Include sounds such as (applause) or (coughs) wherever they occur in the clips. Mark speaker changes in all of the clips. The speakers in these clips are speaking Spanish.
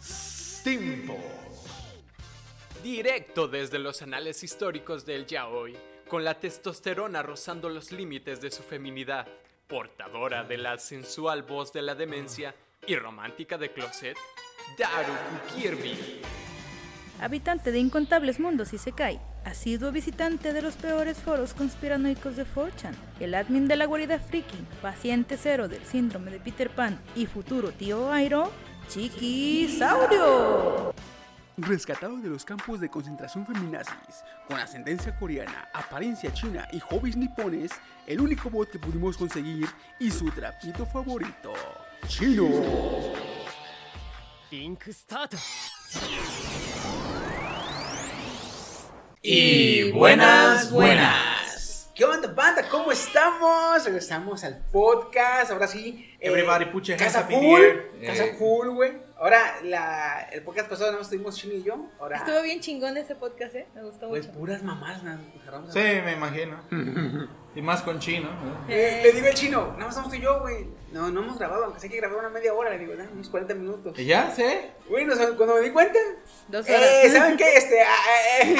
Speaker 1: Stimpo.
Speaker 2: Directo desde los anales históricos del yaoi, con la testosterona rozando los límites de su feminidad, portadora de la sensual voz de la demencia y romántica de closet, Daruku Kirby.
Speaker 3: Habitante de incontables mundos y se cae, asiduo visitante de los peores foros conspiranoicos de 4chan, el admin de la guarida friki, paciente cero del síndrome de Peter Pan y futuro tío Airo, Chiquisaurio.
Speaker 4: Rescatado de los campos de concentración feminazis, con ascendencia coreana, apariencia china y hobbies nipones, el único bot que pudimos conseguir y su trapito favorito, Chino.
Speaker 5: Link Start.
Speaker 6: Y buenas, buenas.
Speaker 7: ¿Qué onda, banda? ¿Cómo estamos? Regresamos al podcast. Ahora sí.
Speaker 6: Eh, Everybody put your hands
Speaker 7: casa
Speaker 6: up in the
Speaker 7: full.
Speaker 6: air. Eh.
Speaker 7: Casa full, güey. Ahora, la, el podcast pasado nada más estuvimos Chino y yo. Ahora.
Speaker 3: Estuvo bien chingón ese podcast, ¿eh? Me gustó
Speaker 7: Pues
Speaker 3: mucho.
Speaker 7: puras mamás nos agarramos.
Speaker 6: Sí, me imagino. Y más con chino. ¿no?
Speaker 7: Eh, Le, le digo al chino, nada más estamos tú y yo, güey. No, no hemos grabado, aunque sé que grabar una media hora, le digo, "Nah, unos 40 minutos.
Speaker 6: ¿Y ya? ¿Sí?
Speaker 7: Güey, no saben- cuando me di cuenta.
Speaker 3: Dos horas.
Speaker 7: Eh, ¿Saben qué? Este, ah, eh, eh,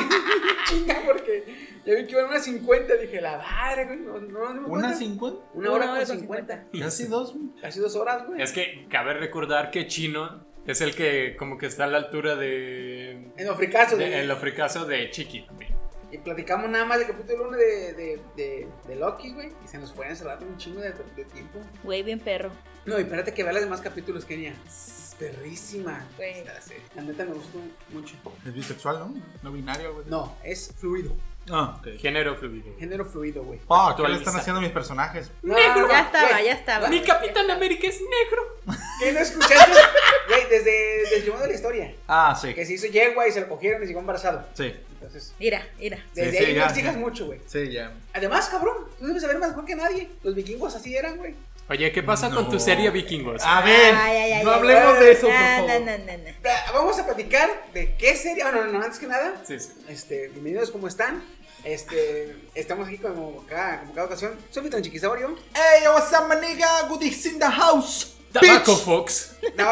Speaker 7: chinga, porque ya vi que iban unas 50. Dije, la madre, güey. No, no, no me
Speaker 6: ¿Una
Speaker 7: cuenta.
Speaker 6: cincuenta?
Speaker 7: Una hora con 50.
Speaker 6: ¿Casi dos?
Speaker 7: Casi dos horas, güey.
Speaker 2: Es que cabe recordar que Chino es el que como que está a la altura de...
Speaker 7: En los fricazos,
Speaker 2: de-
Speaker 7: güey.
Speaker 2: el africazo de Chiqui. también.
Speaker 7: Y platicamos nada más del capítulo 1 de, de, de, de Loki, güey. Y se nos fue encerrando un chingo de, de tiempo.
Speaker 3: (laughs) Güey, bien perro.
Speaker 7: No, y espérate que vea los demás capítulos, Kenia. Es Perrísima.
Speaker 3: Güey.
Speaker 7: Está la serie. La neta me gustó mucho.
Speaker 6: Es bisexual, ¿no? No binario, algo así.
Speaker 7: No, es fluido.
Speaker 6: Ah, ok.
Speaker 2: Género fluido.
Speaker 7: Género fluido, güey.
Speaker 6: Ah, ¿qué le están haciendo a mis personajes?
Speaker 7: No, no, no,
Speaker 3: Ya estaba,
Speaker 7: güey.
Speaker 3: ya estaba.
Speaker 2: Mi Capitán América es negro.
Speaker 7: ¿Qué
Speaker 3: (laughs)
Speaker 7: no escuchaste? Güey, desde, desde el llamado de la historia.
Speaker 6: Ah, sí.
Speaker 7: Que se hizo yegua y se lo cogieron y llegó embarazado.
Speaker 6: Sí.
Speaker 7: Entonces,
Speaker 3: Mira, mira.
Speaker 7: desde
Speaker 6: sí,
Speaker 7: ahí
Speaker 6: ya,
Speaker 7: no exijas
Speaker 6: ya.
Speaker 7: mucho, güey.
Speaker 6: Sí, ya.
Speaker 7: Además, cabrón, tú debes saber mejor que nadie. Los vikingos así eran, güey.
Speaker 2: Oye, ¿qué pasa con tu serie Vikingos?
Speaker 6: A ver,
Speaker 3: Ay, ay, ay,
Speaker 6: no
Speaker 3: ay,
Speaker 6: hablemos
Speaker 3: ay.
Speaker 6: de eso, por
Speaker 3: Nah,
Speaker 6: favor.
Speaker 3: nah, nah, nah, nah.
Speaker 7: Ah, Vamos a platicar de qué serie. Bueno, no, antes que nada,
Speaker 2: Sí, sí.
Speaker 7: este, bienvenidos, ¿cómo están? Este, estamos aquí como cada, como cada ocasión. Soy Fitón Chiquisaurio.
Speaker 6: Hey, what's up, my nigga? Goodies in the house.
Speaker 2: Tabaco
Speaker 6: Bitch.
Speaker 2: Fox.
Speaker 7: (laughs)
Speaker 6: (laughs)
Speaker 7: No,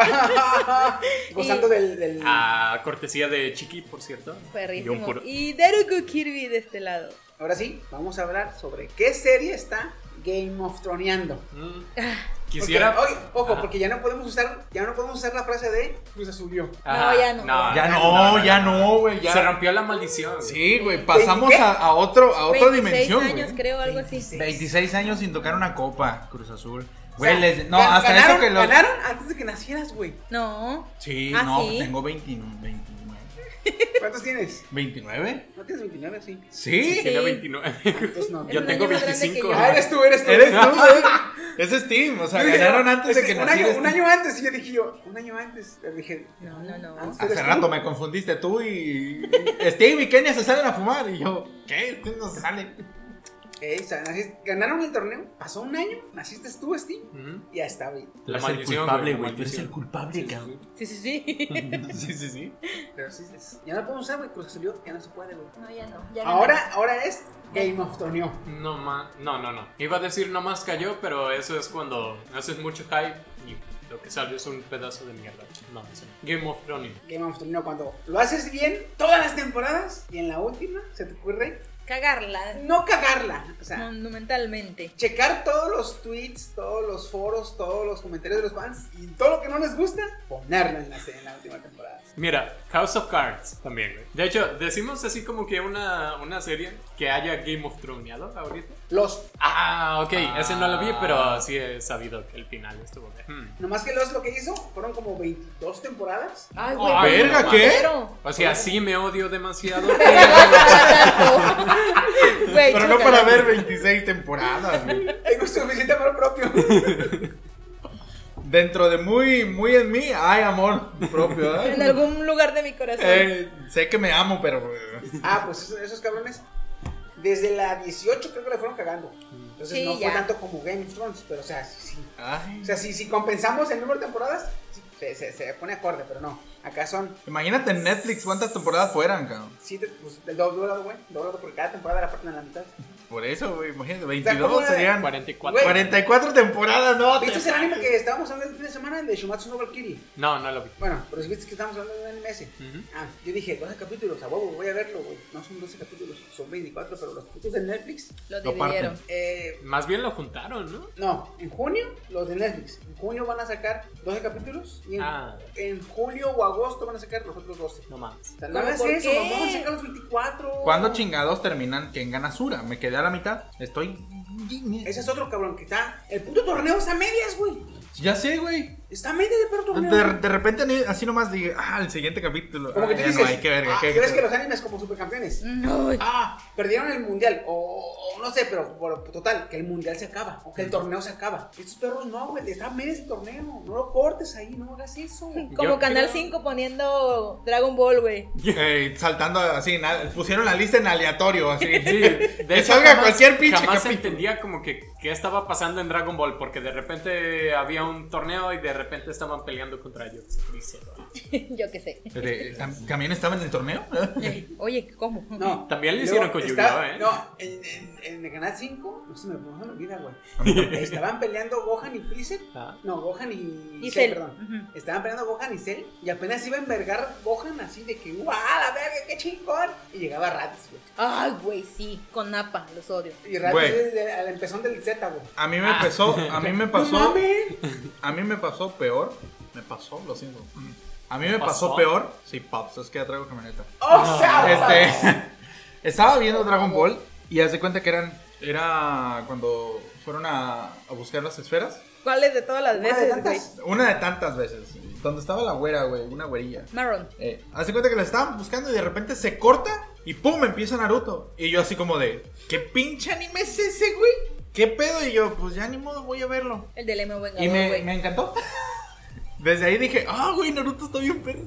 Speaker 7: gozando del. del
Speaker 2: Ah, cortesía de Chiqui, por cierto.
Speaker 3: Perrísimo.
Speaker 2: Y un puro-
Speaker 3: Y Daruku Kirby de este lado.
Speaker 7: Ahora sí, vamos a hablar sobre qué serie está Game of Throneando.
Speaker 2: Mm.
Speaker 7: Porque-
Speaker 2: Quisiera...
Speaker 7: oye, ojo,
Speaker 2: Ajá.
Speaker 7: porque ya no podemos usar, ya no podemos usar la frase de Cruz Azulió.
Speaker 2: Ajá,
Speaker 3: No, ya no.
Speaker 6: Ya no, ya no, güey. ya.
Speaker 2: Se rompió la maldición.
Speaker 6: Sí, güey, pasamos a, a otro, a otra
Speaker 3: 26
Speaker 6: dimensión.
Speaker 3: años,
Speaker 6: güey.
Speaker 3: creo, algo así.
Speaker 6: 26 años sin tocar una copa, Cruz Azul.
Speaker 7: O sea,
Speaker 6: Güey, les- no,
Speaker 7: gan-
Speaker 6: hasta
Speaker 7: ganaron,
Speaker 6: eso que lo.
Speaker 7: ganaron antes de que nacieras, güey.
Speaker 3: No.
Speaker 6: Sí,
Speaker 3: ¿Ah,
Speaker 6: no,
Speaker 3: sí?
Speaker 6: tengo 29. 29.
Speaker 7: ¿Cuántos tienes?
Speaker 6: ¿29?
Speaker 7: ¿No tienes 29? Sí.
Speaker 6: Sí.
Speaker 2: Tiene
Speaker 3: Sí.
Speaker 2: 29.
Speaker 7: Entonces
Speaker 2: (laughs)
Speaker 7: no.
Speaker 2: Yo
Speaker 3: un
Speaker 2: tengo
Speaker 3: año más grande que
Speaker 2: 25.
Speaker 3: yo.
Speaker 7: Ah, eres tú, eres tú.
Speaker 6: Eres tú, güey. Ese es Steam, o sea, ganaron antes de
Speaker 7: Es
Speaker 6: que este
Speaker 7: un año,
Speaker 6: nacieras.
Speaker 7: un año antes, y yo dije yo, un año antes. Le dije,
Speaker 3: No, no, no.
Speaker 7: antes eres
Speaker 6: Hace
Speaker 7: tú.
Speaker 6: rato me confundiste tú y. Steve y Kenia se salen a fumar. Y yo, ¿qué? Steve no se sale.
Speaker 7: Ey, o sea, naciste- ganaron el torneo, pasó un año, naciste tú, Steve,
Speaker 2: Ujú.
Speaker 7: y ya está, güey.
Speaker 2: La
Speaker 6: Tú eres el
Speaker 2: maldición,
Speaker 6: culpable,
Speaker 2: güey, la
Speaker 6: güey. Tú eres
Speaker 2: maldición.
Speaker 6: el culpable, cabrón.
Speaker 3: Sí, sí, sí.
Speaker 6: Sí, sí, sí.
Speaker 7: Pero sí, sí, ya no podemos usar, güey, Cruz Azul, ya no se puede, güey.
Speaker 3: No, ya no. Ya
Speaker 7: Ahora, ahora es Game of Thrones.
Speaker 2: No más, no, no, no. Iba a decir no más cayó, pero eso es cuando haces mucho hype y lo que salió es un pedazo de mierda. No, eso no. Game of Thrones.
Speaker 7: Game of Thrones, cuando lo haces bien todas las temporadas y en la última se te ocurre
Speaker 3: Cagarla
Speaker 7: no cagarla. O sea,
Speaker 3: monumentalmente.
Speaker 7: checar todos los tweets, todos los foros, todos los comentarios de los fans y todo lo que no les gusta, ponerlo en la, en la última temporada.
Speaker 2: Mira, House of Cards también, güey. De hecho, decimos así como que una, una serie que haya Game of Throneado ahorita.
Speaker 7: Los,
Speaker 2: Ah, ok, ese no lo vi, pero
Speaker 6: Ah.
Speaker 2: sí he sabido que el final estuvo bien. Hmm.
Speaker 7: nomás que los lo que hizo fueron como 22 temporadas.
Speaker 3: Ay,
Speaker 2: güey, Ah, verga,
Speaker 6: verga, ¿qué?
Speaker 3: Pero,
Speaker 2: O sea, sí me odio
Speaker 6: (laughs)
Speaker 2: demasiado, pero
Speaker 3: Güey,
Speaker 6: Pero no
Speaker 3: chócala.
Speaker 6: para ver 26 temporadas, güey.
Speaker 7: Tengo suficiente amor propio.
Speaker 6: dentro de muy, muy en mí, hay amor propio. ¿verdad?
Speaker 3: En algún lugar de mi corazón.
Speaker 6: Eh, sé que me amo, pero.
Speaker 7: (laughs) Ah, pues esos, esos cabrones, desde la 18 creo que le fueron cagando. Entonces
Speaker 3: Sí,
Speaker 7: no
Speaker 3: ya.
Speaker 7: fue tanto como Game of Thrones, pero o sea, sí. sí.
Speaker 6: Ay.
Speaker 7: O sea, si, si compensamos el número de temporadas, sí, se, se- se pone acorde, pero no. Acá son
Speaker 6: Imagínate en Netflix cuántas temporadas fueran, cabrón.
Speaker 7: siete, pues el doble lado, güey. Doble lado, porque cada temporada la parten en la mitad.
Speaker 6: Por eso, güey, imagínate,
Speaker 7: sea,
Speaker 6: 22
Speaker 7: ¿cómo era?
Speaker 6: serían
Speaker 2: 44.
Speaker 7: Güey.
Speaker 6: 44 temporadas, no. te-
Speaker 7: ¿Viste ese anime que estábamos hablando el fin de semana, el de Shumatsu no Valkyrie?
Speaker 2: No, no lo vi.
Speaker 7: Bueno, pero si viste que estábamos hablando de un anime ese. Ah, yo dije, 12 capítulos, a huevo, voy a verlo, güey. No son 12 capítulos, son 24, pero los putos de Netflix.
Speaker 3: Lo
Speaker 6: Lo parten.
Speaker 3: dividieron.
Speaker 7: Eh,
Speaker 2: Más bien lo juntaron, ¿no?
Speaker 7: no, en junio, los de Netflix. En junio van a sacar 12 capítulos y en,
Speaker 2: Ah.
Speaker 7: en julio o agosto van a sacar los otros 12.
Speaker 2: No mames.
Speaker 7: O sea, no
Speaker 3: ¿Cómo
Speaker 7: hagas
Speaker 3: por
Speaker 7: eso,
Speaker 3: qué?
Speaker 7: mamón, vamos a sacar los 24.
Speaker 6: ¿Cuándo chingados terminan que en Ganasura? Me quedé a la mitad. Estoy.
Speaker 7: Ese es otro cabrón que está. El puto torneo está a medias, güey.
Speaker 6: Ya sé, güey.
Speaker 7: Está a medias de perro torneo.
Speaker 6: De, de repente ni- así nomás dije, ah, el siguiente capítulo.
Speaker 7: Como
Speaker 6: Ah,
Speaker 7: que tú
Speaker 6: ya
Speaker 7: dices,
Speaker 6: no hay que ver.
Speaker 7: ah,
Speaker 6: que-
Speaker 7: ¿crees que los animes como supercampeones?
Speaker 3: No, güey.
Speaker 7: Ah, perdieron el mundial. O, o no sé, pero, pero total, que el mundial se acaba. O que el torneo se acaba. Estos perros no, güey. Está a medias el torneo. No lo cortes ahí, no
Speaker 3: (laughs)
Speaker 7: hagas eso.
Speaker 3: Como
Speaker 2: Yo
Speaker 3: Canal
Speaker 2: creo-
Speaker 3: 5 poniendo Dragon Ball, güey.
Speaker 6: Eh, saltando así, na- pusieron la lista en aleatorio,
Speaker 7: (laughs)
Speaker 6: así.
Speaker 2: Sí, de
Speaker 6: que
Speaker 2: hecho,
Speaker 6: salga
Speaker 2: jamás-
Speaker 6: cualquier pinche
Speaker 2: Jamás
Speaker 6: capítulo.
Speaker 2: entendía como que qué estaba pasando en Dragon Ball, porque de repente había un torneo y de repente estaban peleando contra ellos.
Speaker 3: Yo qué sé.
Speaker 6: Eh, tam- ¿También estaba en el torneo?
Speaker 3: Oye, ¿cómo?
Speaker 7: No.
Speaker 2: También le hicieron
Speaker 7: Luego
Speaker 2: con
Speaker 7: está-
Speaker 2: Yu-Gi-Oh, ¿eh?
Speaker 7: No, en, en- en el canal 5, no se me, no se me olvida, güey. Estaban peleando Gohan y Freezer.
Speaker 2: Ah.
Speaker 7: No, Gohan y,
Speaker 3: Y Cell.
Speaker 7: perdón. Estaban peleando Gohan y Cell. Y apenas iba a envergar Gohan así de que, ¡guau! la verga, qué chingón! Y llegaba Raditz, güey.
Speaker 3: Ay, güey, sí. Con Napa, los odio.
Speaker 7: Y Raditz
Speaker 6: Güey.
Speaker 7: es el- al empezón del Z, güey.
Speaker 6: A mí me empezó, a mí me
Speaker 7: Ah. (laughs) ¡No
Speaker 6: pasó,
Speaker 7: mames!
Speaker 6: a mí me pasó peor. Me pasó, lo siento. A mí me
Speaker 2: ¿Pasó?
Speaker 6: pasó peor. Sí, paps, es que ya traigo camioneta.
Speaker 7: ¡Oh, sea,
Speaker 6: Este, (laughs) estaba viendo Dragon Ball y haz de cuenta que eran, era cuando fueron a, a buscar las esferas.
Speaker 3: ¿Cuáles de todas las
Speaker 7: Una de
Speaker 3: veces, güey?
Speaker 7: tantas.
Speaker 6: Una de tantas veces, donde estaba la güera, güey, una güerilla.
Speaker 3: Marron.
Speaker 6: Eh, haz de cuenta que la estaban buscando y de repente se corta y pum, empieza Naruto. Y yo así como de, ¿qué pinche anime es ese, güey? ¿Qué pedo? Y yo, pues ya ni modo, voy a verlo.
Speaker 3: El del M Vengador,
Speaker 6: Y me,
Speaker 3: güey.
Speaker 6: me encantó. (laughs) Desde ahí dije, ah, güey, Naruto está bien perro.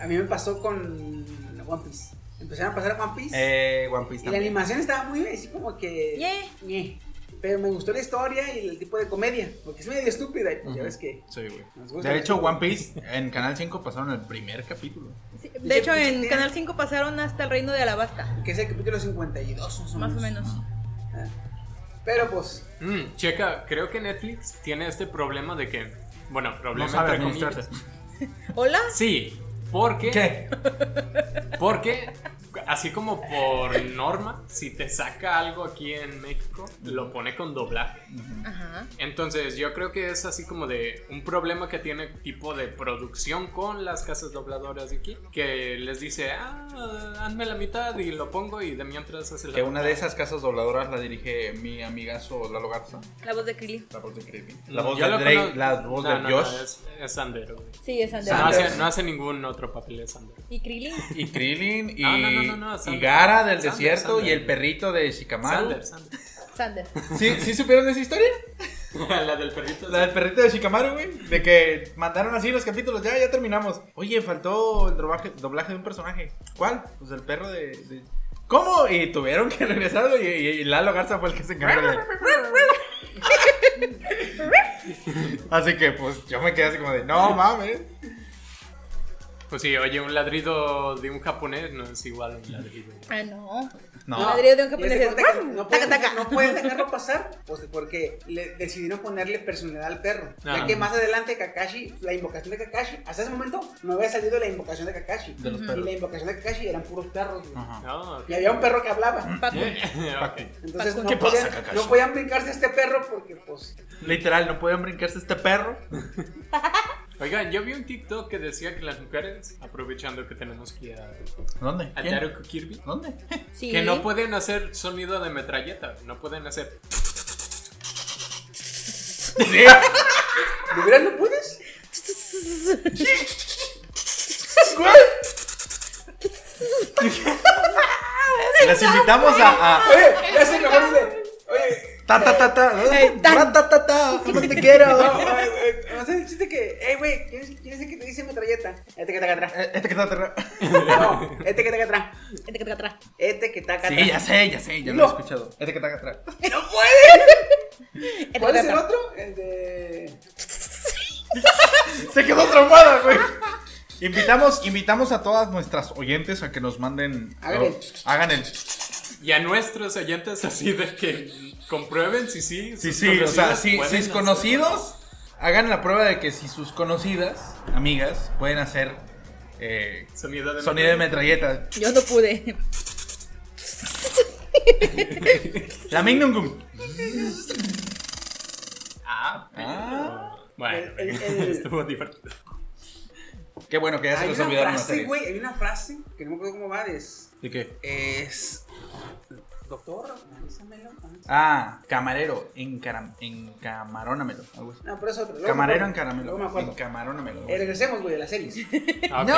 Speaker 7: A mí me pasó con One Piece. Empezaron a pasar a One Piece.
Speaker 6: Eh, One Piece
Speaker 7: y la animación estaba muy así como que.
Speaker 3: Ñe.
Speaker 7: Ñe. Pero me gustó la historia y el tipo de comedia. Porque es medio estúpida. Y pues ya ves que.
Speaker 6: Sí, güey.
Speaker 7: Nos gusta
Speaker 6: De
Speaker 7: el
Speaker 6: hecho,
Speaker 7: estúpido.
Speaker 6: One Piece en Canal 5 pasaron el primer capítulo.
Speaker 3: Sí, De
Speaker 7: Dije,
Speaker 3: hecho,
Speaker 7: "Pinche
Speaker 3: en
Speaker 7: tía".
Speaker 3: Canal 5 pasaron hasta el reino de Alabasta.
Speaker 7: Que es el capítulo 52, más o
Speaker 3: Más o
Speaker 7: menos. Ah.
Speaker 3: menos.
Speaker 7: Pero pues.
Speaker 2: Mm, checa, creo que Netflix tiene este problema de que, bueno, problema
Speaker 6: No sabe
Speaker 2: entre comillas.
Speaker 6: administrarse.
Speaker 3: ¿Hola?
Speaker 2: Sí, porque
Speaker 6: ¿Qué?
Speaker 2: Porque, así como por norma, si te saca algo aquí en México, lo pone con doblaje.
Speaker 3: Ajá.
Speaker 2: Entonces, yo creo que es así como de un problema que tiene tipo de producción con las casas dobladoras de aquí, que les dice, ah, hazme la mitad y lo pongo y de mientras hace la
Speaker 6: Que una
Speaker 2: mitad".
Speaker 6: de esas casas dobladoras la dirige mi amigazo Lalo Garza.
Speaker 3: La voz de Krillin.
Speaker 6: La voz de Creepy.
Speaker 2: Mm,
Speaker 6: La voz
Speaker 2: yo
Speaker 6: de
Speaker 2: lo
Speaker 6: Drake,
Speaker 2: cono-
Speaker 6: la voz
Speaker 2: No,
Speaker 6: de
Speaker 2: no, no,
Speaker 6: Josh.
Speaker 2: es, es Sandero. güey.
Speaker 3: Sí, es Andrés.
Speaker 2: No hace, no hace ningún otro papel de Sandero.
Speaker 3: Y Krillin.
Speaker 6: Y Krillin
Speaker 2: (laughs)
Speaker 6: y,
Speaker 2: No, no, no, no, no,
Speaker 6: y
Speaker 2: Sander.
Speaker 6: Gara del
Speaker 2: Sander,
Speaker 6: desierto
Speaker 2: Sander.
Speaker 6: y el perrito de Shikamaru.
Speaker 2: Sander, Sander.
Speaker 3: Sander.
Speaker 6: ¿Sí, ¿Sí supieron esa historia?
Speaker 2: (laughs) la del perrito.
Speaker 6: La del perrito de Shikamaru, güey. De que mandaron así los capítulos. Ya, ya terminamos. Oye, faltó el doblaje, doblaje de un personaje. ¿Cuál? Pues el perro de. de- ¿Cómo? Y tuvieron que regresarlo y, y- y Lalo Garza fue el que se encargó de. así que, pues yo me quedé así como de. No mames.
Speaker 2: Pues sí, oye, un ladrido de un japonés no es igual a un ladrido.
Speaker 3: Ah, no.
Speaker 6: No.
Speaker 3: Madre de un
Speaker 7: y haz de
Speaker 3: japonés.
Speaker 7: cuenta que No pueden,
Speaker 3: Taca, taca.
Speaker 7: no pueden dejarlo pasar. Pues porque le decidieron ponerle personalidad al perro.
Speaker 2: Ah.
Speaker 7: Ya que más adelante Kakashi, la invocación de Kakashi, hasta ese momento no había salido la invocación de Kakashi.
Speaker 6: De los
Speaker 7: y
Speaker 6: perros.
Speaker 7: la invocación de Kakashi eran puros perros. güey.
Speaker 6: Ajá.
Speaker 2: No, ok. (laughs)
Speaker 7: Y había un perro que hablaba.
Speaker 3: Paco.
Speaker 2: Ok.
Speaker 7: Entonces
Speaker 3: Paco.
Speaker 7: no,
Speaker 3: ¿Qué
Speaker 7: podían, no podían brincarse a este perro porque pues
Speaker 6: Literal, no pueden brincarse este perro.
Speaker 2: Oigan, yo vi un TikTok que decía que las mujeres, aprovechando que tenemos que ir a,
Speaker 6: ¿Dónde?
Speaker 2: a
Speaker 6: ¿Quién?
Speaker 2: Daruku Kirby,
Speaker 6: ¿Dónde?
Speaker 3: Sí.
Speaker 2: que no pueden hacer sonido de metralleta, no pueden hacer.
Speaker 7: ¿De veras no puedes?
Speaker 6: Las invitamos a, a-
Speaker 7: Oye, ya se lo de. Oye,
Speaker 6: Ta, ta, ta, ta.
Speaker 7: Eh, tan.
Speaker 6: Ra, ta, ta, ta. No te quiero.
Speaker 7: (laughs) O sea, el chiste que, eh, güey, ¿quién, es- ¿quién es el que te dice metralleta? Este que taca atrás.
Speaker 6: Eh, Este que está aterra-
Speaker 7: (laughs) No, este que taca atrás. Este que taca atrás. Este que taca atrás.
Speaker 6: Sí, ya sé, ya sé, ya lo
Speaker 7: No.
Speaker 6: he escuchado. Este que está acá atrás.
Speaker 7: ¡No puede!
Speaker 3: Este
Speaker 7: ¿Cuál
Speaker 3: que
Speaker 7: es el
Speaker 3: taca
Speaker 7: otro? El de.
Speaker 6: (laughs) Se quedó traumada, güey. Invitamos, invitamos a todas nuestras oyentes a que nos manden. oh,
Speaker 7: Hagan el-
Speaker 6: Hagan el.
Speaker 2: Y a nuestros oyentes así de que comprueben si sí.
Speaker 6: Sí,
Speaker 2: sus
Speaker 6: sí, o sea,
Speaker 2: conocidas
Speaker 6: si
Speaker 2: pueden
Speaker 6: sus
Speaker 2: hacer-
Speaker 6: conocidos hagan la prueba de que si sus conocidas, amigas, pueden hacer eh,
Speaker 2: Sonido de
Speaker 6: sonido de metralleta.
Speaker 3: Yo no pude.
Speaker 6: La Magnum Gum.
Speaker 2: Ah, bueno, (laughs)
Speaker 7: El- el- el-
Speaker 2: estuvo divertido.
Speaker 6: Qué bueno que ya se
Speaker 7: Hay
Speaker 6: los
Speaker 7: una
Speaker 6: olvidaron las
Speaker 7: frase,
Speaker 6: series.
Speaker 7: güey. Hay una frase que no me acuerdo cómo va. Es.
Speaker 6: ¿De qué?
Speaker 7: Es. Doctor, analízamelo. analízamelo.
Speaker 6: Ah, camarero, encaram, encamarónamelo. Algo así.
Speaker 7: No, pero es otro. Luego
Speaker 6: Camarero
Speaker 7: me acuerdo,
Speaker 6: encaramelo.
Speaker 7: luego me acuerdo.
Speaker 6: Encamarónamelo.
Speaker 7: Eh, regresemos, güey, a las (laughs) series.
Speaker 2: Ok.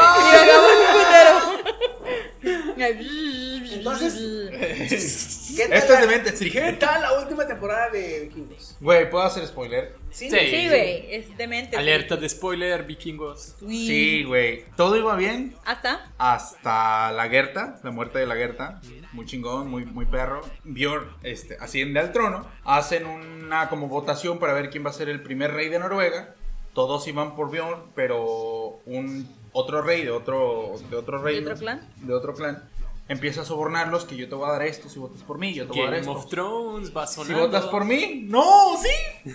Speaker 7: Entonces.
Speaker 2: (laughs)
Speaker 7: ¿qué tal
Speaker 6: Esto
Speaker 7: la-
Speaker 6: es de mente
Speaker 7: ¿Qué
Speaker 6: extranjera.
Speaker 7: tal la última temporada de Vikingos?
Speaker 6: Güey, ¿puedo hacer spoiler?
Speaker 7: Sí.
Speaker 2: Sí.
Speaker 3: Sí, güey, es demente.
Speaker 2: Alerta de spoiler, vikingos.
Speaker 3: Uy.
Speaker 6: Sí, güey. Todo iba bien
Speaker 3: Hasta.
Speaker 6: hasta la Gerta, la muerte de la Gerta, muy chingón, muy, muy perro. Bjorn este, asciende al trono, hacen una como votación para ver quién va a ser el primer rey de Noruega. Todos iban por Bjorn, pero un otro rey de otro de otro reino,
Speaker 3: otro clan?
Speaker 6: de otro clan, empieza a sobornarlos que yo te voy a dar esto si votas por mí, yo te voy a dar
Speaker 2: Game of
Speaker 6: esto.
Speaker 2: Thrones va
Speaker 6: Si
Speaker 2: sonando.
Speaker 6: votas por mí, no, sí.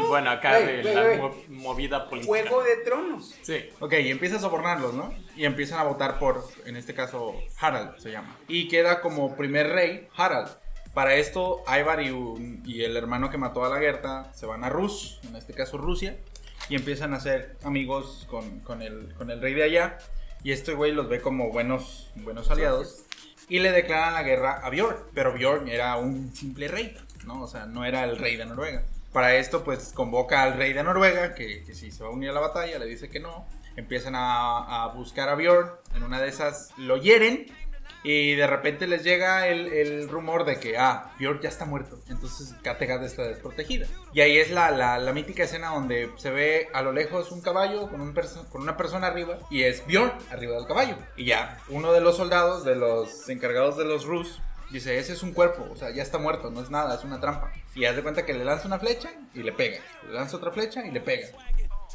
Speaker 2: (laughs) bueno, acá
Speaker 7: Ey,
Speaker 2: de
Speaker 7: ey,
Speaker 2: la
Speaker 7: ey.
Speaker 2: mo- movida política.
Speaker 7: Juego de Tronos.
Speaker 2: Sí.
Speaker 6: Ok, y empieza a sobornarlos, ¿no? Y empiezan a votar por, en este caso, Harald se llama. Y queda como primer rey Harald. Para esto, Ivar y, un- y el hermano que mató a la Gerta se van a Rus, en este caso Rusia, y empiezan a ser amigos con, con el, con el rey de allá. Y este güey los ve como buenos, buenos aliados. Y le declaran la guerra a Bjorn. Pero Bjorn era un simple rey, ¿no? O sea, no era el rey de Noruega. Para esto, pues convoca al rey de Noruega, que, que si se va a unir a la batalla, le dice que no. Empiezan a, a buscar a Bjorn. En una de esas lo hieren. Y de repente les llega el, el rumor de que, ah, Bjorn ya está muerto. Entonces Kattegat está desprotegida. Y ahí es la, la- la mítica escena donde se ve a lo lejos un caballo con, un perso- con una persona arriba. Y es Bjorn arriba del caballo. Y ya, uno de los soldados, de los encargados de los Rus, dice, ese es un cuerpo. O sea, ya está muerto, no es nada, es una trampa. Y haz de cuenta que le lanza una flecha y le pega. Le lanza otra flecha y le pega.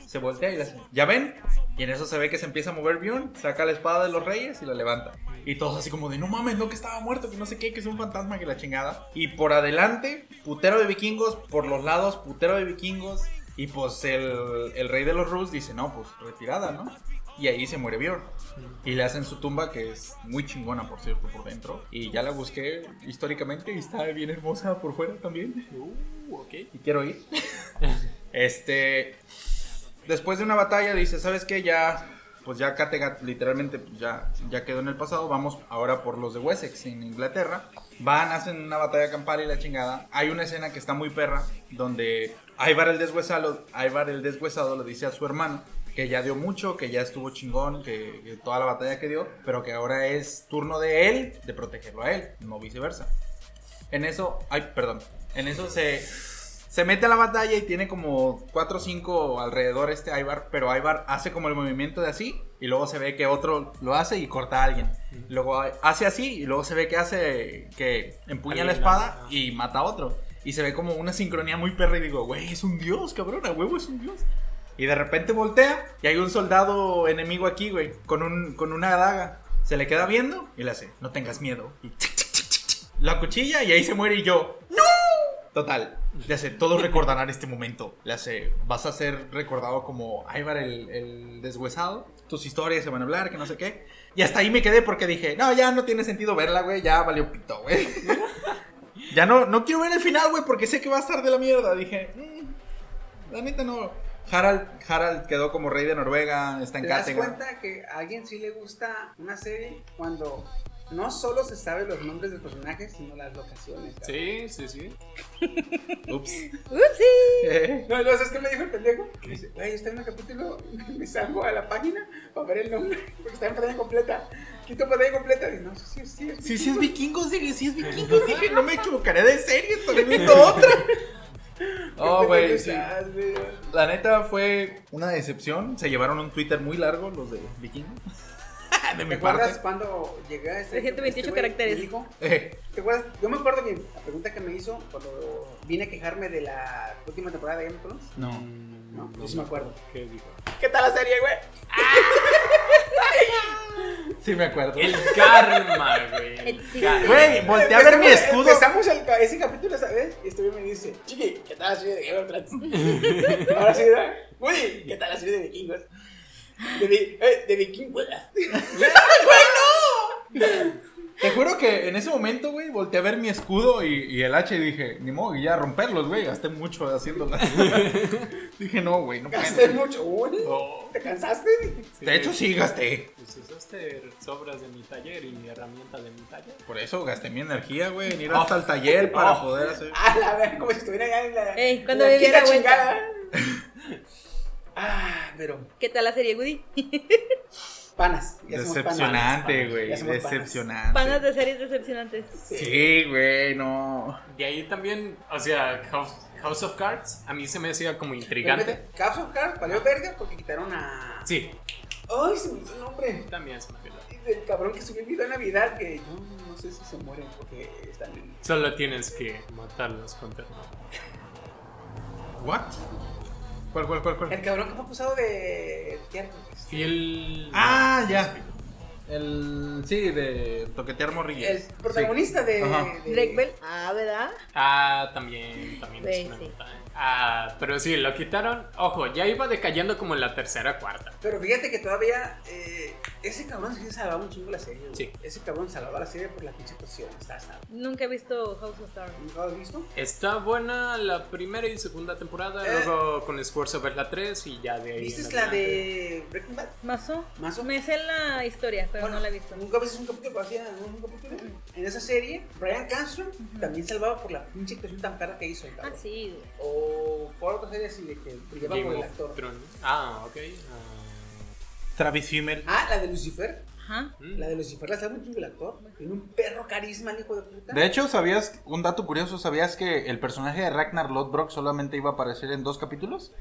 Speaker 6: Se voltea y le hace, ¿ya ven? Y en eso se ve que se empieza a mover Bjorn, saca la espada de los reyes y la levanta. Y todos así como de, no mames, no, que estaba muerto, que no sé qué, que es un fantasma, que la chingada. Y por adelante, putero de vikingos, por los lados, putero de vikingos. Y pues el, el rey de los Rus dice, no, pues retirada, ¿no? Y ahí se muere Bjorn. Y le hacen su tumba, que es muy chingona, por cierto, por dentro. Y ya la busqué históricamente y está bien hermosa por fuera también.
Speaker 2: Uh, ok.
Speaker 6: Y
Speaker 2: (laughs)
Speaker 6: quiero ir. este, después de una batalla dice, ¿sabes qué? Ya, pues ya Kattegat literalmente pues ya, ya quedó en el pasado, vamos ahora por los de Wessex en Inglaterra. Van, hacen una batalla campal y la chingada. Hay una escena que está muy perra, donde Ivar el deshuesado, Ivar el deshuesado le dice a su hermano que ya dio mucho, que ya estuvo chingón, que, que toda la batalla que dio, pero que ahora es turno de él de protegerlo a él, no viceversa. En eso, ay, perdón. En eso se, se mete a la batalla y tiene como 4 o 5 alrededor este Ivar, pero Ivar hace como el movimiento de así y luego se ve que otro lo hace y corta a alguien. Luego hace así y luego se ve que hace que empuña la
Speaker 2: Alguien
Speaker 6: espada
Speaker 2: la-
Speaker 6: y mata a otro. Y se ve como una sincronía muy perra y digo, güey, es un dios, cabrón, a huevo es un dios. Y de repente voltea y hay un soldado enemigo aquí, güey, con, un, con una daga. Se le queda viendo y le hace, no tengas miedo. Y tic, tic, tic, tic, tic. la cuchilla y ahí se muere y yo, ¡No! Total, le hace, todos recordarán este momento. Le hace, vas a ser recordado como Ivar el, el deshuesado. Tus historias se van a hablar, que no sé qué. Y hasta ahí me quedé porque dije, no, ya no tiene sentido verla, güey, ya valió pito, güey. (laughs) ya no, no quiero ver el final, güey, porque sé que va a estar de la mierda. Dije, "Mm, la neta no. Harald, Harald quedó como rey de Noruega, está en
Speaker 7: ¿Te das
Speaker 6: Kattegat.
Speaker 7: cuenta que a alguien sí le gusta una serie cuando no solo se sabe los nombres de los personajes, sino las locaciones? cabrón?
Speaker 2: Sí, sí, sí.
Speaker 6: Ups.
Speaker 3: Upsi.
Speaker 6: Eh,
Speaker 7: No, no, ¿sabes qué me dijo el pendejo? Me dice, (laughs) güey, está en el capítulo, me salgo a la página para ver el nombre, porque está en pantalla completa. Quito pantalla completa. Y no, sí, sí, sí.
Speaker 6: (laughs) Sí, sí es vikingos, dije, sí es vikingos, dije, no me equivocaré de serie, estoy viendo otra. Oh, güey, sí. La neta fue una decepción. Se llevaron un Twitter muy largo los de vikingos. (laughs) De
Speaker 7: ¿Te
Speaker 6: mi
Speaker 7: acuerdas
Speaker 6: parte.
Speaker 7: cuando llegué a este-
Speaker 3: 128
Speaker 7: güey,
Speaker 3: caracteres.
Speaker 7: me dijo,
Speaker 6: Eh,
Speaker 7: ¿Te acuerdas? Yo me acuerdo bien la pregunta que me hizo cuando vine a quejarme de la última temporada de Game of Thrones.
Speaker 6: no.
Speaker 2: Mm,
Speaker 7: No, yo sí me acuerdo.
Speaker 8: ¿Qué dijo?
Speaker 7: ¿Qué tal la serie, güey?
Speaker 6: Sí me acuerdo.
Speaker 2: El karma, güey. el karma.
Speaker 6: Güey, volteé a ver mi
Speaker 7: Empezamos-
Speaker 6: escudo.
Speaker 7: Empezamos el, ca- ese capítulo, ¿sabes? Y este güey me dice, Chiqui, ¿qué tal la serie de Game of
Speaker 6: (laughs)
Speaker 7: Thrones? Ahora sí, ¿verdad? Uy, ¿qué tal la serie de vikingos? De, vi- eh, de vikingos.
Speaker 6: Te juro que en ese momento, güey, volteé a ver mi escudo y, y el H y dije, ni modo, y ya romperlos, güey. Gasté mucho haciéndolas. (laughs) dije, no, güey, no puedo.
Speaker 7: (laughs) Gasté mucho. Uy,
Speaker 6: No.
Speaker 7: ¿Te cansaste? (laughs)
Speaker 6: De hecho, sí gasté.
Speaker 8: Pues
Speaker 2: este
Speaker 8: usaste sobras de mi taller y mi herramienta de mi taller.
Speaker 6: Por eso gasté mi energía, güey, en ir hasta el taller para poder hacer.
Speaker 7: A "Ah, la ver, como si estuviera allá en la.
Speaker 3: Ey, cuando
Speaker 7: en la
Speaker 3: viviera
Speaker 7: quinta
Speaker 3: vuelta.
Speaker 6: (laughs)
Speaker 7: chingada. Ah, pero.
Speaker 3: ¿Qué tal la serie, Woody? (laughs)
Speaker 7: Panas. ya somos panas.
Speaker 6: Decepcionante, güey.
Speaker 7: Ya somos panas.
Speaker 6: Decepcionante.
Speaker 3: Panas de series decepcionantes.
Speaker 6: Sí, güey, no.
Speaker 2: De ahí también, o sea, House, House of Cards, a mí se me hacía como
Speaker 7: Realmente,
Speaker 2: intrigante.
Speaker 7: Caps of Cards valió verga porque quitaron a.
Speaker 2: Sí,
Speaker 7: Ay, se me hizo el nombre.
Speaker 2: también es una verdad.
Speaker 7: El cabrón que subió el video de Navidad que yo no sé si se mueren porque están en.
Speaker 2: Solo tienes que matarlos con terror.
Speaker 6: ¿What? ¿Cuál, cuál, cuál, cuál?
Speaker 7: El cabrón que fue acusado de. pues. tiernos.
Speaker 2: Fiel.
Speaker 6: Ah, ya. El. Sí, de toquetear morrillas.
Speaker 7: El protagonista de,
Speaker 6: Ajá.
Speaker 7: de-
Speaker 3: Drake Bell. Ah, ¿verdad?
Speaker 2: Ah, también, también es una
Speaker 3: Sí, sí.
Speaker 2: verdad, ¿eh? Ah, pero sí, lo quitaron. Ojo, ya iba decayendo como en la tercera cuarta.
Speaker 7: Pero fíjate que todavía eh, ese cabrón sí salvaba un chingo la serie. güey.
Speaker 2: Sí.
Speaker 7: Ese cabrón salvaba la serie por la pinche actuación. Está, está.
Speaker 3: Nunca he visto House of Cards.
Speaker 7: ¿Nunca lo has visto?
Speaker 2: Está buena la primera y segunda temporada,
Speaker 7: Eh.
Speaker 2: luego con esfuerzo ver la 3 y ya de ahí.
Speaker 7: ¿Viste
Speaker 2: en
Speaker 7: la
Speaker 2: adelante.
Speaker 7: de Breaking Bad?
Speaker 3: ¿Mazo?
Speaker 7: Mazo.
Speaker 3: Me sé la historia, pero no la he visto. Mm.
Speaker 7: Nunca ves un capítulo, hacía un capítulo. En esa serie, Brian Cranston también salvaba por la pinche actuación tan cara que hizo. el
Speaker 3: Ah,
Speaker 7: cabrón.
Speaker 3: sí, güey.
Speaker 7: O por otra serie así de que brillaba por
Speaker 2: Game
Speaker 7: el
Speaker 2: of
Speaker 7: actor.
Speaker 2: Thrones. Ah, ok.
Speaker 6: Travis Fimmel.
Speaker 7: Ah, la de Lucifer.
Speaker 3: Ajá.
Speaker 2: Ah, mm.
Speaker 7: La de Lucifer la salva un chingo el actor. Tiene un perro carisma el hijo de puta.
Speaker 4: De hecho, ¿sabías un dato curioso? ¿Sabías que el personaje de Ragnar Lodbrok solamente iba a aparecer en dos capítulos?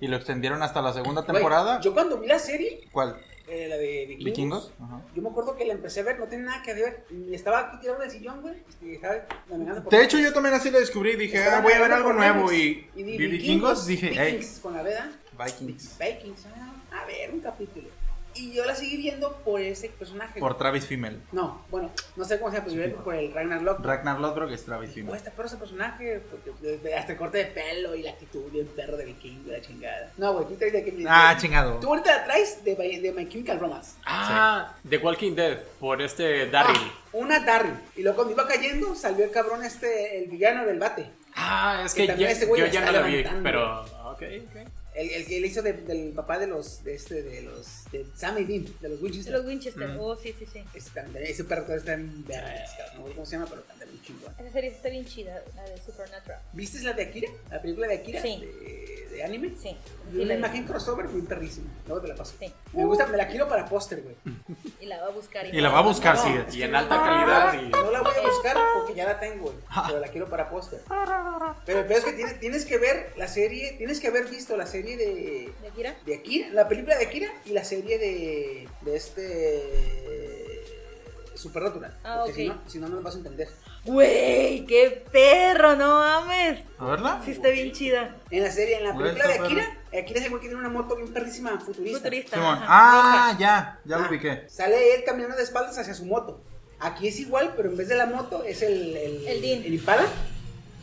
Speaker 4: Y lo extendieron hasta la segunda
Speaker 7: Güey,
Speaker 4: temporada.
Speaker 7: yo cuando vi la serie,
Speaker 4: ¿Cuál?
Speaker 7: eh, la de Vikingos,
Speaker 4: ¿Vikingos? Ajá.
Speaker 7: yo me acuerdo que la empecé a ver, no tenía nada que ver. Y estaba aquí tirado en el sillón, güey. Y estaba navegando por-
Speaker 6: De hecho, yo también así lo descubrí. Dije,
Speaker 7: Estaba
Speaker 6: ah, voy a ver
Speaker 7: navegando
Speaker 6: algo
Speaker 7: por
Speaker 6: nuevo.
Speaker 7: memes.
Speaker 6: Y
Speaker 7: di
Speaker 6: vi vikingos. Dije, hey,
Speaker 7: Vikings con la veda.
Speaker 6: Vikings.
Speaker 7: Vikings, ah, a ver, un capítulo. Y yo la seguí viendo por ese personaje.
Speaker 6: Por Travis Fimmel.
Speaker 7: No, bueno, no sé cómo se llama, pero yo la vi por el Ragnar Locke.
Speaker 6: Ragnar Lodbrok es Travis
Speaker 7: Güey,
Speaker 6: Fimmel.
Speaker 7: está perro ese personaje, porque de- de- hasta el corte de pelo y la actitud y el perro de vikingo, la chingada. No, güey, tú traes de que
Speaker 6: Ah, chingado.
Speaker 7: Tú ahorita la traes de, My- de My Chemical Romance.
Speaker 2: Ah, The Walking Dead, por este Daryl.
Speaker 7: Ah, una Darryl. Y luego cuando iba cayendo, salió el cabrón este, el villano del bate.
Speaker 2: Ah, es
Speaker 7: que
Speaker 2: que
Speaker 7: también
Speaker 2: ya-
Speaker 7: ese güey
Speaker 2: yo
Speaker 7: la
Speaker 2: ya
Speaker 7: está
Speaker 2: no la vi,
Speaker 7: levantando.
Speaker 2: pero. Ok, ok.
Speaker 7: El, el que le hizo de- del papá de los, de este, de los, de Sam y Dean, de los Winchester.
Speaker 3: Los Winchester.
Speaker 6: Mm.
Speaker 3: Oh, sí, sí, sí.
Speaker 7: Ese, también, ese perro todavía está en
Speaker 3: Eh.
Speaker 7: verde, cabrón. No sé cómo se llama, pero también un chingón.
Speaker 3: Esa serie está bien chida, la de Supernatural.
Speaker 7: ¿Viste la de Akira? ¿La película de Akira?
Speaker 3: Sí.
Speaker 7: De, de anime.
Speaker 3: Sí.
Speaker 7: Y
Speaker 3: Sí,
Speaker 7: una
Speaker 3: la vi.
Speaker 7: imagen crossover bien perrísima. Luego te la paso.
Speaker 3: Sí.
Speaker 7: Me gusta, me la quiero para póster, güey.
Speaker 3: Y la va a buscar.
Speaker 6: Y la va a buscar,
Speaker 7: No,
Speaker 6: sí.
Speaker 7: es
Speaker 2: y
Speaker 7: que
Speaker 2: en
Speaker 7: no-
Speaker 2: alta calidad y-
Speaker 7: Ah, No la voy a buscar porque ya la tengo, güey, pero la quiero para póster. Pero el pedo es que tiene- tienes que ver la serie, tienes que haber visto la serie de,
Speaker 3: ¿De Kira?
Speaker 7: de Akira, la película de Akira y la serie de, de este... Supernatural.
Speaker 3: Ah,
Speaker 7: porque
Speaker 3: ok.
Speaker 7: si no, si no, no lo vas a entender.
Speaker 3: ¡Güey! ¡Qué perro! ¡No mames!
Speaker 4: ¿A verla?
Speaker 3: Sí, está bien chida.
Speaker 7: En la serie, en la
Speaker 4: Güey,
Speaker 7: película de
Speaker 4: está
Speaker 7: Akira, Akira es el güey que tiene una moto bien perrísima futurista.
Speaker 3: Futurista.
Speaker 4: Simón.
Speaker 3: ajá.
Speaker 4: Ah, ya, ya lo
Speaker 7: Ah,
Speaker 4: ubiqué.
Speaker 7: Sale él caminando de espaldas hacia su moto. Aquí es igual, pero en vez de la moto es el, el,
Speaker 3: El Dean.
Speaker 7: Impala.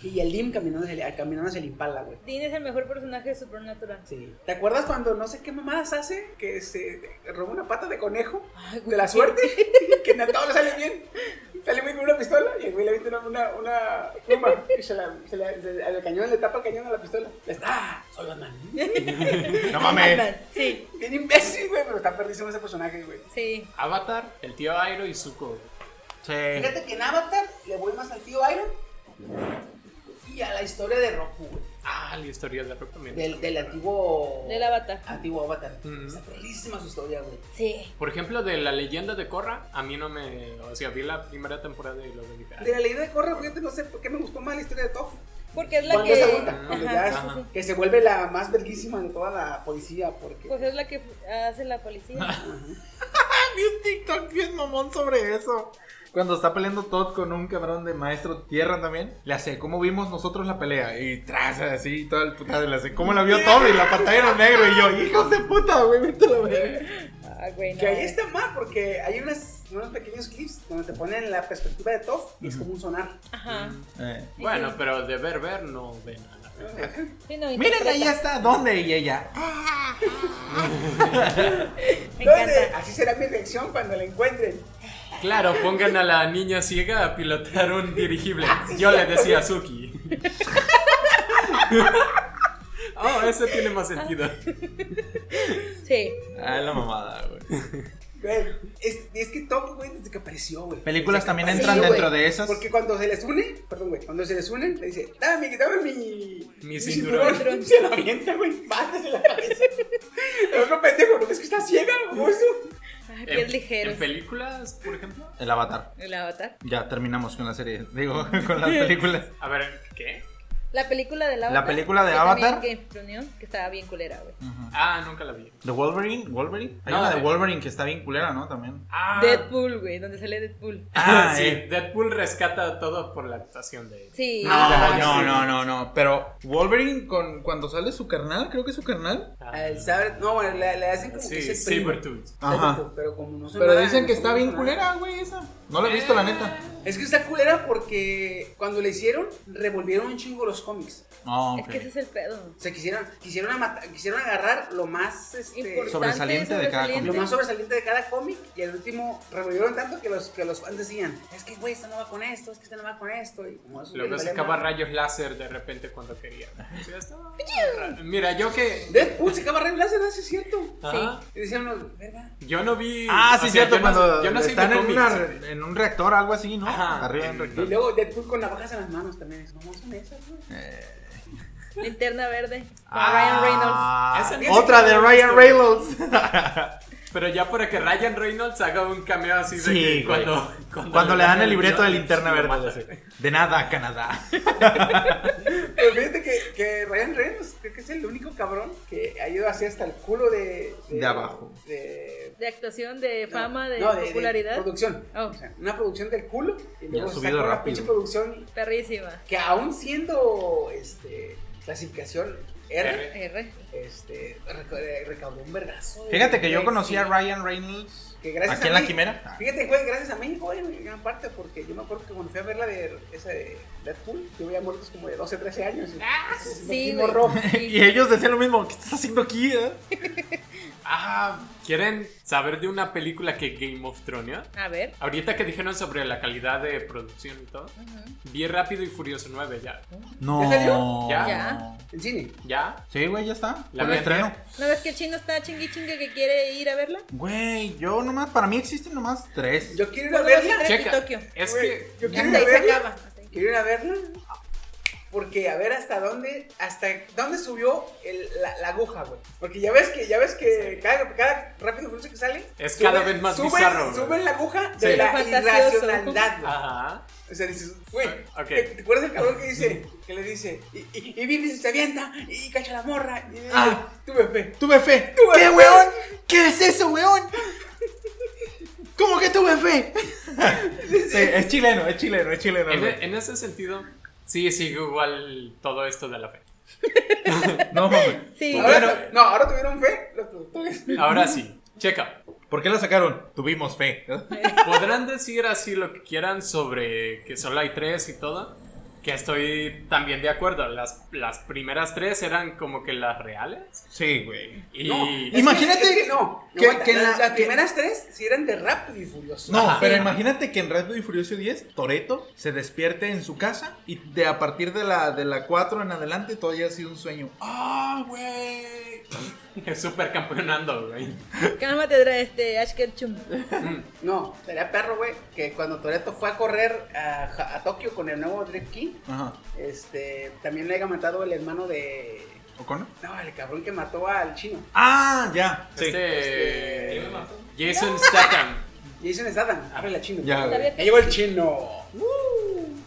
Speaker 7: Y el Dim caminando hacia, caminando hacia el Impala, güey.
Speaker 3: Dean es el mejor personaje de Supernatural.
Speaker 7: Sí. ¿Te acuerdas cuando no sé qué mamadas hace? Que se roba una pata de conejo
Speaker 3: Ay, güey,
Speaker 7: de la
Speaker 3: qué-
Speaker 7: suerte. (laughs) que en todo le sale bien. Sale muy con una pistola y el güey le avienta una, una, una pluma. Y se la, se la- se- al cañón le tapa el cañón a la pistola. Le está, ¡ah! Soy Batman.
Speaker 6: (laughs)
Speaker 7: (laughs)
Speaker 4: (laughs)
Speaker 6: No mames.
Speaker 3: Batman, Sí,
Speaker 7: Bien imbécil, güey, pero está perrísimo ese personaje, güey.
Speaker 3: sí.
Speaker 2: Avatar, el tío Airo y Zuko.
Speaker 6: Sí.
Speaker 7: Fíjate que en Avatar le voy más al tío Iron y a la historia de Roku, güey.
Speaker 2: Ah, la historia la recomiendo.
Speaker 7: Del, del antiguo.
Speaker 3: Del avatar.
Speaker 7: Antiguo avatar.
Speaker 2: Ujú.
Speaker 7: Está perrísima su historia, güey.
Speaker 3: Sí.
Speaker 2: Por ejemplo, de la leyenda de Korra, a mí no me. O sea, vi la primera temporada y luego dije. "Ah, "Ay,
Speaker 7: De la ley de corre, fíjate, no sé por qué me gustó más la historia de Toph.
Speaker 3: Porque es la
Speaker 7: Cuando
Speaker 3: que.
Speaker 7: se junta, cuando
Speaker 3: Ajá,
Speaker 7: ya
Speaker 3: sí,
Speaker 7: es-
Speaker 3: sí, sí.
Speaker 7: que se vuelve la más verguísima de toda la policía, porque
Speaker 3: Pues es la que hace la policía.
Speaker 6: Ah. Vi un TikTok bien mamón sobre eso. Cuando está peleando Todd con un cabrón de maestro tierra también, le hace como vimos nosotros la pelea. Y tras así, todo el putado, le hace como la vio Toby, la pantalla era negro. Y yo, hijos de puta, güey, vete a la verga.
Speaker 4: Eh.
Speaker 3: Ah, güey, no.
Speaker 7: que ahí está mal, porque hay unas, unos pequeños clips donde te ponen la perspectiva de Toph y es como un sonar.
Speaker 3: Ajá.
Speaker 6: Eh.
Speaker 2: Bueno, pero de ver, ver no ve nada.
Speaker 3: Sí, no,
Speaker 6: Miren, ahí
Speaker 3: interpreta.
Speaker 6: está, ¿dónde? Y ella,
Speaker 3: Me
Speaker 7: Entonces,
Speaker 3: encanta.
Speaker 7: así será mi reacción cuando la encuentren.
Speaker 2: Claro, pongan a la niña ciega a pilotar un dirigible. Yo le decía a Suki. (laughs) Oh, eso tiene más sentido.
Speaker 3: Sí.
Speaker 6: Ah, la mamada, güey.
Speaker 7: Güey, Es, es que Toph, güey, desde que apareció, güey.
Speaker 6: Películas también
Speaker 7: Sí,
Speaker 6: entran
Speaker 7: güey,
Speaker 6: dentro de esas.
Speaker 7: Porque cuando se les une, perdón, güey, cuando se les une, le dice, dame, dame mi,
Speaker 2: Mi cinturón".
Speaker 6: (laughs)
Speaker 7: Se la avienta, güey, mándase la cabeza. El otro pendejo, ¿no ves que está ciega, oso?
Speaker 3: Ay,
Speaker 2: En-
Speaker 3: pies ligeros.
Speaker 2: En películas, por ejemplo.
Speaker 6: El avatar.
Speaker 3: El avatar.
Speaker 6: Ya terminamos con la serie, digo, (laughs) con las películas.
Speaker 2: A ver, ¿qué?
Speaker 3: La película del avatar.
Speaker 6: película de
Speaker 3: que también
Speaker 6: Avatar.
Speaker 3: Que, influyó, que estaba bien culera, güey.
Speaker 6: Mm.
Speaker 2: Ah, nunca la vi.
Speaker 6: ¿De Wolverine? ¿Wolverine? Hay
Speaker 2: No,
Speaker 6: una de
Speaker 2: de-
Speaker 6: Wolverine que está bien culera, ¿no? También.
Speaker 2: Ah,
Speaker 3: Deadpool, güey, donde sale Deadpool.
Speaker 6: Ah,
Speaker 2: sí.
Speaker 6: eh.
Speaker 2: Deadpool rescata todo por la actuación de.
Speaker 3: Sí.
Speaker 6: No, no, no, no, no. Pero Wolverine, con, cuando sale su carnal, creo que es su carnal.
Speaker 2: Ah,
Speaker 7: Al saber, no, güey, le, le hacen como que
Speaker 2: sí,
Speaker 7: es el primo.
Speaker 2: Sabertooth.
Speaker 6: Ajá.
Speaker 7: Pero como no son
Speaker 6: Pero
Speaker 7: nada,
Speaker 6: dicen
Speaker 7: no
Speaker 6: que
Speaker 7: son
Speaker 6: está bien
Speaker 7: nada.
Speaker 6: culera, güey, esa. No la he visto, la neta.
Speaker 7: Es que está culera porque cuando le hicieron, revolvieron un chingo los cómics.
Speaker 6: Ah,
Speaker 3: Es que ese es el pedo.
Speaker 7: O sea, quisieron, quisieron, amata- quisieron agarrar lo más, este,
Speaker 3: Importante,
Speaker 6: Sobresaliente de cada
Speaker 7: lo
Speaker 3: sobresaliente.
Speaker 7: más sobresaliente de cada cómic y al último revolvieron tanto que los, que los fans decían, es que güey, esta no va con esto, es que esta no va con esto. Y como eso,
Speaker 2: Luego
Speaker 7: güey,
Speaker 2: sacaba
Speaker 7: vale,
Speaker 2: rayos láser de repente cuando quería. Sí, estaba- Mira, yo que.
Speaker 7: madre. Deadpool sacaba Red Blazer, ¿no? Sí, es cierto.
Speaker 2: Ajá.
Speaker 7: Y decían, no, verga.
Speaker 2: Yo no vi.
Speaker 6: Ah, sí,
Speaker 2: o sea,
Speaker 6: cierto,
Speaker 2: yo no-
Speaker 6: cuando
Speaker 2: yo no soy de
Speaker 6: están en,
Speaker 2: cómics.
Speaker 6: una- en un reactor, algo así, ¿no?
Speaker 2: Ajá.
Speaker 6: Arriba en
Speaker 2: Mm.
Speaker 7: Y
Speaker 6: reactor.
Speaker 7: luego Deadpool con navajas en las manos también. Es, no, son esas, güey.
Speaker 6: Eh.
Speaker 3: Linterna verde. Para Ryan Reynolds.
Speaker 6: Ah,
Speaker 2: Esa ni
Speaker 6: Otra de
Speaker 2: siquiera la he
Speaker 6: Ryan Reynolds.
Speaker 2: Pero ya para que Ryan Reynolds haga un cameo así de
Speaker 6: Sí,
Speaker 2: que
Speaker 6: güey.
Speaker 2: cuando,
Speaker 6: Cuando le dan el libreto de
Speaker 2: guion,
Speaker 6: linterna
Speaker 2: lo
Speaker 6: verde.
Speaker 2: mata.
Speaker 6: así. De nada, Canadá.
Speaker 7: Pero fíjate que, que Ryan Reynolds creo que es el único cabrón que ha ido así hasta el culo de...
Speaker 6: De abajo.
Speaker 7: De...
Speaker 3: De actuación, de
Speaker 7: no,
Speaker 3: fama, de
Speaker 7: no,
Speaker 3: popularidad.
Speaker 7: producción.
Speaker 3: Oh.
Speaker 7: O sea, una producción del culo y luego
Speaker 6: ha subido
Speaker 7: sacó la
Speaker 6: rápido.
Speaker 7: pinche producción
Speaker 3: Perrísima.
Speaker 7: que aún siendo este, clasificación R,
Speaker 3: R.
Speaker 7: este, reca- recaudó un vergazo. de
Speaker 6: Fíjate que yo
Speaker 7: güey,
Speaker 6: conocí a
Speaker 7: sí.
Speaker 6: Ryan Reynolds
Speaker 7: Que gracias a
Speaker 6: aquí en La
Speaker 7: mí-
Speaker 6: Quimera. Ah.
Speaker 7: Fíjate, güey, gracias a mí, güey, en gran parte, porque yo me acuerdo que cuando fui a ver la de esa de Deadpool, yo veía muertos como de 12, 13 años. y- me
Speaker 3: Ah, Sí,
Speaker 7: quemó
Speaker 3: güey.
Speaker 7: rojo.
Speaker 6: Y ellos decían lo mismo, ¿qué estás haciendo aquí? eh?
Speaker 2: Ah, ¿quieren saber de una película que Game of Thrones?
Speaker 3: A ver.
Speaker 2: Ahorita que dijeron sobre la calidad de producción y todo, vi Rápido y Furioso 9 ya.
Speaker 6: No.
Speaker 7: ¿Ya
Speaker 2: salió? Ya.
Speaker 3: Ya.
Speaker 7: En cine.
Speaker 2: ¿Ya?
Speaker 6: Sí, güey, ya está.
Speaker 2: La
Speaker 6: La
Speaker 2: vi
Speaker 6: estreno.
Speaker 2: ayer.
Speaker 3: ¿No ves que el chino está chingui chingue que quiere ir a verla?
Speaker 6: Güey, yo nomás, para mí existen nomás tres.
Speaker 7: Yo quiero ir a
Speaker 3: Uno, dos y
Speaker 7: verla.
Speaker 3: tres.
Speaker 2: Checa.
Speaker 3: Tokio.
Speaker 2: Es
Speaker 7: güey,
Speaker 2: que
Speaker 7: yo quiero ir
Speaker 3: Hasta
Speaker 7: a
Speaker 3: ahí se acaba.
Speaker 7: verla.
Speaker 3: hasta ahí.
Speaker 7: Quiero ir a verla. Porque a ver hasta dónde, hasta dónde subió el- la, la aguja, güey. Porque ya ves que, ya ves que cada, cada rápido y furioso que sale
Speaker 2: Es cada vez más
Speaker 7: suben,
Speaker 2: bizarro, güey.
Speaker 7: Suben la aguja de
Speaker 2: Sí.
Speaker 7: la
Speaker 3: Fantasioso.
Speaker 7: irracionalidad, güey.
Speaker 2: Ajá.
Speaker 7: O sea, dices, güey,
Speaker 2: Ah, Ok.
Speaker 7: ¿te, te acuerdas del cabrón que dice, que le dice, y, y, y Billy se avienta, y, y cacha la morra, y le dice,
Speaker 6: Ah.
Speaker 7: tuve fe.
Speaker 6: ¡Tuve fe!
Speaker 7: Tuve
Speaker 6: ¿Qué,
Speaker 7: fe.
Speaker 6: weón? ¿Qué es eso, weón? ¿Cómo que tuve fe? sí, es chileno, es chileno, es chileno.
Speaker 2: En, e,
Speaker 6: güey.
Speaker 2: en ese sentido, sí, sigue igual todo esto de la fe.
Speaker 6: No, mames.
Speaker 3: Sí.
Speaker 7: Ahora, no, ahora tuvieron fe los productores.
Speaker 2: Ahora sí, checa.
Speaker 6: ¿Por qué la sacaron? Tuvimos fe.
Speaker 2: Podrán decir así lo que quieran sobre que solo hay tres y todo. Que estoy también de acuerdo. Las, las primeras tres eran como que las reales.
Speaker 6: Sí, güey.
Speaker 2: Y
Speaker 6: Imagínate
Speaker 7: Es que no,
Speaker 6: que-
Speaker 7: aguanta,
Speaker 6: que en
Speaker 7: las,
Speaker 6: la-
Speaker 7: las
Speaker 6: que-
Speaker 7: primeras tres sí eran de rápido y furioso.
Speaker 6: No,
Speaker 2: Ajá.
Speaker 6: pero
Speaker 2: Sí.
Speaker 6: imagínate que en Rápido y Furioso 10, Toreto se despierte en su casa y de a
Speaker 2: (laughs)
Speaker 6: partir de la, de la 4 en adelante todo ya ha sido un sueño. ¡Ah, güey!
Speaker 2: Es super campeonando, güey.
Speaker 3: Cálmate, Dra- este, Ash Ketchum.
Speaker 7: No, sería perro, güey, que cuando Toreto fue a correr a, Ja- a Tokio con el nuevo Drip King,
Speaker 6: Ajá.
Speaker 7: este, también le haya matado el hermano de...
Speaker 6: ¿O'Connor?
Speaker 7: No, el cabrón que mató al chino.
Speaker 6: Ah, ya. Sí.
Speaker 2: Este.
Speaker 7: Este-
Speaker 2: Jason Statham.
Speaker 7: Jason Statham, abre la chino.
Speaker 6: Ya, güey.
Speaker 7: Ya llegó el chino.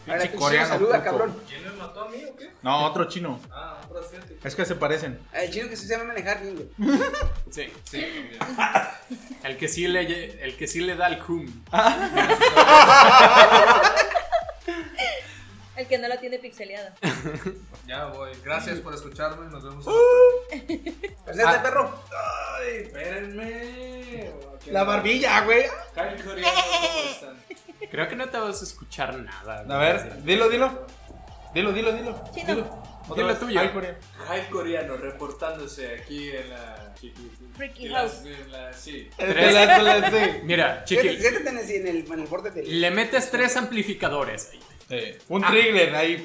Speaker 7: Ahá,
Speaker 6: Pinche
Speaker 7: tú
Speaker 6: coreano,
Speaker 7: saluda,
Speaker 6: puto.
Speaker 7: cabrón.
Speaker 6: No, otro chino. Ah, otro asiático. Es que se parecen.
Speaker 7: El chino que se sabe manejar bien, güey.
Speaker 2: Sí, sí. El que sí le, el que sí le da el cum.
Speaker 3: El que no la tiene pixeleada.
Speaker 5: Ya voy. Gracias por escucharme. Nos vemos. en
Speaker 7: Preséntate, Pues,
Speaker 6: Ah,
Speaker 7: perro.
Speaker 5: Ay, espérenme.
Speaker 6: La barbilla, güey.
Speaker 5: Kyle Corea, ¿cómo están?
Speaker 2: Creo que no te vas a escuchar nada.
Speaker 6: A
Speaker 2: güey.
Speaker 6: ver, dilo, dilo. Dilo, dilo, dilo.
Speaker 3: Chino.
Speaker 6: Dilo.
Speaker 2: Dilo
Speaker 6: vez.
Speaker 2: tuyo.
Speaker 6: Ay, Corea.
Speaker 5: Kyle Coreano reportándose aquí en la.
Speaker 3: Freaky
Speaker 5: en la-
Speaker 3: House.
Speaker 5: en la- sí.
Speaker 2: Tres.
Speaker 6: Dale, dale, dale,
Speaker 2: Mira,
Speaker 7: Siéntate
Speaker 2: chiqui,
Speaker 7: siéntate en el, en el, en el borde del...
Speaker 2: le metes tres amplificadores.
Speaker 6: sí. Ah. Un trigger ahí.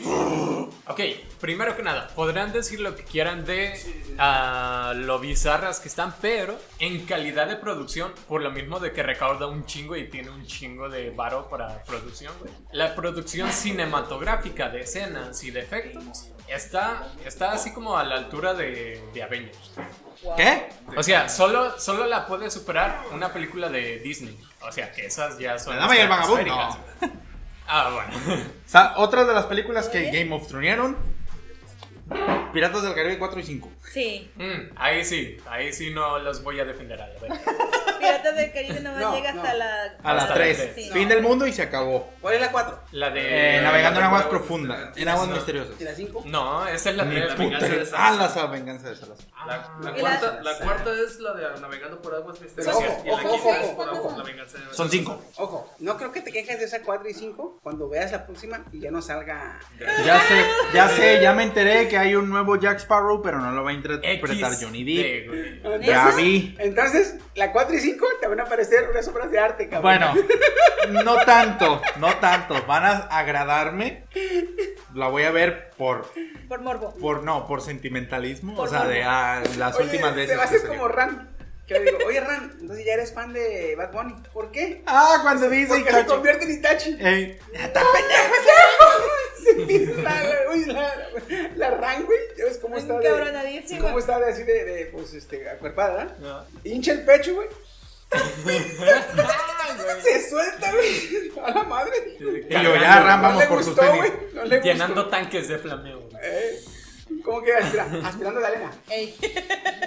Speaker 2: Ok, primero que nada, podrán decir lo que quieran de ah, lo bizarras que están, pero en calidad de producción, por lo mismo de que recauda un chingo y tiene un chingo de varo para producción, güey. La producción cinematográfica de escenas y de efectos está, está así como a la altura de, de Avengers.
Speaker 6: ¿Qué?
Speaker 2: O sea, solo, solo la puede superar una película de Disney. O sea, que esas ya son...
Speaker 6: La dama y el vagabundo.
Speaker 2: estratosféricas. Ah, bueno.
Speaker 6: O sea, otras de las películas que Game of Thronearon. Piratas del Caribe 4 y 5.
Speaker 3: Sí.
Speaker 2: Mm, ahí sí, ahí sí no los voy a defender a la verdad.
Speaker 3: Piratas del Caribe nomás
Speaker 7: No,
Speaker 3: llega
Speaker 7: no.
Speaker 3: hasta la.
Speaker 6: A la
Speaker 2: Hasta
Speaker 6: 3.
Speaker 3: Sí.
Speaker 6: Fin del mundo y se acabó.
Speaker 7: ¿Cuál es la 4?
Speaker 2: La de.
Speaker 6: (laughs) Eh, navegando en aguas profundas. En aguas
Speaker 7: ¿Y
Speaker 6: misteriosas.
Speaker 7: la 5?
Speaker 2: No, esa es la
Speaker 6: Ni
Speaker 2: de la
Speaker 6: puta.
Speaker 2: venganza de
Speaker 6: Ah,
Speaker 2: Salazar.
Speaker 6: la sa- venganza de Salazar.
Speaker 5: La, la
Speaker 3: Y
Speaker 5: cuarta,
Speaker 3: las-
Speaker 5: la cuarta es la de Navegando por Aguas Misteriosas.
Speaker 7: Ojo,
Speaker 5: y la
Speaker 7: ojo,
Speaker 5: quinta es
Speaker 7: ojo,
Speaker 5: por
Speaker 3: ojo.
Speaker 5: Aguas- la venganza de
Speaker 6: Son 5.
Speaker 7: Ojo, no creo que te quejes de esa 4 y 5 cuando veas la próxima y ya no salga.
Speaker 6: Ya sé, ya sé, ya me enteré que hay un nuevo Jack Sparrow, pero no lo va a interpretar
Speaker 2: X
Speaker 6: Johnny Depp.
Speaker 2: de- güey.
Speaker 7: Entonces,
Speaker 6: Ya vi.
Speaker 7: Entonces, la 4 y 5 te van a aparecer unas obras de arte, cabrón.
Speaker 6: Bueno, no tanto, no tanto. Van a agradarme. La voy a ver por,
Speaker 3: Por morbo.
Speaker 6: por no, por sentimentalismo.
Speaker 3: Por
Speaker 6: o sea, de ah, las
Speaker 7: Oye,
Speaker 6: últimas
Speaker 7: se
Speaker 6: veces.
Speaker 7: va a
Speaker 6: que
Speaker 7: hacer
Speaker 6: salió.
Speaker 7: como Ran. Que le digo, oye Ran, entonces ya eres fan de Bad Bunny. ¿Por qué?
Speaker 6: Ah, cuando dice
Speaker 7: Porque se
Speaker 6: Itachi.
Speaker 7: convierte en
Speaker 6: (laughs)
Speaker 7: Itachi. (laughs)
Speaker 6: Ey,
Speaker 7: Se empieza la, la, uy, la, la Ran, güey. ¿Ya ves cómo está? de-
Speaker 3: Encabronadísima.
Speaker 7: ¿Cómo está de así de, de, pues, este, acuerpada? ¿verdad? Hincha el pecho, güey. (laughs) se suelta, güey. A la madre.
Speaker 6: Y yo, ya, Ram,
Speaker 7: no
Speaker 6: vamos
Speaker 7: le
Speaker 6: por
Speaker 7: gustó,
Speaker 6: sus tenis.
Speaker 7: güey. No le
Speaker 2: Llenando
Speaker 7: gustó.
Speaker 2: tanques de flameo. güey.
Speaker 7: Eh, ¿Cómo que aspira? aspirando la arena?
Speaker 3: Ey.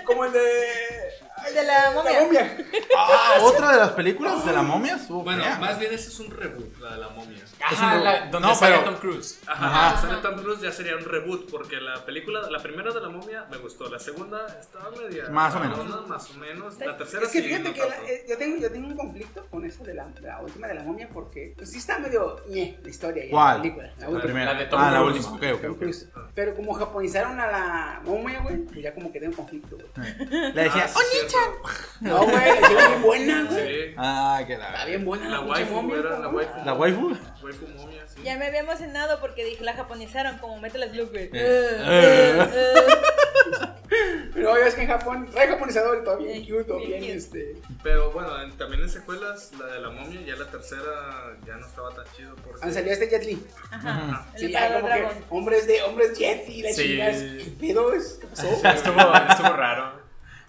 Speaker 7: Como el de.
Speaker 3: El de la momia.
Speaker 7: La momia.
Speaker 6: Ah, otra de las películas de la momia. estuvo
Speaker 5: Bueno,
Speaker 6: fea.
Speaker 5: más bien ese es un reboot, la de la momia.
Speaker 2: Ajá,
Speaker 6: un-
Speaker 2: la- donde
Speaker 6: no,
Speaker 2: sale
Speaker 6: pero-
Speaker 2: Tom Cruise.
Speaker 5: Ajá, sale Tom Cruise ya sería un reboot porque la película, la primera de la momia me gustó, la segunda estaba media
Speaker 6: Más o menos.
Speaker 5: no, más o menos, la tercera
Speaker 7: Es que
Speaker 5: sí,
Speaker 7: fíjate
Speaker 5: no
Speaker 7: que la-
Speaker 5: tanto.
Speaker 7: eh, yo, tengo, yo tengo un conflicto con eso de la, de la última de la momia porque pues, sí está medio ñe la historia y
Speaker 6: ¿Cuál?
Speaker 7: la película. La última.
Speaker 6: primera.
Speaker 2: La de Tom
Speaker 6: ah, la
Speaker 2: Cruise.
Speaker 6: última. ok, ok,
Speaker 7: Tom
Speaker 6: ok.
Speaker 7: Cruise. Pero como japonizaron a la momia, güey, pues ya como que tengo conflicto,
Speaker 6: (laughs)
Speaker 7: güey.
Speaker 6: Le decía,
Speaker 5: Ah, sí, cierto.
Speaker 7: No, güey, la hicieron bien buena, güey.
Speaker 5: Sí.
Speaker 6: Ah, que la.
Speaker 7: Está bien buena la,
Speaker 5: La
Speaker 7: pinche
Speaker 5: waifu
Speaker 7: momia.
Speaker 5: era la
Speaker 7: cabrón.
Speaker 5: waifu.
Speaker 6: La waifu.
Speaker 5: Waifu momia, sí.
Speaker 3: Ya me había emocionado porque dije, la japonizaron como Metal Slug, güey.
Speaker 9: Eh,
Speaker 7: No, ya es que en Japón, trae japonizador y todo bien
Speaker 3: Bien,
Speaker 7: cute, todo
Speaker 3: bien
Speaker 7: bien,
Speaker 3: cute.
Speaker 7: este.
Speaker 5: Pero bueno, en- también en secuelas, la de la momia, ya la tercera ya no estaba tan chido
Speaker 2: (laughs)
Speaker 5: porque
Speaker 7: Han salido este Jet Li.
Speaker 3: Ajá. El
Speaker 7: Sí, ya
Speaker 3: emperador
Speaker 7: como que
Speaker 3: dragón.
Speaker 7: hombres de hombres Jet y las
Speaker 2: Sí.
Speaker 7: chingas. ¿Qué pedo es? ¿Qué pasó?
Speaker 2: Estuvo, estuvo raro.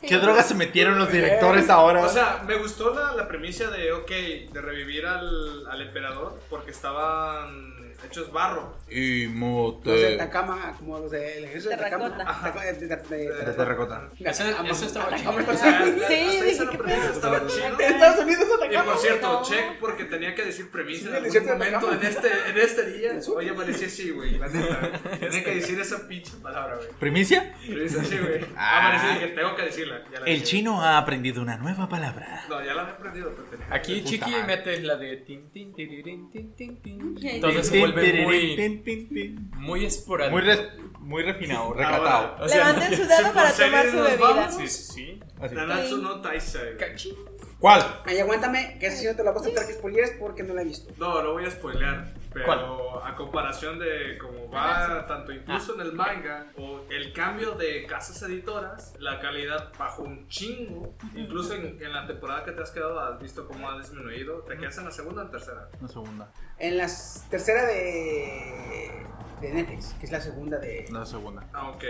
Speaker 6: ¿Qué drogas se metieron los directores ahora?
Speaker 5: O sea, me gustó la, la premisa de, ok, de revivir al, al emperador porque estaban hechos barro.
Speaker 6: y
Speaker 7: Los de
Speaker 6: mote.
Speaker 7: Atacama, como los del ejército de Atacama.
Speaker 3: Terracota.
Speaker 7: Atacama, de- de- de-
Speaker 6: De
Speaker 7: de-
Speaker 6: terracota.
Speaker 2: Eso- eso estaba
Speaker 7: Atacama,
Speaker 2: chido.
Speaker 5: O sea, hasta-
Speaker 3: Sí,
Speaker 5: hasta
Speaker 3: dije,
Speaker 5: esa la
Speaker 3: ¿qué
Speaker 5: premisa
Speaker 3: pedo?
Speaker 5: estaba chido.
Speaker 7: En Estados Unidos
Speaker 5: Y por
Speaker 7: Atacama.
Speaker 5: cierto,
Speaker 3: no.
Speaker 5: check porque tenía que decir premisa
Speaker 7: Sí,
Speaker 5: en
Speaker 7: decía
Speaker 5: algún
Speaker 7: que
Speaker 5: momento en
Speaker 7: atacamos.
Speaker 5: este, en este día. Oye, amanecí así, güey. La neta.
Speaker 6: Este
Speaker 5: Tenía que decir esa pinche
Speaker 6: (laughs)
Speaker 5: palabra, güey.
Speaker 6: ¿Primicia?
Speaker 5: Premisa así, güey.
Speaker 6: Ah.
Speaker 5: Amanecí dije, tengo que decirla. Ya la
Speaker 6: El
Speaker 5: dije.
Speaker 6: chino ha aprendido una nueva palabra.
Speaker 5: No, ya la había aprendido, pero tenía.
Speaker 2: Aquí
Speaker 6: Puta
Speaker 2: Chiqui
Speaker 6: madre.
Speaker 2: metes la de tin tin tiririn, tin tin tin.
Speaker 3: Sí.
Speaker 2: Entonces se
Speaker 6: Tin,
Speaker 2: vuelve
Speaker 6: tirirín,
Speaker 2: muy
Speaker 6: tin, tin, tin.
Speaker 2: muy esporádico.
Speaker 6: Muy, re- muy refinado,
Speaker 5: Ahora,
Speaker 6: recatado.
Speaker 2: O sea,
Speaker 3: Levanten
Speaker 5: (laughs)
Speaker 3: su dedo
Speaker 5: por
Speaker 3: para
Speaker 5: series
Speaker 3: tomar su
Speaker 5: nos
Speaker 3: bebida.
Speaker 5: vamos.
Speaker 2: Sí, sí, sí.
Speaker 6: Así.
Speaker 5: Nanatsu no Taisai. güey.
Speaker 6: ¿Cuál?
Speaker 7: Ay, aguántame, que esa sí no te la vas a tener que spoilear porque no la he visto.
Speaker 5: No, no voy a spoilear, pero
Speaker 2: ¿Cuál?
Speaker 5: a comparación de cómo va manga,
Speaker 6: Ah.
Speaker 5: tanto incluso en el manga, o el cambio de casas editoras, la calidad bajó un chingo. Incluso en, en la temporada que te has quedado, has visto cómo ha disminuido. ¿Te quedas en la segunda o en tercera?
Speaker 6: Una segunda.
Speaker 7: En la s- tercera de, de Netflix, que es la segunda de...
Speaker 6: La segunda.
Speaker 5: Ah, ok.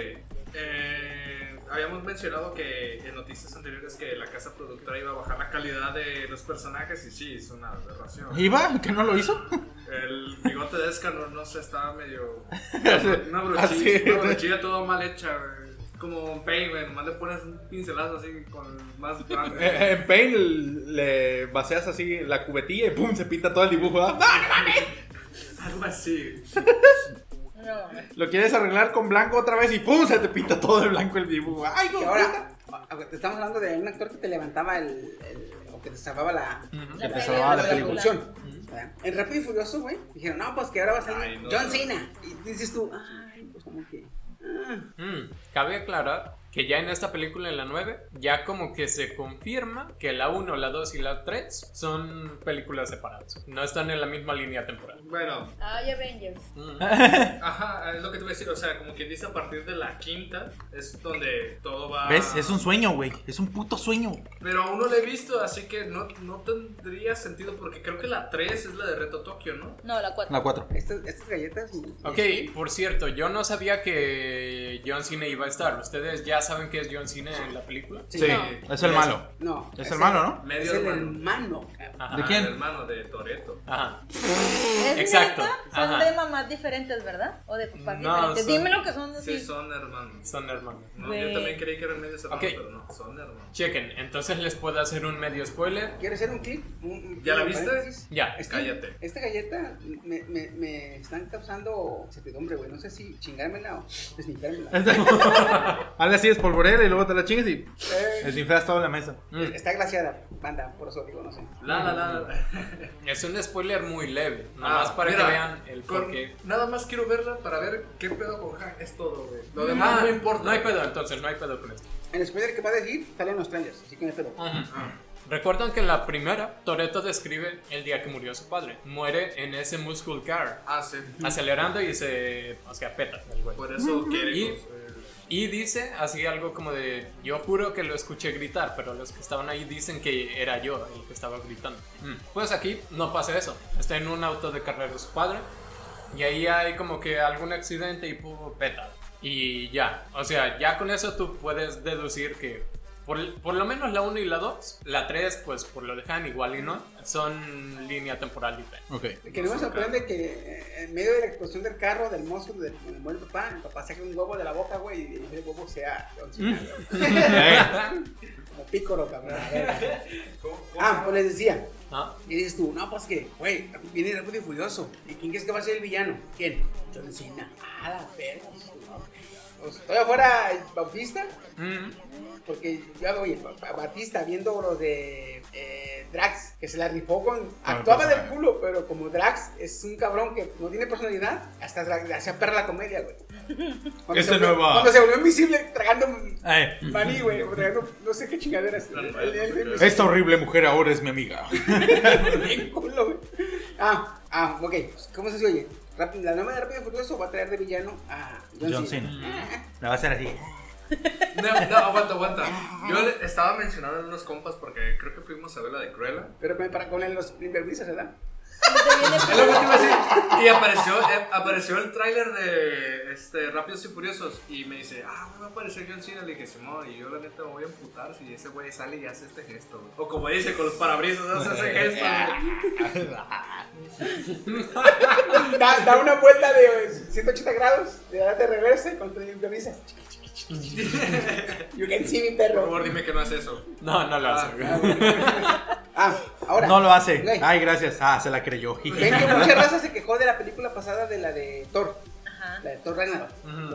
Speaker 5: Eh, habíamos mencionado que en noticias anteriores que la casa productora iba a bajar la calidad de los personajes y sí, es una aberración.
Speaker 6: ¿Iba? ¿Que no lo hizo?
Speaker 5: El bigote de Escanor, no sé,
Speaker 6: (laughs)
Speaker 5: estaba medio... Una
Speaker 6: Así.
Speaker 5: brochilla, una brochilla toda mal hecha, güey. Como un payment, nomás le pones un pincelazo así con más grande.
Speaker 6: (laughs) (laughs) Eh, En Paint le vacias así la cubetilla y pum, se pinta todo el dibujo. ¿ah? ¡Ah, no mames!
Speaker 5: Algo así.
Speaker 6: Lo quieres arreglar con blanco otra vez y pum, se te pinta todo de blanco el dibujo. ¡Ay,
Speaker 7: Y
Speaker 6: no!
Speaker 7: ahora, a- a- te estamos hablando de un actor que te levantaba el... el- o que te salvaba la...
Speaker 6: Que
Speaker 2: Mm-hmm.
Speaker 6: te salvaba la película.
Speaker 7: producción. ¿verdad? En Rápido y Furioso, güey, dijeron, no, pues que ahora va a salir
Speaker 5: Ay, no,
Speaker 7: John
Speaker 5: no.
Speaker 7: Cena. Y dices tú, ay, pues como que... ah.
Speaker 2: Mm, cabe aclarar que ya en esta película, en la 9, ya como que se confirma que la 1, la 2 y la 3 son películas separadas. No están en la misma línea temporal.
Speaker 5: Bueno,
Speaker 9: Ay, Avengers.
Speaker 5: ajá, es lo que te voy a decir. O sea, como quien dice, a partir de la quinta es donde todo va...
Speaker 6: ¿Ves? Es un sueño, güey. Es un puto sueño.
Speaker 5: Pero aún no la he visto, así que no, no tendría sentido porque creo que la 3 es la de Reto Tokio, ¿no?
Speaker 9: No, la 4.
Speaker 6: La 4.
Speaker 7: Estas, estas galletas...
Speaker 2: Ok, por cierto, yo no sabía que John Cena iba a estar. ¿Ustedes ya saben que es John Cena en la película?
Speaker 6: Sí,
Speaker 9: No.
Speaker 6: es el malo.
Speaker 7: No.
Speaker 6: Es el malo, ¿no?
Speaker 7: Es
Speaker 5: Medio
Speaker 7: el
Speaker 5: hermano.
Speaker 7: hermano.
Speaker 2: Ajá.
Speaker 6: ¿De quién?
Speaker 5: El hermano de Toreto.
Speaker 2: Ajá.
Speaker 9: ¿Es
Speaker 2: Exacto.
Speaker 9: neta? Son
Speaker 2: Ajá.
Speaker 9: de mamás diferentes, ¿verdad? O de papás
Speaker 2: No,
Speaker 9: diferentes.
Speaker 2: son-
Speaker 9: Dime lo que son así.
Speaker 5: Sí, son hermanos.
Speaker 2: Son hermanos.
Speaker 5: No,
Speaker 9: Güey.
Speaker 5: yo también creí que eran medios hermanos,
Speaker 2: Ok.
Speaker 5: pero no, son hermanos.
Speaker 2: Chequen, entonces les puedo hacer un medio spoiler.
Speaker 7: ¿Quieres hacer un clip? Un- un-
Speaker 5: ¿Ya la
Speaker 7: un
Speaker 5: viste?
Speaker 7: paréntesis.
Speaker 2: Ya.
Speaker 7: Es que
Speaker 5: Cállate.
Speaker 7: Esta galleta me, me, me están causando certidumbre, güey. No sé si chingármela o desnincármela.
Speaker 6: (laughs) Hazle así, espolvorera y luego te la chingas y desinflas toda la (laughs) mesa.
Speaker 2: Mm.
Speaker 7: Eh, Está glaciada, banda, por eso digo, no sé.
Speaker 5: La, la, la. la.
Speaker 2: Es un spoiler muy leve, nada
Speaker 5: Ah,
Speaker 2: más para
Speaker 5: mira,
Speaker 2: que vean el
Speaker 5: con-
Speaker 2: porqué.
Speaker 5: Nada más quiero verla para ver qué pedo con Hank es todo, güey. Lo demás
Speaker 2: Ah,
Speaker 5: no importa.
Speaker 2: No hay pedo, entonces no hay pedo con esto.
Speaker 7: En el spoiler que va a decir, salen los trailers, así que no hay pedo.
Speaker 2: Recuerdan que en la primera, Toreto describe el día que murió su padre. Muere en ese muscle car,
Speaker 5: Ah, sí.
Speaker 2: acelerando y se. O sea, peta el güey.
Speaker 5: Por eso quiere.
Speaker 2: Y-
Speaker 5: pues, eh,
Speaker 2: Y dice así algo como de: Yo juro que lo escuché gritar, pero los que estaban ahí dicen que era yo el que estaba gritando. Mm. Pues aquí no pasa eso. Está en un auto de carrera su padre. Y ahí hay como que algún accidente y pum, peta. Y ya. O sea, ya con eso tú puedes deducir que. Por, por lo menos la 1 y la 2, la 3, pues por lo dejan igual y no, son línea temporal diferente.
Speaker 6: Ok.
Speaker 7: Que no me sorprende que eh, en medio de la explosión del carro, del monstruo, del, del buen papá, el papá saque un huevo de la boca, güey, y ese huevo sea John Cena, güey. como pícoro, cabrón. a ver. Ah, pues les decía,
Speaker 2: ¿Ah?
Speaker 7: Y dices tú, no, pues que, güey, viene Rápido y Furioso. ¿Y quién crees que va a ser el villano? ¿Quién? John Cena. Ah, la verga. Pues, todavía fuera Bautista,
Speaker 2: Mm.
Speaker 7: porque yo, oye, Ba- Ba- Batista viendo los de eh, Drax, que se la rifó con. Actuaba del culo, pero como Drax es un cabrón que no tiene personalidad, hasta Drax le hacía perra la comedia, (laughs) güey. Cuando
Speaker 6: Ese
Speaker 7: se volvió-
Speaker 6: no va.
Speaker 7: Cuando se volvió invisible, tragando
Speaker 6: Eh,
Speaker 7: maní, güey, o tragando no sé qué chingaderas. El- el- el- el-
Speaker 6: Esta horrible mujer ahora es mi amiga.
Speaker 7: Bien culo, güey. Ah, ah, ok. ¿Cómo se oye? Rap- La nueva de Rápido y Furioso va a traer de villano a John,
Speaker 6: John
Speaker 7: Cena.
Speaker 6: Cena. La va a hacer así.
Speaker 5: No, no, aguanta, aguanta. Yo le estaba mencionando a unos compas porque creo que fuimos a ver la de Cruella.
Speaker 7: Pero me para con él los primerizas, ¿verdad?
Speaker 5: Es lo que te iba a decir. Y apareció, eh, apareció el tráiler de este, Rápidos y Furiosos y me dice, ah, güey, va a aparecer John Cena. Le dije, Simón, y yo la neta me voy a emputar si ese güey sale y hace este gesto. güey". O como dice, con los parabrisas hace ese gesto.
Speaker 7: (laughs)
Speaker 5: güey.
Speaker 7: Da, da una vuelta de eh, 180 grados, de adelante reversa y con primerizas. You can see mi
Speaker 5: Por
Speaker 7: perro.
Speaker 5: favor, dime que no es eso.
Speaker 2: No, no lo
Speaker 5: Ah,
Speaker 2: hace.
Speaker 7: Ah, ahora.
Speaker 6: No lo hace.
Speaker 7: Güey,
Speaker 6: Ay, gracias. Ah, se la creyó. (laughs)
Speaker 7: Ven que mucha raza se quejó de la película pasada de la de Thor.
Speaker 9: Ajá.
Speaker 7: La de Thor Ragnarok.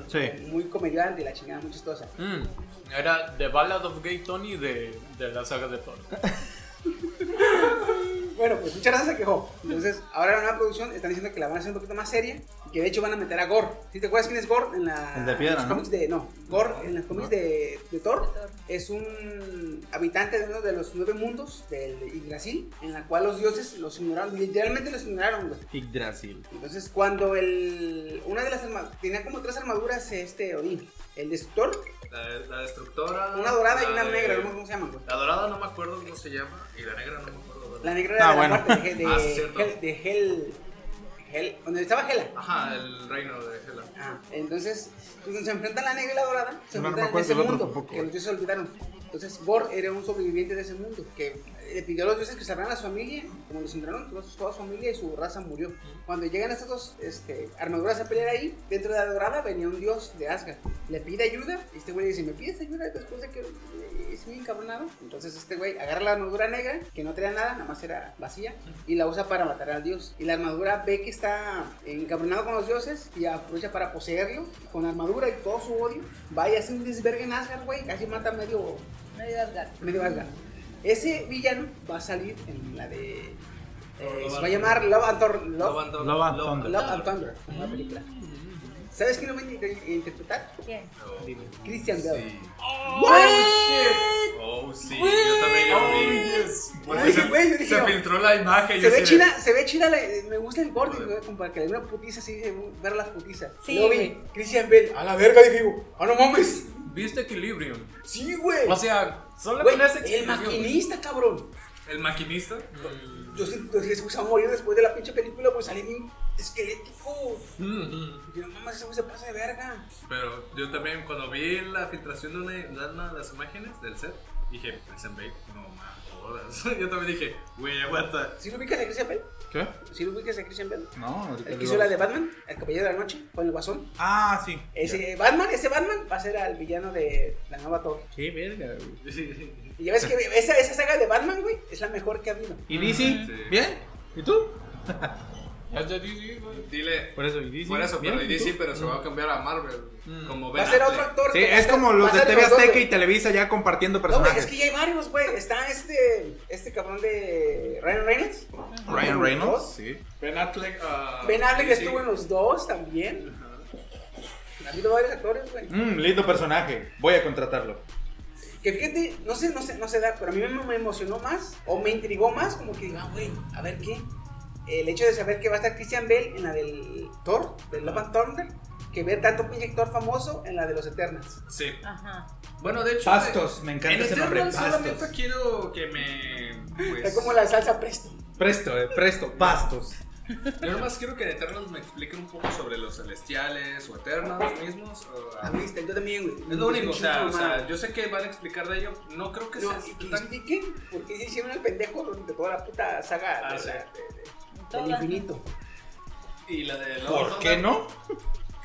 Speaker 6: Sí.
Speaker 7: Muy comediante, la chingada, muy chistosa.
Speaker 2: Mm, Era The Ballad of Gay Tony de, de la saga de Thor.
Speaker 7: Bueno, pues mucha raza se quejó. Entonces, ahora la nueva producción están diciendo que la van a hacer un poquito más seria y que de hecho van a meter a Gore. ¿Sí te acuerdas quién es Gore? En la,
Speaker 6: El de piedra,
Speaker 7: en los
Speaker 6: ¿no?
Speaker 7: cómics de. No, Gore en los cómics de, de Thor es un habitante de uno de los nueve mundos del Yggdrasil, en la cual los dioses los ignoraron, literalmente los ignoraron, güey.
Speaker 6: Yggdrasil.
Speaker 7: Entonces, cuando el. Una de las armaduras. Tenía como tres armaduras este Odín. El destructor,
Speaker 5: La, la destructora.
Speaker 7: una dorada y
Speaker 5: la
Speaker 7: una
Speaker 5: de-
Speaker 7: negra, no sé cómo se llaman, güey.
Speaker 5: La dorada no me acuerdo cómo se llama y la negra no me acuerdo. ¿verdad?
Speaker 7: La negra
Speaker 6: Ah,
Speaker 7: era de
Speaker 6: bueno.
Speaker 7: la parte de, de,
Speaker 5: Ah, sí, cierto.
Speaker 7: Hel- de Hel- Hel- Donde estaba Hela.
Speaker 5: Ajá, el reino de Hela.
Speaker 7: Ah, entonces, cuando se enfrentan la negra y la dorada, se
Speaker 6: No, no me
Speaker 7: enfrentan en
Speaker 6: acuerdo
Speaker 7: ese
Speaker 6: del otro
Speaker 7: mundo,
Speaker 6: tampoco, eh.
Speaker 7: que los dioses olvidaron. Entonces, Bor era un sobreviviente de ese mundo, que le pidió a los dioses que salvaran a su familia, como los entraron, toda su, toda su familia y su raza murió. Cuando llegan estas dos este, armaduras a pelear ahí, dentro de la dorada venía un dios de Asgard. Le pide ayuda, y este güey le dice, ¿me pides ayuda después de que eh, es muy encabronado? Entonces este güey agarra la armadura negra, que no traía nada, nada más era vacía, y la usa para matar al dios. Y la armadura ve que está encabronado con los dioses y aprovecha para poseerlo con la armadura y todo su odio. Va y hace un desvergue en Asgard, güey. Casi mata medio,
Speaker 9: No digas gato.
Speaker 7: medio Asgard. Ese villano va a salir en la de. eh,
Speaker 5: Love
Speaker 7: se
Speaker 5: and
Speaker 7: va a llamar Love and Thor-
Speaker 5: Love
Speaker 7: Love,
Speaker 5: and Thunder.
Speaker 6: Love and
Speaker 5: Love and
Speaker 6: Thunder.
Speaker 7: Love and Thunder, la película. ¿Sabes quién lo va a inter- interpretar?
Speaker 9: ¿Quién?
Speaker 5: Dime.
Speaker 7: Christian Bale.
Speaker 5: Sí.
Speaker 7: ¡What!
Speaker 5: Oh, sí, yo también lo vi. Porque
Speaker 7: Güey,
Speaker 5: se,
Speaker 7: güey, yo dije,
Speaker 5: se
Speaker 7: no.
Speaker 5: filtró la imagen. y
Speaker 7: Se
Speaker 5: yo
Speaker 7: ve
Speaker 5: así de-
Speaker 7: chida, se ve chida, la- me gusta el borde, güey, como para que le dé una putiza así, de ver las putizas.
Speaker 9: Sí,
Speaker 7: Luego vi,
Speaker 9: güey.
Speaker 7: Christian Bell, a la verga, dije, yo, ah, no mames,
Speaker 5: ¿Viste Equilibrium?
Speaker 7: sí, güey.
Speaker 5: O
Speaker 2: Pues
Speaker 5: sea, solo
Speaker 7: Güey,
Speaker 5: con esa
Speaker 7: el
Speaker 5: explicación, güey.
Speaker 7: maquinista, cabrón.
Speaker 5: El maquinista.
Speaker 7: Yo siento que se va a morir después de la pinche película, pues sale bien esquelético.
Speaker 5: Mm,
Speaker 7: Y yo, no mames, ese güey se pasa de verga.
Speaker 5: Pero yo también, cuando vi la filtración de una, de una de las imágenes del set, dije, Prison Break, no mames. (laughs) Yo también dije, güey, aguanta.
Speaker 7: ¿Sí lo ubicas a Christian Bell?
Speaker 6: ¿Qué?
Speaker 7: ¿Sí lo ubicas a Christian Bell?
Speaker 6: No, ahorita
Speaker 7: El que
Speaker 6: digo.
Speaker 7: hizo la de Batman, el caballero de la noche, con el guasón.
Speaker 6: Ah, sí.
Speaker 7: Ese Batman, ese Batman va a ser al villano de la nueva Thor.
Speaker 6: Qué verga, güey.
Speaker 7: Y ya ves que esa, esa saga de Batman, güey, es la mejor que ha habido.
Speaker 6: ¿Y DC?
Speaker 5: Sí.
Speaker 6: ¿Bien? ¿Y tú?
Speaker 5: Dile,
Speaker 6: Por eso, ¿y DC?
Speaker 5: por eso, pero
Speaker 6: ¿Bien? ¿Y
Speaker 5: DC,
Speaker 6: tú?
Speaker 5: pero se va a cambiar a Marvel. Como
Speaker 7: Va
Speaker 5: Ben
Speaker 7: a ser
Speaker 5: Affleck.
Speaker 7: otro actor.
Speaker 6: Sí,
Speaker 7: que va a
Speaker 6: es
Speaker 7: estar-
Speaker 6: como
Speaker 7: va
Speaker 6: los
Speaker 7: a
Speaker 6: de
Speaker 7: ser
Speaker 6: TV
Speaker 7: los dos,
Speaker 6: Azteca
Speaker 7: güey.
Speaker 6: y Televisa ya compartiendo
Speaker 7: No, güey, es
Speaker 6: personajes.
Speaker 7: que ya hay varios, güey. Está este, este cabrón de Ryan Reynolds.
Speaker 6: Ryan Reynolds,
Speaker 7: Dos.
Speaker 6: sí.
Speaker 5: Ben Affleck. ah,
Speaker 7: Ben Affleck
Speaker 5: DC.
Speaker 7: estuvo en los dos también. Ha habido varios actores, güey.
Speaker 6: Mm, lindo personaje. Voy a contratarlo.
Speaker 7: Que fíjate, no sé, no sé, no sé, pero a mí me, me emocionó más o me intrigó más, como que digo, ah, güey, a ver qué. El hecho de saber que va a estar Christian Bale en la del Thor, del Love and Thunder, que ver tanto pinche actor famoso en la de los Eternals.
Speaker 5: Sí.
Speaker 9: Ajá.
Speaker 5: Bueno, de hecho.
Speaker 6: Pastos, me
Speaker 5: En
Speaker 6: encanta ese nombre.
Speaker 5: Eternal solamente
Speaker 6: Pastos.
Speaker 5: quiero que me.
Speaker 7: Está
Speaker 5: Pues,
Speaker 7: como la salsa presto.
Speaker 6: Presto, eh, presto. Pastos.
Speaker 5: Yo nomás quiero que en Eternals me expliquen un poco sobre los celestiales o Eternals mismos. o-
Speaker 7: Ah, viste, yo también, güey.
Speaker 5: Es lo único, o sea, o
Speaker 7: Chingada.
Speaker 5: sea, yo sé que van a explicar de ello, no creo que
Speaker 7: No,
Speaker 5: sea
Speaker 7: y que
Speaker 5: tan...
Speaker 7: expliquen por qué se hicieron el pendejo durante toda la puta saga
Speaker 5: Ah,
Speaker 7: de
Speaker 5: sí.
Speaker 7: la- de- de-
Speaker 9: Todas.
Speaker 7: del infinito.
Speaker 5: Y la de la
Speaker 6: ¿Por
Speaker 5: otra-
Speaker 6: qué no?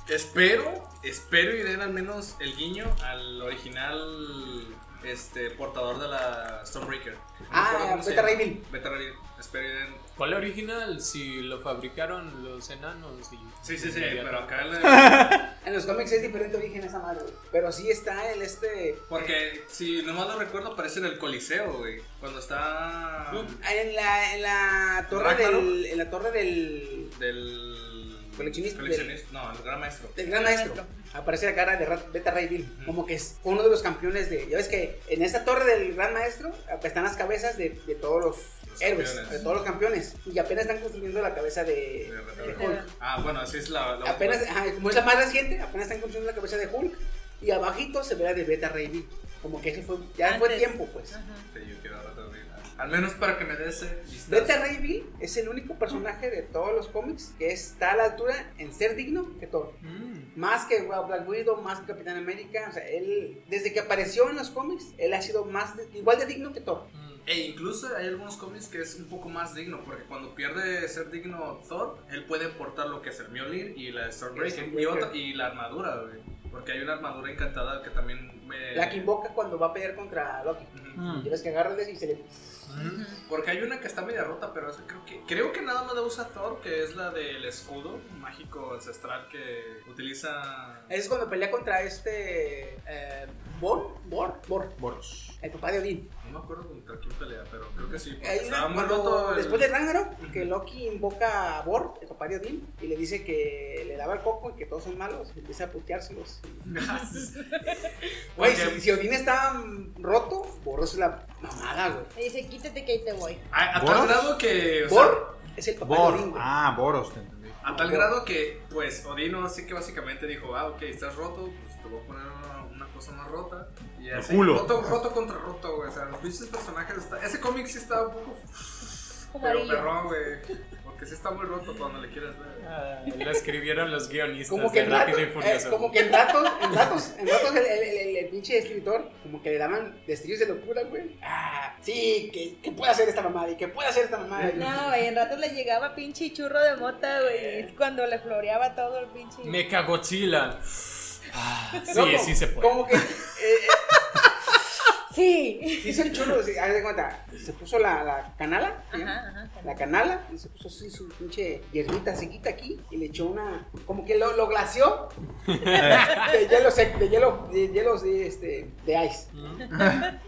Speaker 5: Espero, espero y den al menos el guiño al original este portador de la Stormbreaker. No
Speaker 7: Ah,
Speaker 5: recuerdo cómo se
Speaker 7: Beta
Speaker 5: llama.
Speaker 7: Ray Bill.
Speaker 5: Beta Ray Bill. Espero y den...
Speaker 2: ¿Cuál original? Si lo fabricaron los enanos y...
Speaker 5: Sí, sí, sí,
Speaker 2: inmediato.
Speaker 5: pero acá la...
Speaker 7: En los cómics es diferente origen esa madre, güey. Pero sí está el este.
Speaker 5: Porque si nomás lo recuerdo aparece en el Coliseo, güey. Cuando está...
Speaker 7: En la, en la torre
Speaker 5: Ragnarok.
Speaker 7: del. En la torre del.
Speaker 5: Del...
Speaker 7: Coleccionista.
Speaker 5: Coleccionista. No, el gran maestro.
Speaker 7: del gran maestro. Aparece la cara de Ra- Beta Ray Bill. Como que es fue uno de los campeones de. Ya ves que en esta torre del gran maestro eh, están las cabezas de, de todos los.
Speaker 5: Los
Speaker 7: héroes,
Speaker 5: campeones.
Speaker 7: de todos los campeones. Y apenas están construyendo la cabeza de.
Speaker 5: De Beta
Speaker 7: de
Speaker 5: Ray Bill.
Speaker 7: Hulk.
Speaker 5: Ah, bueno, así es la... la
Speaker 7: Apenas, ajá, como es la más reciente, apenas están construyendo la cabeza de Hulk. Y abajito se ve la de Beta Ray Bill. Como que ese fue, ya fue
Speaker 9: Antes.
Speaker 7: tiempo, pues.
Speaker 9: Ajá.
Speaker 5: Sí, yo quiero hablar también. Al menos para que me des ese vistazo.
Speaker 7: Beta Ray Bill es el único personaje de todos los cómics que está a la altura en ser digno que Thor. Más que Black Widow, más que Capitán América. O sea, él, desde que apareció en los cómics, él ha sido más de- igual de digno que Thor.
Speaker 5: E incluso hay algunos cómics que es un poco más digno, porque cuando pierde ser digno Thor, él puede portar lo que es el Mjolnir y la Stormbreaker y,
Speaker 7: Stormbreaker.
Speaker 5: otra- y la armadura, güey. Porque hay una armadura encantada que también me...
Speaker 7: La que invoca cuando va a pelear contra Loki.
Speaker 5: Ujú.
Speaker 7: Y ves que agarra de- y se le.
Speaker 5: Porque hay una que está media rota, pero esa creo que creo que nada más la usa Thor, que es la del escudo mágico ancestral que utiliza
Speaker 7: Es cuando pelea contra este. eh, Bor, Bor, Bor,
Speaker 6: Boros.
Speaker 7: el papá de Odín.
Speaker 5: No me acuerdo contra quién pelea, pero creo que sí. porque
Speaker 7: Hay
Speaker 5: estaba
Speaker 7: una,
Speaker 5: muy
Speaker 7: cuando-
Speaker 5: roto. el-
Speaker 7: Después de Ragnarok, que Loki invoca a Bor, el papá de Odín, y le dice que le daba el coco y que todos son malos, y empieza
Speaker 2: (laughs)
Speaker 7: a puteárselos. Güey,
Speaker 5: Porque-
Speaker 7: si, si Odín está mm, roto, Bor es la mamada, güey.
Speaker 9: Me dice, quítate que ahí te voy.
Speaker 5: A, a
Speaker 6: ¿Boros?
Speaker 5: tal grado que. o sea,
Speaker 7: Bor es el papá de Odín,
Speaker 6: Bor.
Speaker 7: güey.
Speaker 6: Ah, Boros, te entendí.
Speaker 5: a tal grado que, pues, Odino así que básicamente dijo: Ah, ok, estás roto, pues te voy a poner una, una cosa más rota. Y así.
Speaker 6: culo.
Speaker 5: Roto, roto contra roto, güey. O sea, los pinches personajes. está- Ese cómic sí está un poco. Pero
Speaker 9: amarillo.
Speaker 5: perrón, güey. Porque sí está muy roto cuando le quieres ver.
Speaker 2: Ah, lo escribieron los guionistas
Speaker 7: Como que,
Speaker 2: de
Speaker 7: en
Speaker 2: Rápido
Speaker 7: datos, eh,
Speaker 2: y Furioso.
Speaker 7: como que en datos, en datos, en datos el, el- el- el pinche escritor, como que le daban destellos de locura, güey. Ah, sí, que, que puede hacer esta mamada y que puede hacer esta mamada. y-
Speaker 9: No, güey, en ratos le llegaba pinche churro de mota, güey. y Cuando le floreaba todo el pinche.
Speaker 2: Mecha Godzilla. Ah, sí,
Speaker 7: Loco,
Speaker 2: sí se puede.
Speaker 7: Como que eh, eh,
Speaker 9: Sí.
Speaker 7: se hizo el churro, sí, haz de cuenta, se puso la, la canala, ¿sí?
Speaker 9: Ajá, ajá.
Speaker 7: la canala, y se puso así su pinche hierbita sequita aquí y le echó una, como que lo, lo glació (laughs) de hielo seco, de hielo, de hielos de, este, de ice.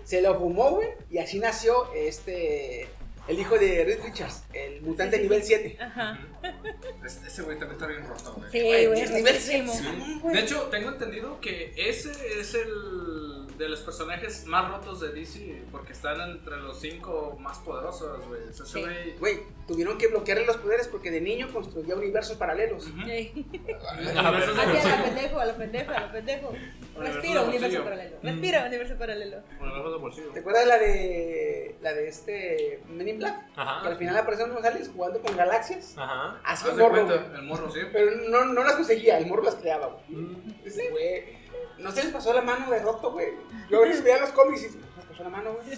Speaker 7: Se lo fumó, güey, y así nació este, el hijo de Reed Richards, el mutante nivel 7.
Speaker 9: Ajá.
Speaker 5: Este- Ese güey también está bien roto, güey.
Speaker 9: Sí,
Speaker 7: Güey,
Speaker 9: güey.
Speaker 7: es nivel
Speaker 9: riquísimo.
Speaker 7: seis, mamón, güey.
Speaker 5: De hecho, tengo entendido que ese es el de los personajes más rotos de DC, porque están entre los cinco más poderosos, güey. O sea, ese
Speaker 9: Sí.
Speaker 5: güey-
Speaker 7: Güey, tuvieron que bloquearle los poderes porque de niño construía universos paralelos.
Speaker 9: Sí.
Speaker 2: A ver,
Speaker 5: Universos
Speaker 9: Así a
Speaker 5: de-
Speaker 9: lo pendejo, a lo pendejo, a lo pendejo. Respira,
Speaker 5: Universo
Speaker 9: universo
Speaker 5: bolsillo.
Speaker 9: paralelo.
Speaker 7: Mm.
Speaker 9: Respira, universo paralelo.
Speaker 5: universos de bolsillo.
Speaker 7: ¿Te acuerdas la de la de este Men in Black? Que al final aparecieron unos aliens jugando con galaxias.
Speaker 2: Ajá.
Speaker 7: Así
Speaker 5: Haz
Speaker 7: un
Speaker 5: de
Speaker 7: morro,
Speaker 5: cuenta,
Speaker 7: güey.
Speaker 5: el morro sí.
Speaker 7: Pero no, no las conseguía, el morro las creaba, güey.
Speaker 5: Mm.
Speaker 7: Ese güey. No se les pasó la mano de roto, güey. Yo a veces veía los cómics y no se les pasó la mano,
Speaker 5: (laughs)
Speaker 7: güey.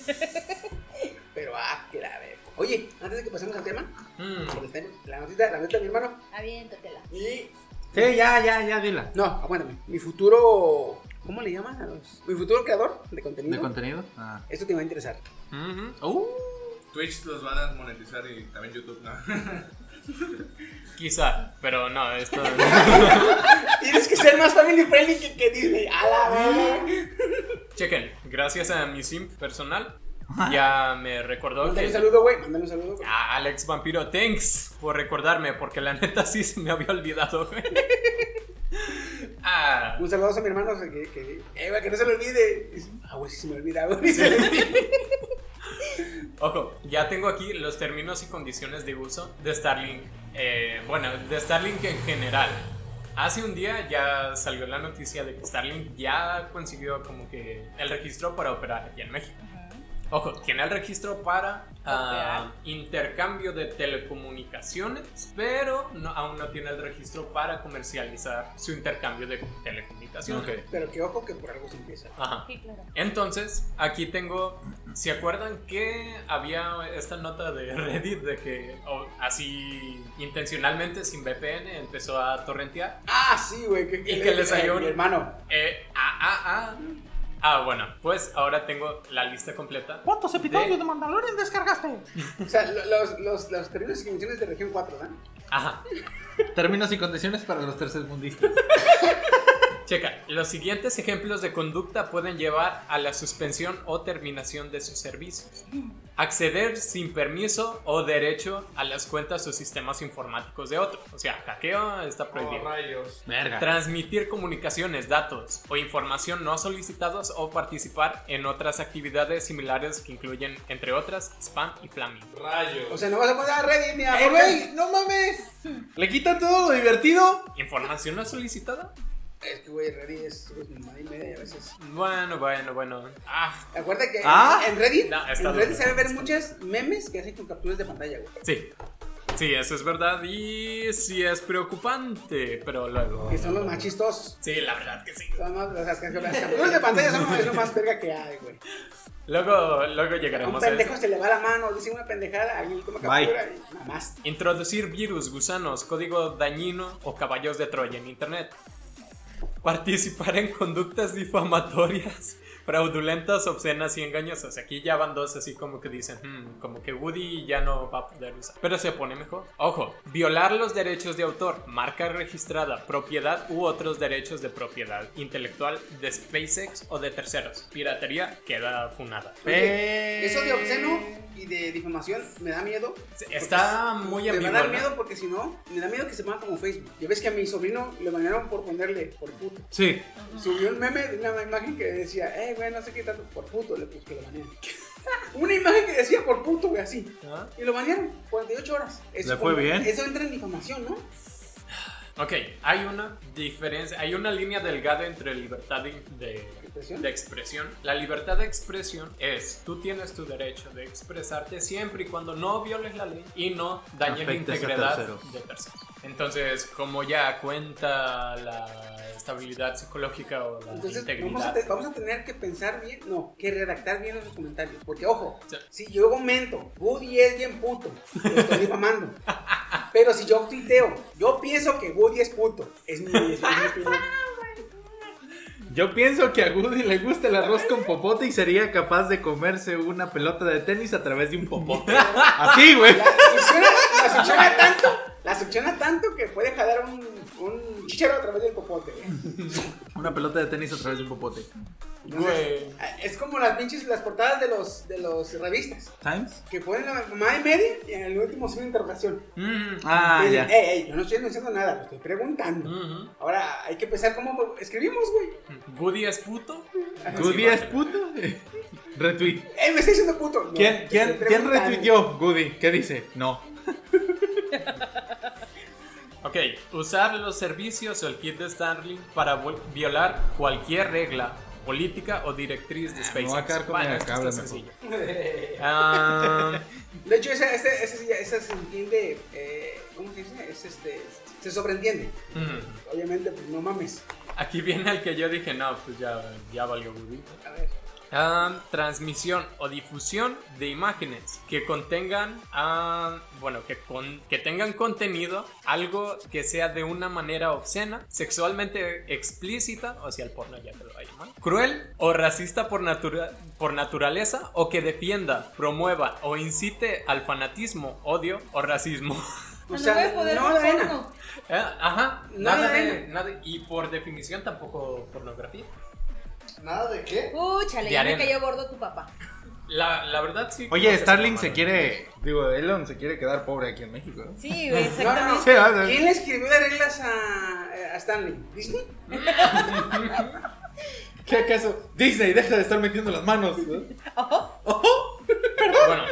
Speaker 7: Pero ah, que la ver. Oye, antes de que pasemos al tema,
Speaker 2: Mm.
Speaker 7: porque tengo la notita, la notita de mi hermano.
Speaker 9: Aviéntatela.
Speaker 7: Y.
Speaker 6: Sí, Eh, ya, ya, ya, dila.
Speaker 7: No, aguántame. Mi futuro. ¿Cómo le llaman a los? Mi futuro creador de contenido.
Speaker 6: ¿De contenido? Ah.
Speaker 7: Esto te va a interesar.
Speaker 2: Ujú. Uh.
Speaker 5: Twitch los van a monetizar y también YouTube, ¿no? (laughs)
Speaker 2: Quizá, pero no, esto.
Speaker 7: Tienes que ser más family friendly que, que Disney. A la verga.
Speaker 2: Chequen, gracias a mi sim personal, ya me recordó
Speaker 7: Mándale un
Speaker 2: que.
Speaker 7: saludo, güey. Mándale un saludo. güey.
Speaker 2: A Alex Vampiro, thanks por recordarme, porque la neta sí se me había olvidado, güey. (laughs) Ah,
Speaker 7: Un saludo a mi hermano. o sea, Que, que, eh, güey, que no se lo olvide. Y dice, Ah, güey, sí se me olvida, güey.
Speaker 2: Ojo, ya tengo aquí los términos y condiciones de uso de Starlink. Eh, bueno, de Starlink en general. Hace un día ya salió la noticia de que Starlink ya consiguió como que el registro para operar aquí en México. Ojo, tiene el registro para ah, intercambio de telecomunicaciones, pero no- aún no tiene el registro para comercializar su intercambio de telecomunicaciones.
Speaker 7: (laughs) Pero que ojo que por algo se empieza.
Speaker 2: Ajá.
Speaker 9: Sí, claro.
Speaker 2: Entonces, aquí tengo, ¿se acuerdan que había esta nota de (laughs) Reddit de que o- así intencionalmente sin VPN empezó a torrentear?
Speaker 7: Ah, sí, güey. Que,
Speaker 2: Y que le salió
Speaker 7: eh,
Speaker 2: un-
Speaker 7: Mi hermano.
Speaker 2: Eh, ah, ah, ah. Ah, bueno, pues ahora tengo la lista completa.
Speaker 6: ¿Cuántos
Speaker 2: episodios
Speaker 6: de Mandalorian descargaste?
Speaker 7: O sea, lo- los, los, los términos y condiciones de región 4, ¿verdad?
Speaker 2: Ajá.
Speaker 6: Términos y condiciones para los tercermundistas.
Speaker 2: Checa, los siguientes ejemplos de conducta pueden llevar a la suspensión o terminación de sus servicios. Acceder sin permiso o derecho a las cuentas o sistemas informáticos de otro. O sea, hackeo está prohibido.
Speaker 5: rayos.
Speaker 6: Verga.
Speaker 2: Transmitir comunicaciones, datos o información no solicitados o participar en otras actividades similares que incluyen, entre otras, spam y flaming.
Speaker 5: Rayos.
Speaker 7: O sea, no vas a poner a Reddit ni a
Speaker 6: ¡Eh,
Speaker 7: Fortnite.
Speaker 6: güey! ¡No mames! ¿Le quitan todo lo divertido?
Speaker 2: ¿Información no solicitada?
Speaker 7: Es que, güey, Reddit es es mamada y media a veces.
Speaker 2: Bueno, bueno, bueno. Ah,
Speaker 7: Acuérdate que en-
Speaker 6: Ah.
Speaker 7: en Reddit,
Speaker 2: No, está
Speaker 7: en Reddit
Speaker 2: duro.
Speaker 7: se van a ver muchas memes que hacen con capturas de pantalla, güey.
Speaker 2: sí. Sí, eso es verdad y sí es preocupante, pero luego...
Speaker 7: Que son los más chistosos.
Speaker 2: Sí, la verdad que sí.
Speaker 7: Son más, o sea, que- que las capturas de pantalla son lo- es lo más verga que hay, güey.
Speaker 2: Luego, luego
Speaker 7: A Un
Speaker 2: llegaremos a eso.
Speaker 7: pendejo se le va la mano, dice una pendejada, alguien toma captura y nada más.
Speaker 2: Introducir virus, gusanos, código dañino o caballos de Troya en Internet. Participar en conductas difamatorias (laughs) Fraudulentas, obscenas y engañosas. Aquí ya van dos así como que dicen, "Hmm, como que Woody ya no va a poder usar. Pero se pone mejor. Ojo, violar los derechos de autor, marca registrada, propiedad u otros derechos de propiedad intelectual de SpaceX o de terceros. Piratería queda funada.
Speaker 7: Oye, Eso de obsceno y de difamación me da miedo.
Speaker 2: Está muy
Speaker 7: Me pues,
Speaker 2: ambiguo.
Speaker 7: va a dar
Speaker 2: ¿no?
Speaker 7: miedo porque si no, me da miedo que se ponga como Facebook. Ya ves que a mi sobrino le banearon por ponerle por puto.
Speaker 6: Sí.
Speaker 7: Subió un meme de una imagen que decía, eh, güey, no sé qué tanto, por puto, le puse que lo banearon. (laughs) una imagen que decía por puto, güey, así.
Speaker 2: Ah.
Speaker 7: Y lo banearon 48 horas. Eso
Speaker 6: Le fue
Speaker 7: como-
Speaker 6: bien.
Speaker 7: Eso entra en difamación, ¿no?
Speaker 2: Ok, hay una diferencia, hay una línea delgada entre libertad de, de-
Speaker 7: ¿Expresión?
Speaker 2: de expresión. La libertad de expresión es, tú tienes tu derecho de expresarte siempre y cuando no violes la ley y no dañes la
Speaker 6: Afectes a
Speaker 2: integridad
Speaker 6: terceros.
Speaker 2: de terceros. Entonces, como ya cuenta la estabilidad psicológica o la
Speaker 7: Entonces, vamos a,
Speaker 2: integridad.
Speaker 7: te- vamos a tener que pensar bien, no, que redactar bien los comentarios. Porque, ojo,
Speaker 2: Sí.
Speaker 7: si yo comento, Woody es bien puto, lo estoy
Speaker 2: (laughs)
Speaker 7: difamando. Pero si yo tuiteo, yo pienso que Woody es puto, es mi, es mi
Speaker 2: (laughs)
Speaker 7: opinión.
Speaker 6: Yo pienso que a Woody le gusta el arroz con popote y sería capaz de comerse una pelota de tenis a través de un popote. (laughs) Así, güey.
Speaker 7: La succiona, la succiona tanto, la succiona tanto que puede jalar un, un chichero a través del popote. ¿eh?
Speaker 6: Una pelota de tenis a través de un popote.
Speaker 7: Entonces, es como las pinches, las portadas de los, de los revistas,
Speaker 6: ¿Times?
Speaker 7: que ponen la mamá y media y en el último signo de interrogación.
Speaker 6: Ah,
Speaker 7: Y dicen,
Speaker 6: ya.
Speaker 7: "Ey, ey, yo no estoy anunciando nada, lo estoy preguntando.
Speaker 2: Ujú.
Speaker 7: Ahora hay que pensar cómo escribimos, güey.
Speaker 2: Woody es puto.
Speaker 6: Goody es puto. (laughs) Retweet.
Speaker 7: ¡Ey, me está diciendo puto! No,
Speaker 6: ¿Quién, quién,
Speaker 7: estoy
Speaker 6: ¿quién
Speaker 7: preguntando.
Speaker 6: retuiteó Goody? ¿Qué dice? No.
Speaker 2: Ok, usar los servicios o el kit de Starlink para vol- violar cualquier regla política o directriz de
Speaker 6: Ah, me
Speaker 2: SpaceX.
Speaker 6: voy a quedar con
Speaker 2: Bueno,
Speaker 6: mi
Speaker 2: esto
Speaker 6: cable
Speaker 2: está
Speaker 6: mejor.
Speaker 2: sencillo. Ah, (laughs)
Speaker 7: De hecho, esa, esa, esa, sí- esa se entiende. eh, ¿Cómo se dice? Es este, se sobreentiende.
Speaker 2: mm,
Speaker 7: Obviamente, pues no mames.
Speaker 2: aquí viene el que yo dije, no, pues ya, ya valió burrito.
Speaker 7: A ver.
Speaker 2: Ah, transmisión o difusión de imágenes que contengan, ah, bueno, que, con- que tengan contenido, algo que sea de una manera obscena, sexualmente explícita, o sea, el porno ya te lo va a llamar, cruel o racista por, natura- por naturaleza, o que defienda, promueva o incite al fanatismo, odio o racismo. (laughs)
Speaker 7: O
Speaker 9: No
Speaker 7: sea,
Speaker 9: puedes
Speaker 7: no,
Speaker 9: poder
Speaker 7: la
Speaker 9: ver
Speaker 7: arena.
Speaker 9: porno.
Speaker 2: Eh, Ajá,
Speaker 7: No,
Speaker 2: nada
Speaker 7: no,
Speaker 2: de,
Speaker 7: no.
Speaker 2: nada, y por definición tampoco pornografía.
Speaker 5: ¿Nada de qué?
Speaker 9: Púchale,
Speaker 2: De
Speaker 9: ya me
Speaker 2: arena.
Speaker 9: cayó gordo tu papá.
Speaker 2: La, la verdad sí. creo
Speaker 6: Oye,
Speaker 2: que
Speaker 6: Starlink
Speaker 2: está
Speaker 6: se
Speaker 2: mal.
Speaker 6: quiere. Digo, Elon se quiere quedar pobre aquí en México. ¿eh?
Speaker 9: Sí, güey,
Speaker 7: No, no,
Speaker 9: exactamente.
Speaker 7: no.
Speaker 6: Sí, a ver.
Speaker 7: ¿Quién le escribió las reglas a, eh, a Stanley? ¿Disney?
Speaker 6: ¿Qué acaso? Disney, deja de estar metiendo las manos. ¿no?
Speaker 2: Bueno,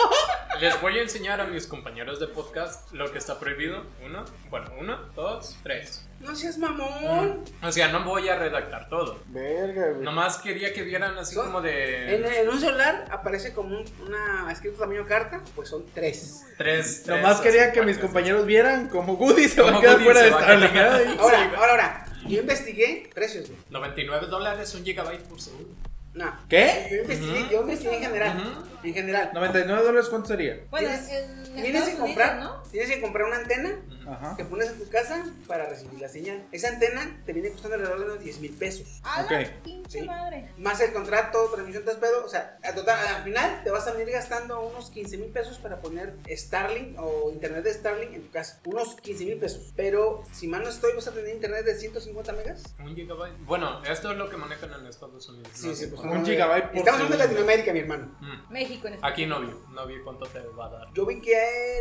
Speaker 2: les voy a enseñar a mis compañeros de podcast lo que está prohibido. Uno, bueno, uno, dos, tres.
Speaker 7: No seas mamón.
Speaker 6: Ah,
Speaker 2: O sea, no voy a redactar todo.
Speaker 6: Verga, güey.
Speaker 2: Nomás quería que vieran así
Speaker 7: Son-
Speaker 2: como
Speaker 7: En,
Speaker 2: de
Speaker 7: en un celular aparece como un- una escrito tamaño carta, pues son tres.
Speaker 2: tres.
Speaker 6: Nomás
Speaker 2: tres,
Speaker 6: quería
Speaker 2: así,
Speaker 6: que mis
Speaker 2: para
Speaker 6: compañeros vieran cómo Goody se va
Speaker 2: Cómo
Speaker 6: a quedar
Speaker 2: Goody
Speaker 6: fuera
Speaker 2: se
Speaker 6: de
Speaker 2: va a
Speaker 6: Starlink.
Speaker 2: quedar.
Speaker 6: Ay.
Speaker 7: Ahora, ahora, ahora. Yo investigué precios, güey.
Speaker 2: 99 dólares, un gigabyte por segundo.
Speaker 7: No.
Speaker 6: ¿Qué?
Speaker 7: Yo investigué, yo investigué en general. En general.
Speaker 6: 99 dólares, ¿cuánto sería?
Speaker 9: Bueno,
Speaker 7: Tienes-
Speaker 9: en
Speaker 7: Tienes que
Speaker 9: Estados
Speaker 7: comprar,
Speaker 9: Unidos, ¿no?
Speaker 7: tienes que comprar una antena
Speaker 6: Ajá.
Speaker 7: que pones en tu casa para recibir la señal. Esa antena te viene costando alrededor de unos 10 mil pesos.
Speaker 9: A la
Speaker 6: Ok.
Speaker 9: pinche
Speaker 7: Sí.
Speaker 9: madre.
Speaker 7: Más el contrato, transmisión, tras pedo. O sea, a total, al final te vas a venir gastando unos 15 mil pesos para poner Starlink o internet de Starlink en tu casa. Unos 15 mil pesos. Pero si mal no estoy, vas a tener internet de 150 megas.
Speaker 2: Un gigabyte. Bueno, esto es lo que manejan en Estados Unidos. ¿no?
Speaker 7: pues,
Speaker 6: un gigabyte por
Speaker 7: Estamos hablando de
Speaker 6: segundo.
Speaker 7: Latinoamérica, mi hermano.
Speaker 2: Mm.
Speaker 9: México en este.
Speaker 2: Aquí no vi, no vi cuánto te va a dar.
Speaker 7: Yo vi que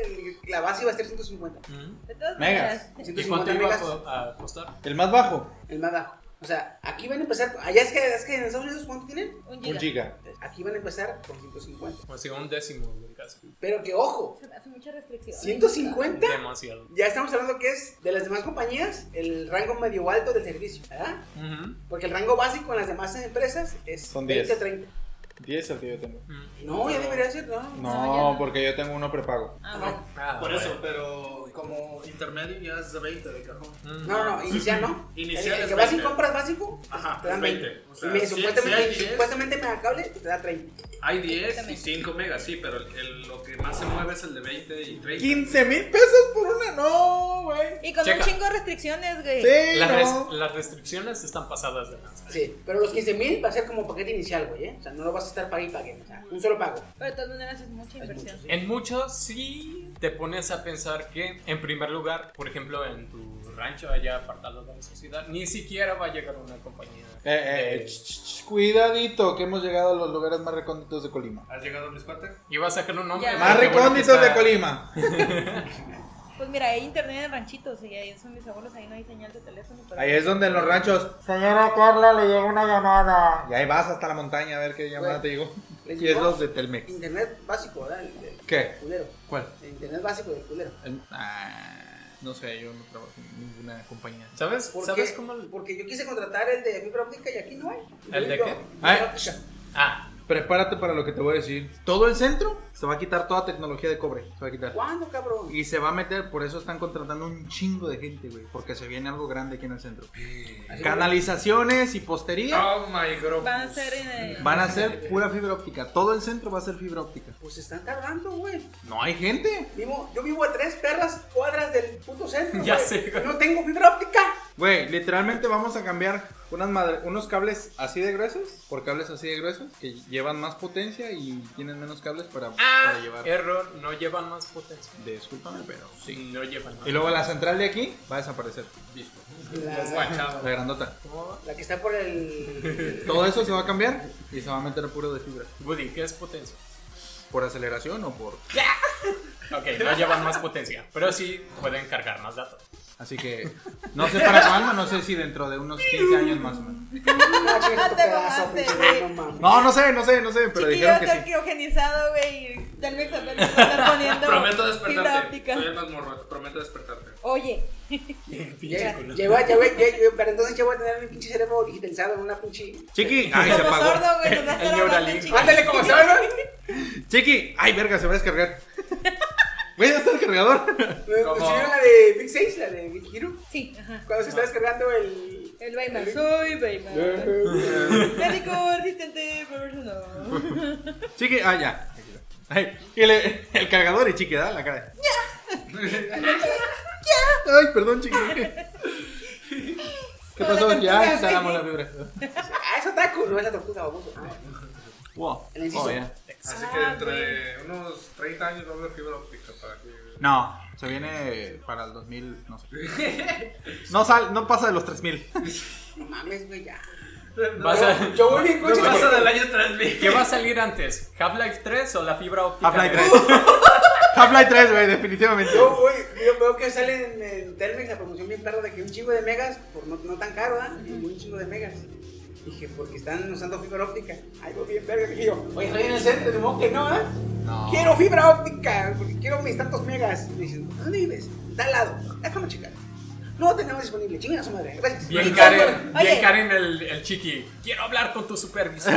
Speaker 7: el- la base iba a ser 150.
Speaker 2: Mm.
Speaker 9: De todas
Speaker 6: Megas.
Speaker 9: maneras.
Speaker 2: ¿Y
Speaker 7: 150
Speaker 2: cuánto iba a
Speaker 7: megas.
Speaker 2: co- a costar?
Speaker 6: El más bajo,
Speaker 7: El más bajo. O sea, aquí van a empezar. Allá es que, es que en Estados Unidos, ¿cuánto tienen?
Speaker 9: Un giga.
Speaker 6: un giga.
Speaker 7: Aquí van a empezar con 150.
Speaker 2: O sea, un décimo güey, casi.
Speaker 7: Pero que ojo,
Speaker 9: Se me hace mucha restricción.
Speaker 7: 150.
Speaker 2: Demasiado.
Speaker 7: Ya estamos hablando que es de las demás compañías el rango medio alto del servicio, ¿verdad?
Speaker 2: Ujú.
Speaker 7: Porque el rango básico en las demás empresas es
Speaker 6: Son
Speaker 7: 20
Speaker 6: 10.
Speaker 7: a 30.
Speaker 6: 10 al que yo tengo.
Speaker 2: Mm.
Speaker 7: No, ya debería ser, no.
Speaker 6: No, porque yo tengo uno prepago.
Speaker 9: Ah, bueno.
Speaker 2: Ah,
Speaker 5: Por
Speaker 2: bueno.
Speaker 5: eso, pero como intermedio ya es de 20 de cajón.
Speaker 2: Mm.
Speaker 7: No, no, inicial no.
Speaker 5: Inicial
Speaker 7: el, el
Speaker 5: es
Speaker 7: que vas sin
Speaker 5: 20.
Speaker 7: compras básico
Speaker 5: Ajá,
Speaker 7: te dan 20.
Speaker 5: 20. O sea,
Speaker 7: y me-
Speaker 5: si- si hay
Speaker 7: supuestamente,
Speaker 5: 10.
Speaker 7: supuestamente me da cable, te da 30.
Speaker 5: Hay 10 y 5 megas, sí, pero el- el- lo que más se mueve es el de 20 y 30.
Speaker 6: 15 mil pesos por una, no, güey.
Speaker 9: Y con
Speaker 2: Checa.
Speaker 9: un chingo de restricciones, güey.
Speaker 6: Sí,
Speaker 2: La res-
Speaker 6: no.
Speaker 8: Las restricciones están pasadas de lanza.
Speaker 7: Sí, pero los 15 mil va a ser como paquete inicial, güey, ¿eh? O sea, no lo vas a estar pague y pague. O sea, un solo pago.
Speaker 9: Pero de todas maneras es mucha
Speaker 7: Es
Speaker 9: inversión.
Speaker 7: mucho, sí.
Speaker 2: En
Speaker 8: En muchos sí te pones a pensar que, en primer lugar, por ejemplo, en tu rancho allá apartado de la sociedad, ni siquiera va a llegar una compañía.
Speaker 6: Eh, eh,
Speaker 8: de-
Speaker 6: ch, ch, ch, cuidadito, que hemos llegado a los lugares más recónditos de Colima.
Speaker 5: ¿Has llegado a mis cuates?
Speaker 2: Y va a sacar un nombre.
Speaker 9: Ya.
Speaker 2: pero
Speaker 6: Más
Speaker 2: qué bueno que
Speaker 6: recónditos de
Speaker 2: está-
Speaker 6: Colima.
Speaker 9: Pues mira, hay internet en ranchitos y ahí son mis abuelos, ahí no hay señal de teléfono. pero-
Speaker 6: Ahí es donde en los ranchos, señora Carla, le llegó una llamada. Y ahí vas hasta la montaña a ver qué llamada te llegó.
Speaker 7: Les
Speaker 6: Y es
Speaker 7: llegó
Speaker 6: los de Telmex.
Speaker 7: Internet básico, ¿verdad? El, el
Speaker 6: ¿Qué?
Speaker 7: culero.
Speaker 6: ¿Cuál?
Speaker 7: El internet básico del culero.
Speaker 6: El- ah, no sé, yo no trabajo en ninguna compañía.
Speaker 2: ¿Sabes?
Speaker 7: ¿Por
Speaker 2: ¿Sabes
Speaker 7: qué?
Speaker 2: cómo? el-
Speaker 7: Porque yo quise contratar el de fibra óptica y aquí no hay.
Speaker 2: ¿El de
Speaker 7: Yo-
Speaker 2: qué?
Speaker 7: fibra
Speaker 6: Ah,
Speaker 7: óptica.
Speaker 2: Ah,
Speaker 6: Prepárate para lo que te voy a decir. Todo el centro se va a quitar toda tecnología de cobre. Se va a quitar.
Speaker 7: ¿Cuándo, cabrón?
Speaker 6: Y se va a meter, por eso están contratando un chingo de gente, güey. Porque se viene algo grande aquí en el centro. Canalizaciones y
Speaker 2: Ah.
Speaker 6: postería
Speaker 5: Oh my god.
Speaker 9: Van a ser en el-
Speaker 6: van a ser pura fibra óptica. Todo el centro va a ser fibra óptica.
Speaker 7: Pues se están tardando, güey.
Speaker 6: No hay gente.
Speaker 7: Vivo- yo vivo a tres perras cuadras del puto centro.
Speaker 2: (laughs) Ya
Speaker 7: güey.
Speaker 2: sé, güey.
Speaker 7: No tengo fibra óptica.
Speaker 6: Güey, literalmente vamos a cambiar unas madre- unos cables así de gruesos por cables así de gruesos que llevan más potencia y tienen menos cables para,
Speaker 9: Ah.
Speaker 8: Ah,
Speaker 6: para llevar.
Speaker 2: error, no llevan más potencia.
Speaker 6: Discúlpame, pero sí.
Speaker 2: No llevan más.
Speaker 6: Y luego la central de aquí va a desaparecer.
Speaker 7: La,
Speaker 6: La grandota.
Speaker 7: la que está
Speaker 9: (laughs)
Speaker 7: por el. (laughs)
Speaker 6: Todo eso se va a cambiar y se va a meter puro de fibra.
Speaker 2: Woody, ¿qué es potencia?
Speaker 6: ¿Por aceleración o por.?
Speaker 2: Ok, no llevan más potencia, pero sí pueden cargar más datos.
Speaker 6: Así que no sé para cuándo, no sé si dentro de unos 15 años más o menos.
Speaker 7: Ah, chiquito
Speaker 9: Ah, te
Speaker 7: pedazo,
Speaker 9: mamaste,
Speaker 7: pinche
Speaker 9: güey.
Speaker 7: no mames.
Speaker 6: No, no sé, no sé, no sé, pero
Speaker 9: Chiqui,
Speaker 6: dijeron
Speaker 9: ya
Speaker 6: que
Speaker 9: va a ser
Speaker 6: sí.
Speaker 9: criogenizado, güey. Y Telmex apenas va a
Speaker 6: (laughs)
Speaker 9: estar poniendo
Speaker 5: Prometo
Speaker 9: fibra
Speaker 5: despertarte.
Speaker 9: óptica.
Speaker 5: Soy el más morro, prometo despertarte.
Speaker 9: Oye,
Speaker 7: Ya, ya voy- ya voy- ya- ya- para entonces ya voy a tener mi pinche cerebro digitalizado en una pinche.
Speaker 6: Chiqui, ay, se
Speaker 9: como
Speaker 6: apagó.
Speaker 9: sordo, güey, nos va a estar hablando chiqui.
Speaker 7: Ándale como se habla.
Speaker 6: Chiqui, ay, verga, se va a descargar. Güey, ya está el cargador.
Speaker 7: Me pusieron la de Big 6, la de Big Hero.
Speaker 9: Sí, ajá.
Speaker 7: Cuando se está descargando el.
Speaker 9: El Weimar. Soy
Speaker 6: (laughs)
Speaker 9: Weimar. Médico asistente profesional.
Speaker 6: Chiqui, ah, ya. Ay, y le- el cargador y chiqui, da la cara. Ay, perdón, chiqui. ¿Qué pasó? Ya, instalamos la fibra.
Speaker 7: Ah, es Otaku, no es la tortuga, baboso. Ah,
Speaker 6: Wow.
Speaker 7: El inciso.
Speaker 6: Oh, ya.
Speaker 5: Así
Speaker 9: Ah,
Speaker 5: que entre unos 30 años va a haber fibra óptica para que.
Speaker 6: No, se viene para el 2000, no sé. No, sal, no pasa de los 3000.
Speaker 7: no mames, güey, ya.
Speaker 2: Vas a-
Speaker 7: Yo- yo voy bien coche.
Speaker 5: ¿Qué pasa
Speaker 7: güey.
Speaker 5: del año 3000?
Speaker 2: ¿Qué va a salir antes? ¿Half-Life 3 o la fibra óptica?
Speaker 6: Half-Life 3. (laughs) Half-Life 3, güey, definitivamente.
Speaker 7: Yo voy, yo veo que sale en, en Telmex la promoción bien perro de que un chingo de megas, por no, no tan caro, ¿ah? Y Un chingo de megas. Dije, porque están usando fibra óptica. Algo bien verga. Dije yo, oye, estoy en el centro, de modo que no, ¿ah? Quiero fibra óptica, porque quiero mis tantos megas. Y dicen, ¿dónde vives? Da al lado. Déjame checar. No tenemos disponible. Chinga a su madre. Gracias.
Speaker 2: Bien
Speaker 7: Oye,
Speaker 2: Karen,
Speaker 9: Oye.
Speaker 2: bien Karen el, el chiqui. Quiero hablar con tu supervisor.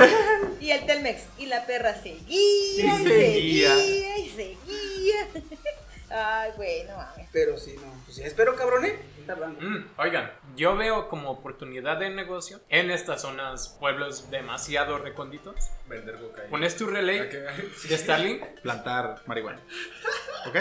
Speaker 9: Y el Telmex. Y la perra seguía,
Speaker 6: Y
Speaker 9: y
Speaker 6: seguía.
Speaker 9: seguía, y seguía. (laughs) Ay, güey, no mames.
Speaker 7: Pero sí, no. Pues ya espero, cabrón, ¿eh? Están tardando.
Speaker 2: Mm, oigan, yo veo como oportunidad de negocio en estas zonas, pueblos demasiado recónditos.
Speaker 5: Vender cocaína.
Speaker 2: Pones tu relay de Starlink,
Speaker 6: Plantar marihuana. ¿Ok?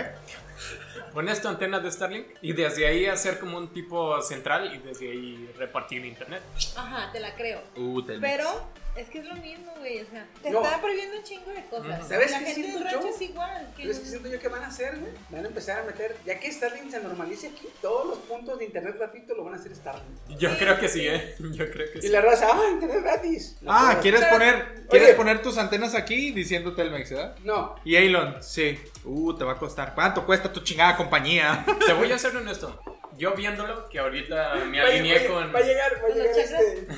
Speaker 2: pones tu antena de Starlink y desde ahí hacer como un tipo central y desde ahí repartir internet.
Speaker 9: Ajá, te la creo.
Speaker 6: Uh, Telmex.
Speaker 9: Pero es que es lo mismo, güey. O sea, te
Speaker 7: No.
Speaker 9: está prohibiendo un chingo de cosas.
Speaker 7: ¿Sabes
Speaker 9: la
Speaker 7: qué
Speaker 9: gente
Speaker 7: siento
Speaker 9: del rancho
Speaker 7: yo?
Speaker 9: es igual. Que
Speaker 7: Pero es que siento yo que van a hacer, güey. Van a empezar a meter. Ya que Starlink se normalice aquí, todos los puntos de internet gratuito lo van a hacer Starlink.
Speaker 2: Yo creo que sí, ¿eh? (laughs) Yo creo que
Speaker 7: Y
Speaker 2: sí.
Speaker 7: la raza, ah, internet gratis. No
Speaker 6: Ah,
Speaker 7: puedo.
Speaker 6: ¿quieres
Speaker 9: Pero-
Speaker 6: poner, ¿quieres
Speaker 7: Oye.
Speaker 6: poner tus antenas aquí diciendo Telmex, ¿verdad?
Speaker 7: No.
Speaker 6: Y Elon, sí. Uh, te va a costar. ¿Cuánto cuesta tu chingada compañía? (laughs)
Speaker 2: Te voy a ser honesto. Yo viéndolo, que ahorita me
Speaker 7: Va a- va
Speaker 2: alineé
Speaker 7: a-
Speaker 2: con...
Speaker 7: Va
Speaker 2: (laughs)
Speaker 7: a llegar, va a
Speaker 9: ¿Con los
Speaker 7: llegar este.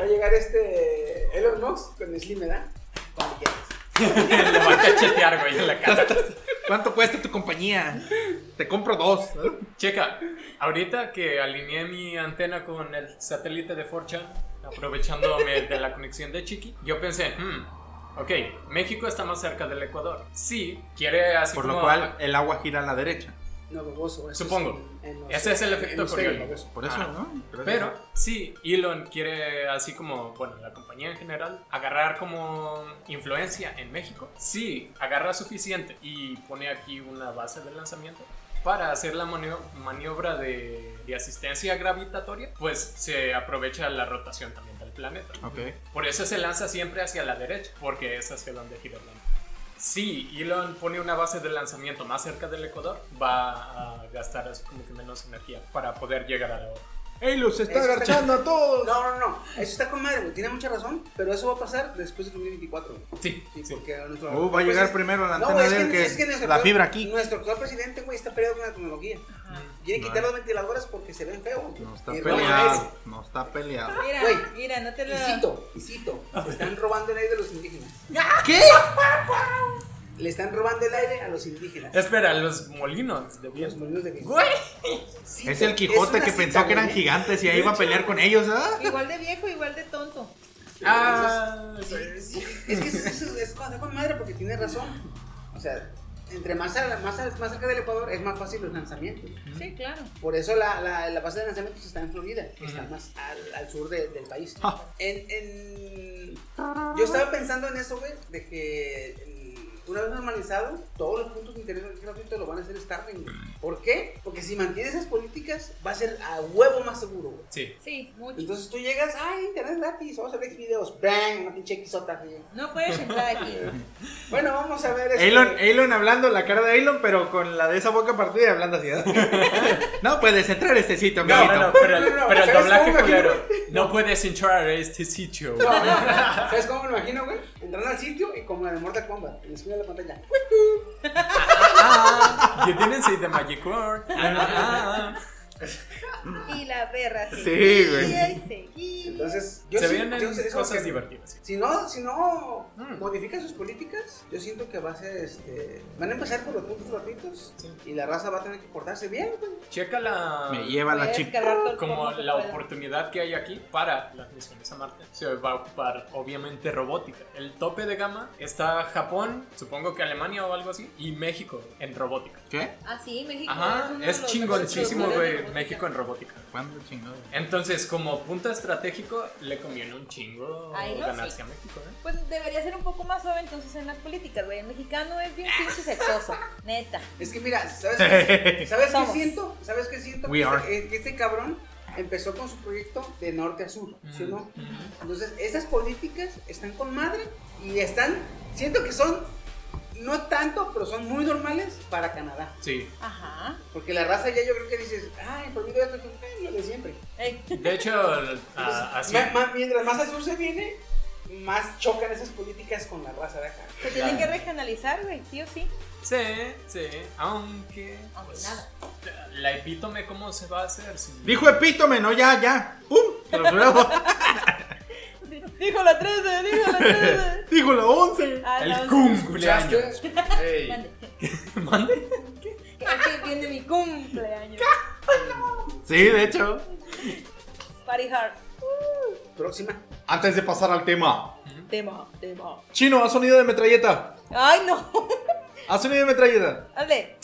Speaker 7: Va a llegar este. Elon Musk con Slim, ¿verdad? Con billetes.
Speaker 2: Le va a cachetear, güey, en la cara.
Speaker 6: ¿Cuánto cuesta tu compañía? Te compro dos.
Speaker 2: Checa, ahorita que alineé mi antena con el satélite de 4chan, aprovechándome de la conexión de Chiqui, yo pensé, hmm, ok, México está más cerca del Ecuador. Sí, quiere así
Speaker 6: Por
Speaker 2: como-
Speaker 6: lo cual, el agua gira a la derecha.
Speaker 7: No, baboso. eso
Speaker 2: Supongo.
Speaker 7: es en- en los-
Speaker 2: Ese es el
Speaker 7: en
Speaker 2: efecto
Speaker 7: los seres
Speaker 2: Coriolis.
Speaker 7: babosos.
Speaker 6: Por eso,
Speaker 2: Ajá.
Speaker 6: ¿no? Pero-
Speaker 2: Pero sí, Elon quiere, así como, bueno, la compañía en general, agarrar como influencia en México. Sí, agarra suficiente y pone aquí una base de lanzamiento para hacer la manio- maniobra de, de asistencia gravitatoria, pues se aprovecha la rotación también del planeta.
Speaker 6: Ok.
Speaker 2: Por eso se lanza siempre hacia la derecha, porque es hacia donde gira el planeta. Si Elon pone una base de lanzamiento más cerca del Ecuador, va a gastar así como que menos energía para poder llegar a la hora.
Speaker 6: ¡Ey, los está
Speaker 7: Eso está-
Speaker 6: agachando a todos!
Speaker 7: No, no, no. Eso está con madre, güey. Tiene mucha razón. Pero eso va a pasar después de 2024. güey.
Speaker 2: Sí,
Speaker 7: Sí,
Speaker 2: sí.
Speaker 7: porque a nuestro-
Speaker 6: Uh, va a
Speaker 7: pues
Speaker 6: llegar
Speaker 7: es-
Speaker 6: primero la
Speaker 7: No,
Speaker 6: antena
Speaker 7: es
Speaker 6: de él que,
Speaker 7: es nuestro
Speaker 6: la
Speaker 7: actual-
Speaker 6: fibra aquí.
Speaker 7: Nuestro actual presidente, güey, está peleado con la tecnología. Quiere
Speaker 6: No.
Speaker 7: quitar los ventiladores porque se ven feos. güey.
Speaker 6: No está
Speaker 7: Y roban
Speaker 6: peleado. No está peleado.
Speaker 9: Mira,
Speaker 7: Güey.
Speaker 9: mira, no te
Speaker 7: ese.
Speaker 9: lo.
Speaker 7: Y cito, y cito, le están robando el aire a los indígenas.
Speaker 6: ¿Qué?
Speaker 7: Le están robando el aire a los indígenas.
Speaker 2: Espera, los molinos de
Speaker 7: Los
Speaker 2: viento.
Speaker 7: molinos de viento. Cito,
Speaker 6: Es el Quijote
Speaker 7: una
Speaker 6: que
Speaker 7: cita,
Speaker 6: pensó que eran
Speaker 7: güey.
Speaker 6: gigantes y ahí iba a pelear con ellos, ¿ah?
Speaker 9: Igual de viejo, igual de tonto.
Speaker 2: Ah, eso es.
Speaker 7: Es que eso, eso es cosa con madre porque tiene razón. O sea, entre más, a la- más, a- más cerca del Ecuador es más fácil los lanzamientos.
Speaker 9: Sí, claro.
Speaker 7: Por eso la, la, la base de lanzamientos está en Florida, que está más al, al sur de- del país. En, en- Yo estaba pensando en eso, güey, de que mm, una vez normalizado, todos los puntos de interés gratuito lo van a hacer Starling. güey. ¿Por qué? Porque si mantienes esas políticas, va a ser a huevo más seguro, güey.
Speaker 2: Sí.
Speaker 9: Sí, mucho.
Speaker 7: Entonces tú llegas, ay, internet gratis, vamos a ver videos, bang, una pinche xota. güey.
Speaker 9: No puedes entrar aquí.
Speaker 7: Bueno, vamos a ver. este- (laughs)
Speaker 6: Elon, Elon hablando, la cara de Elon, pero con la de esa boca partida y hablando así. ¿eh? no puedes entrar a este sitio,
Speaker 2: No,
Speaker 6: amiguito.
Speaker 2: no, no, pero,
Speaker 7: No, no, no,
Speaker 2: pero el
Speaker 7: ¿sabes
Speaker 2: doblaje
Speaker 7: cómo me imagino?
Speaker 2: culero. No puedes entrar a este sitio.
Speaker 7: No, güey. ¿Sabes cómo me lo imagino, güey? Entran al sitio y como en Mortal Kombat, en la esquina de la pantalla.
Speaker 2: Ah, You didn't say the magic word. Ah, ah, ah.
Speaker 9: Y la perra
Speaker 6: Sí,
Speaker 9: seguía
Speaker 6: güey.
Speaker 9: y seguía.
Speaker 7: Entonces, yo
Speaker 2: Se
Speaker 7: sí-
Speaker 2: vienen
Speaker 7: yo sí- eso
Speaker 2: cosas
Speaker 7: que-
Speaker 2: divertidas. Mm.
Speaker 7: Si no, si no modifican sus políticas, yo siento que va a ser este. Van a empezar por los puntos gratuitos y la raza va a tener que portarse bien, güey.
Speaker 2: Checa la.
Speaker 6: Me lleva la
Speaker 9: Puedes
Speaker 6: chica.
Speaker 9: cargar todo el
Speaker 2: como
Speaker 9: porno que
Speaker 2: la
Speaker 9: puedas.
Speaker 2: oportunidad que hay aquí para las misiones a Marte se va a ocupar obviamente robótica. El tope de gama está Japón, supongo que Alemania o algo así, y México en robótica.
Speaker 6: ¿Qué?
Speaker 9: Ah, sí, México.
Speaker 2: Ajá,
Speaker 9: uno de
Speaker 2: es
Speaker 9: los
Speaker 2: chingoncísimo, güey,
Speaker 9: mejores productores de
Speaker 2: México en
Speaker 9: robótica.
Speaker 2: robótica.
Speaker 6: ¿Cuándo chingado?
Speaker 2: Entonces, como punto estratégico, le conviene un chingo
Speaker 9: Ahí lo
Speaker 2: ganarse
Speaker 9: sí.
Speaker 2: a México, ¿eh?
Speaker 9: Pues debería ser un poco más suave entonces en las políticas, güey. El mexicano es bien pinche sexoso, neta.
Speaker 7: Es que
Speaker 2: (laughs)
Speaker 7: mira, ¿sabes qué, ¿sabes qué
Speaker 9: Somos.
Speaker 7: siento? ¿Sabes qué siento?
Speaker 6: We
Speaker 7: Que
Speaker 6: are.
Speaker 7: este, que este cabrón empezó con su proyecto de norte a sur, ¿sí o no?
Speaker 2: Mm,
Speaker 7: Entonces, esas políticas están con madre y están. Siento que son. No tanto, pero son muy normales para Canadá.
Speaker 2: Sí.
Speaker 9: Ajá.
Speaker 7: Porque la raza ya yo creo que dices, ay, por mí de esto es lo de siempre.
Speaker 9: Ey,
Speaker 2: De hecho,
Speaker 9: Pues,
Speaker 2: el- a- Ah, así.
Speaker 7: Entonces, ma- ma- mientras más al sur se viene, más chocan esas políticas con la raza de acá.
Speaker 9: se tienen que regionalizar, güey, sí o sí.
Speaker 2: Sí, sí, aunque.
Speaker 9: Aunque
Speaker 2: pues,
Speaker 9: nada.
Speaker 2: La epítome, ¿cómo se va a hacer? Si-
Speaker 6: Dijo epítome, no, ya, ya. ¡Pum! Te lo pruebo.
Speaker 2: (laughs)
Speaker 9: Dijo la 13, dijo la
Speaker 6: (laughs)
Speaker 9: 13.
Speaker 6: Dijo la 11.
Speaker 9: Ah, no,
Speaker 2: El
Speaker 7: ¿Escuchaste?
Speaker 2: cumpleaños.
Speaker 9: sí,
Speaker 5: Ey,
Speaker 9: mande.
Speaker 2: (laughs) ¿Mande?
Speaker 9: Que Es que viene mi cumpleaños.
Speaker 6: Sí, de hecho.
Speaker 9: Party hard.
Speaker 7: Próxima.
Speaker 6: Antes de pasar al tema.
Speaker 9: Tema, tema.
Speaker 6: Chino, ha sonido de metralleta.
Speaker 9: Ay, no. (laughs)
Speaker 6: Ha sonido de metralleta.
Speaker 9: Hazle,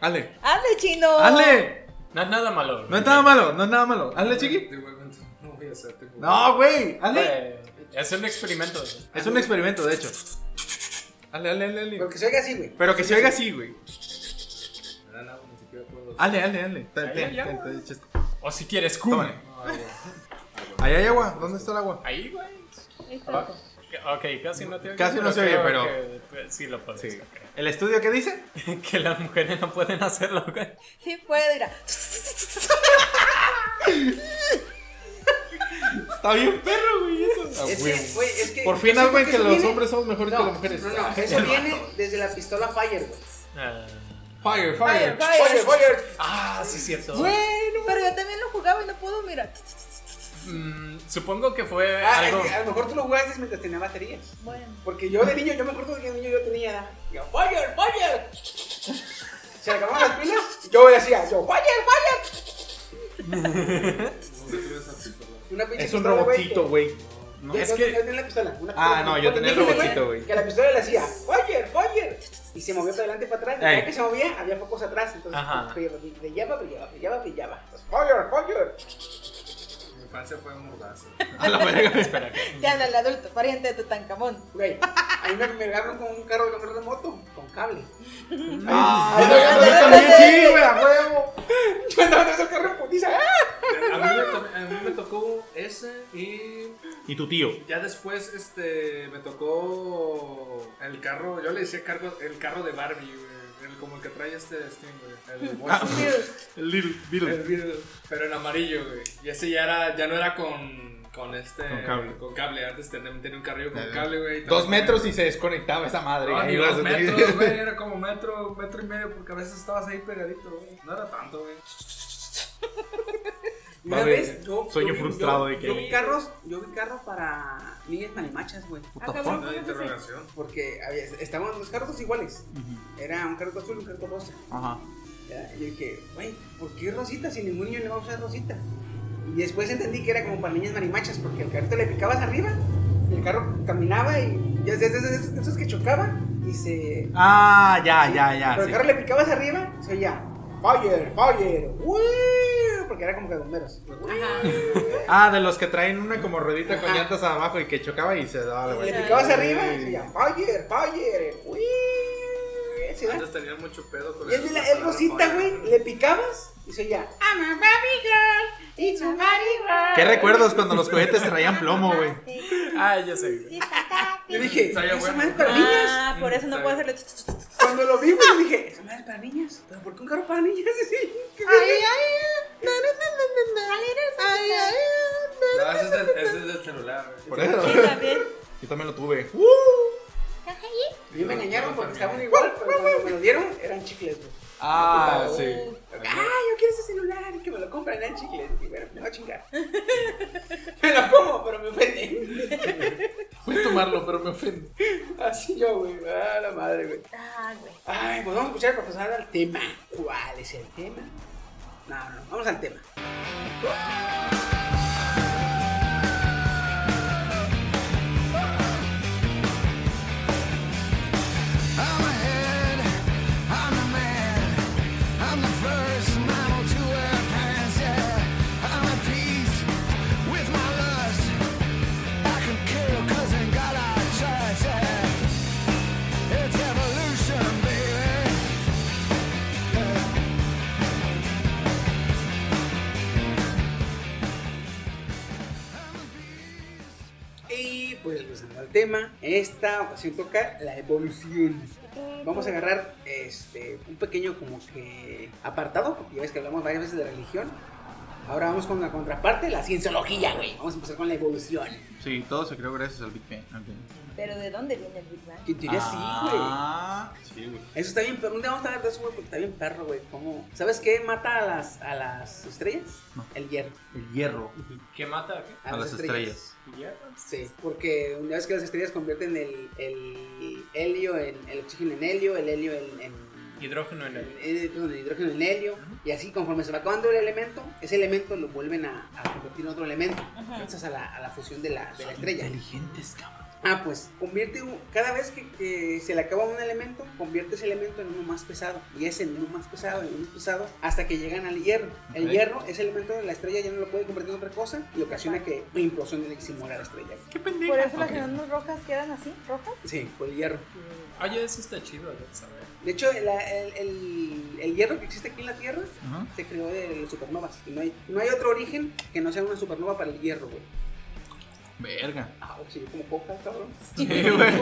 Speaker 6: Hazle.
Speaker 9: hazle, chino.
Speaker 6: Hazle.
Speaker 2: No es nada malo.
Speaker 6: No es nada malo, no es nada malo. Hazle, chiqui.
Speaker 5: de huevo, entonces, no voy a hacerte huevo.
Speaker 6: No, güey. Hazle.
Speaker 2: Eh, Es un experimento.
Speaker 6: Es un experimento, de hecho. Hazle, hazle, hazle. hazle.
Speaker 7: Pero que se oiga así, güey.
Speaker 6: Pero que se oiga así, güey.
Speaker 5: No, no, ni siquiera puedo.
Speaker 6: Hazle, hazle, hazle. Ten,
Speaker 2: Ahí
Speaker 6: ten,
Speaker 2: hay
Speaker 6: ten,
Speaker 2: agua.
Speaker 6: ten, chasco.
Speaker 2: O si quieres, cum.
Speaker 6: Tómale. Ahí hay agua. ¿Dónde está el agua?
Speaker 2: Ahí, güey.
Speaker 9: Listo.
Speaker 2: Ok, casi no te oye.
Speaker 6: Casi no se oye,
Speaker 2: creo
Speaker 6: pero-
Speaker 2: que, pues, sí lo puedes.
Speaker 6: Sí. ¿El estudio qué dice?
Speaker 2: (laughs) que las mujeres no pueden hacerlo, güey.
Speaker 9: Sí puede, mira.
Speaker 6: Está bien perro, güey, eso.
Speaker 7: Es que, güey, es que.
Speaker 6: Por fin
Speaker 7: yo
Speaker 6: algo en
Speaker 7: siento
Speaker 6: que
Speaker 7: eso
Speaker 6: los
Speaker 7: viene-
Speaker 6: hombres somos mejores
Speaker 7: no,
Speaker 6: que las mujeres.
Speaker 7: No, no, eso viene desde la pistola Fire, güey.
Speaker 2: Ah,
Speaker 6: Fire,
Speaker 9: Fire,
Speaker 6: fire.
Speaker 7: Fire,
Speaker 9: fire.
Speaker 7: Fire.
Speaker 2: Ah, sí, cierto.
Speaker 9: Pero yo también lo jugaba y no puedo, mira.
Speaker 2: Mm, supongo que fue
Speaker 7: Ah,
Speaker 2: algo.
Speaker 7: es que a lo mejor tú lo jugaste mientras tenía baterías.
Speaker 9: Bueno.
Speaker 7: Porque yo de niño, yo me acuerdo que de niño yo tenía. Yo, Fire, Fire. (laughs) Se le acababan las pilas. Yo le hacía, yo, Fire, Fire. Una pinche
Speaker 6: Es un
Speaker 7: pistola, güey, que-
Speaker 6: robotito, güey.
Speaker 7: No, es que... no tenía la pistola. una
Speaker 6: Ah,
Speaker 7: pistola,
Speaker 6: no,
Speaker 7: una
Speaker 6: yo
Speaker 7: pistola.
Speaker 6: tenía el
Speaker 7: Dije,
Speaker 6: robotcito, güey.
Speaker 7: Que la pistola le hacía, Roger, Roger. Y se movió para adelante y para atrás. Y
Speaker 6: Ey.
Speaker 7: cada que se movía, había focos atrás. Entonces, pues,
Speaker 8: Ajá.
Speaker 7: brillaba, brillaba, brillaba, brillaba, brillaba. Entonces, Roger, Roger.
Speaker 5: Mi infancia fue un murdazo.
Speaker 6: A la verga.
Speaker 8: Espera, que-
Speaker 9: Te anda el adulto, pariente de
Speaker 6: (laughs)
Speaker 9: Tutankamón.
Speaker 7: Güey, a mí me pegaron con un carro de control de moto, con cable. (laughs)
Speaker 6: Ah, yo también sí, güey, a huevo.
Speaker 7: Yo andaba atrás del carro en putiza. ¡ah!
Speaker 5: A mí, me to- a mí me tocó ese y
Speaker 6: Y tu tío.
Speaker 5: ya después este me tocó el carro, yo le decía cargo, el carro de Barbie, güey, el, como el que trae este Steam, güey, el
Speaker 6: Ah,
Speaker 5: Watson.
Speaker 6: El Little,
Speaker 5: El virus, pero en amarillo, güey. Y ese ya era, ya no era con, con este.
Speaker 6: Con cable.
Speaker 5: con cable. Antes tenía, tenía un carrillo con
Speaker 6: Ya, ya.
Speaker 5: cable, güey.
Speaker 6: Dos metros y se desconectaba esa madre.
Speaker 5: No,
Speaker 6: Ahí
Speaker 5: Ah, ni
Speaker 6: vas
Speaker 5: dos
Speaker 6: a tener- (laughs)
Speaker 5: metros, güey. Era como metro, metro y medio, porque a veces estabas ahí pegadito, güey. No era tanto, güey.
Speaker 7: Y Una
Speaker 6: Vale,
Speaker 7: vez, yo,
Speaker 6: soy yo
Speaker 7: vi-
Speaker 6: frustrado de que-
Speaker 7: Yo vi carros, yo vi carros para niñas marimachas, güey.
Speaker 9: Ah, cabrón,
Speaker 5: Una
Speaker 9: ¿cómo es así?
Speaker 5: interrogación.
Speaker 7: Porque había- estaban los carros iguales. Era un carro azul y un carro rosa.
Speaker 6: Ajá.
Speaker 7: Ya, Y yo dije, güey, ¿por qué rosita? Si ningún niño le va a usar rosita. Y después entendí que era como para niñas marimachas, porque el carrito le picabas arriba, y el carro caminaba y ya ya- ya- ya- esos esos que chocaban y se.
Speaker 6: Ah, ya, ya, ya.
Speaker 7: Pero el
Speaker 6: sí.
Speaker 7: carro le picabas arriba, se oía, fire, fire, ¡Woo! porque era como que bomberos.
Speaker 6: Ah, de los que traen una como ruedita con
Speaker 7: Ajá.
Speaker 6: llantas abajo y que chocaba y se daba la
Speaker 7: Le
Speaker 6: vuelta.
Speaker 7: picabas arriba y se oía, fire, fire, ¡Woo! Así, ¿verdad?
Speaker 5: Antes tenían mucho pedo con
Speaker 7: Y el, de la- el rosita, güey, le picabas y se oía, I'm a Barbie girl, it's a Barbie girl.
Speaker 6: ¿Qué recuerdos cuando los cohetes traían plomo, güey?
Speaker 8: Ah, ya sé, güey.
Speaker 7: Yo dije,
Speaker 5: Sabía
Speaker 7: ¿esa
Speaker 5: bueno.
Speaker 7: madre es para niñas?
Speaker 9: Ah, por eso no puedo hacerle.
Speaker 7: Cuando lo vi, güey, yo dije, esa madre es para niñas. ¿Pero por qué un carro para niñas? (laughs) Sí, qué verga.
Speaker 5: No, ese es del, ese es del celular, güey.
Speaker 6: Por eso.
Speaker 9: Sí, también.
Speaker 6: Yo también lo tuve.
Speaker 7: A mí me engañaron porque estaban igual, pero cuando me lo dieron, eran chicles, güey.
Speaker 6: Ah, sí.
Speaker 7: Ah, yo quiero ese celular y que me lo compren, eran chicles. Y bueno, me va a chingar. (laughs) me lo como, pero me ofenden.
Speaker 6: Voy a tomarlo, pero me ofende.
Speaker 7: (laughs) Así yo, güey, a la madre, güey.
Speaker 9: Ah, güey.
Speaker 7: Ay, pues vamos a escuchar al profesor al tema. ¿Cuál es el tema? No, no, vamos al tema. Y pues regresando al tema, en esta ocasión toca la evolución. Vamos a agarrar este, un pequeño como que apartado, porque ya ves que hablamos varias veces de religión. Ahora vamos con la contraparte, la cienciología, güey. Vamos a empezar con la evolución.
Speaker 6: Sí, todo se creó gracias al Big Bang.
Speaker 9: Pero ¿de dónde viene el Big Bang?
Speaker 7: Que en teoría sí, güey.
Speaker 6: Ah, sí, güey.
Speaker 7: Eso está bien, pero un día vamos a hablar de eso, güey, porque está bien perro, güey. ¿Cómo? ¿Sabes qué mata a las, a las estrellas?
Speaker 6: No.
Speaker 7: El hierro.
Speaker 6: El hierro
Speaker 8: ¿Qué mata? ¿Qué?
Speaker 7: A, las, estrellas. Sí, porque una vez que las estrellas convierten el, el helio en el oxígeno en helio, el helio en, en-
Speaker 8: Hidrógeno en el.
Speaker 7: en- perdón, el hidrógeno en helio, y así conforme se va acabando el elemento, ese elemento lo vuelven a, a convertir en otro elemento, gracias a la, a la fusión de la, de la estrella.
Speaker 6: Inteligentes, cabrón.
Speaker 7: Ah, pues convierte un- cada vez que, que se le acaba un elemento, convierte ese elemento en uno más pesado, y ese en uno más pesado, en uno más pesado, hasta que llegan al hierro. El
Speaker 6: Ok.
Speaker 7: hierro, ese elemento de la estrella ya no lo puede convertir en otra cosa, y ocasiona que implosione y se muera la estrella.
Speaker 9: Por eso las enanas rojas quedan así, rojas. (laughs)
Speaker 7: Sí, por el hierro.
Speaker 8: Oye, eso está chido, de saber.
Speaker 7: De hecho, la- el, el- el hierro que existe aquí en la Tierra se creó de las supernovas. Y no, hay, no hay otro origen que no sea una supernova para el hierro, güey.
Speaker 6: Verga.
Speaker 7: Ah, o sea, yo como coca, cabrón.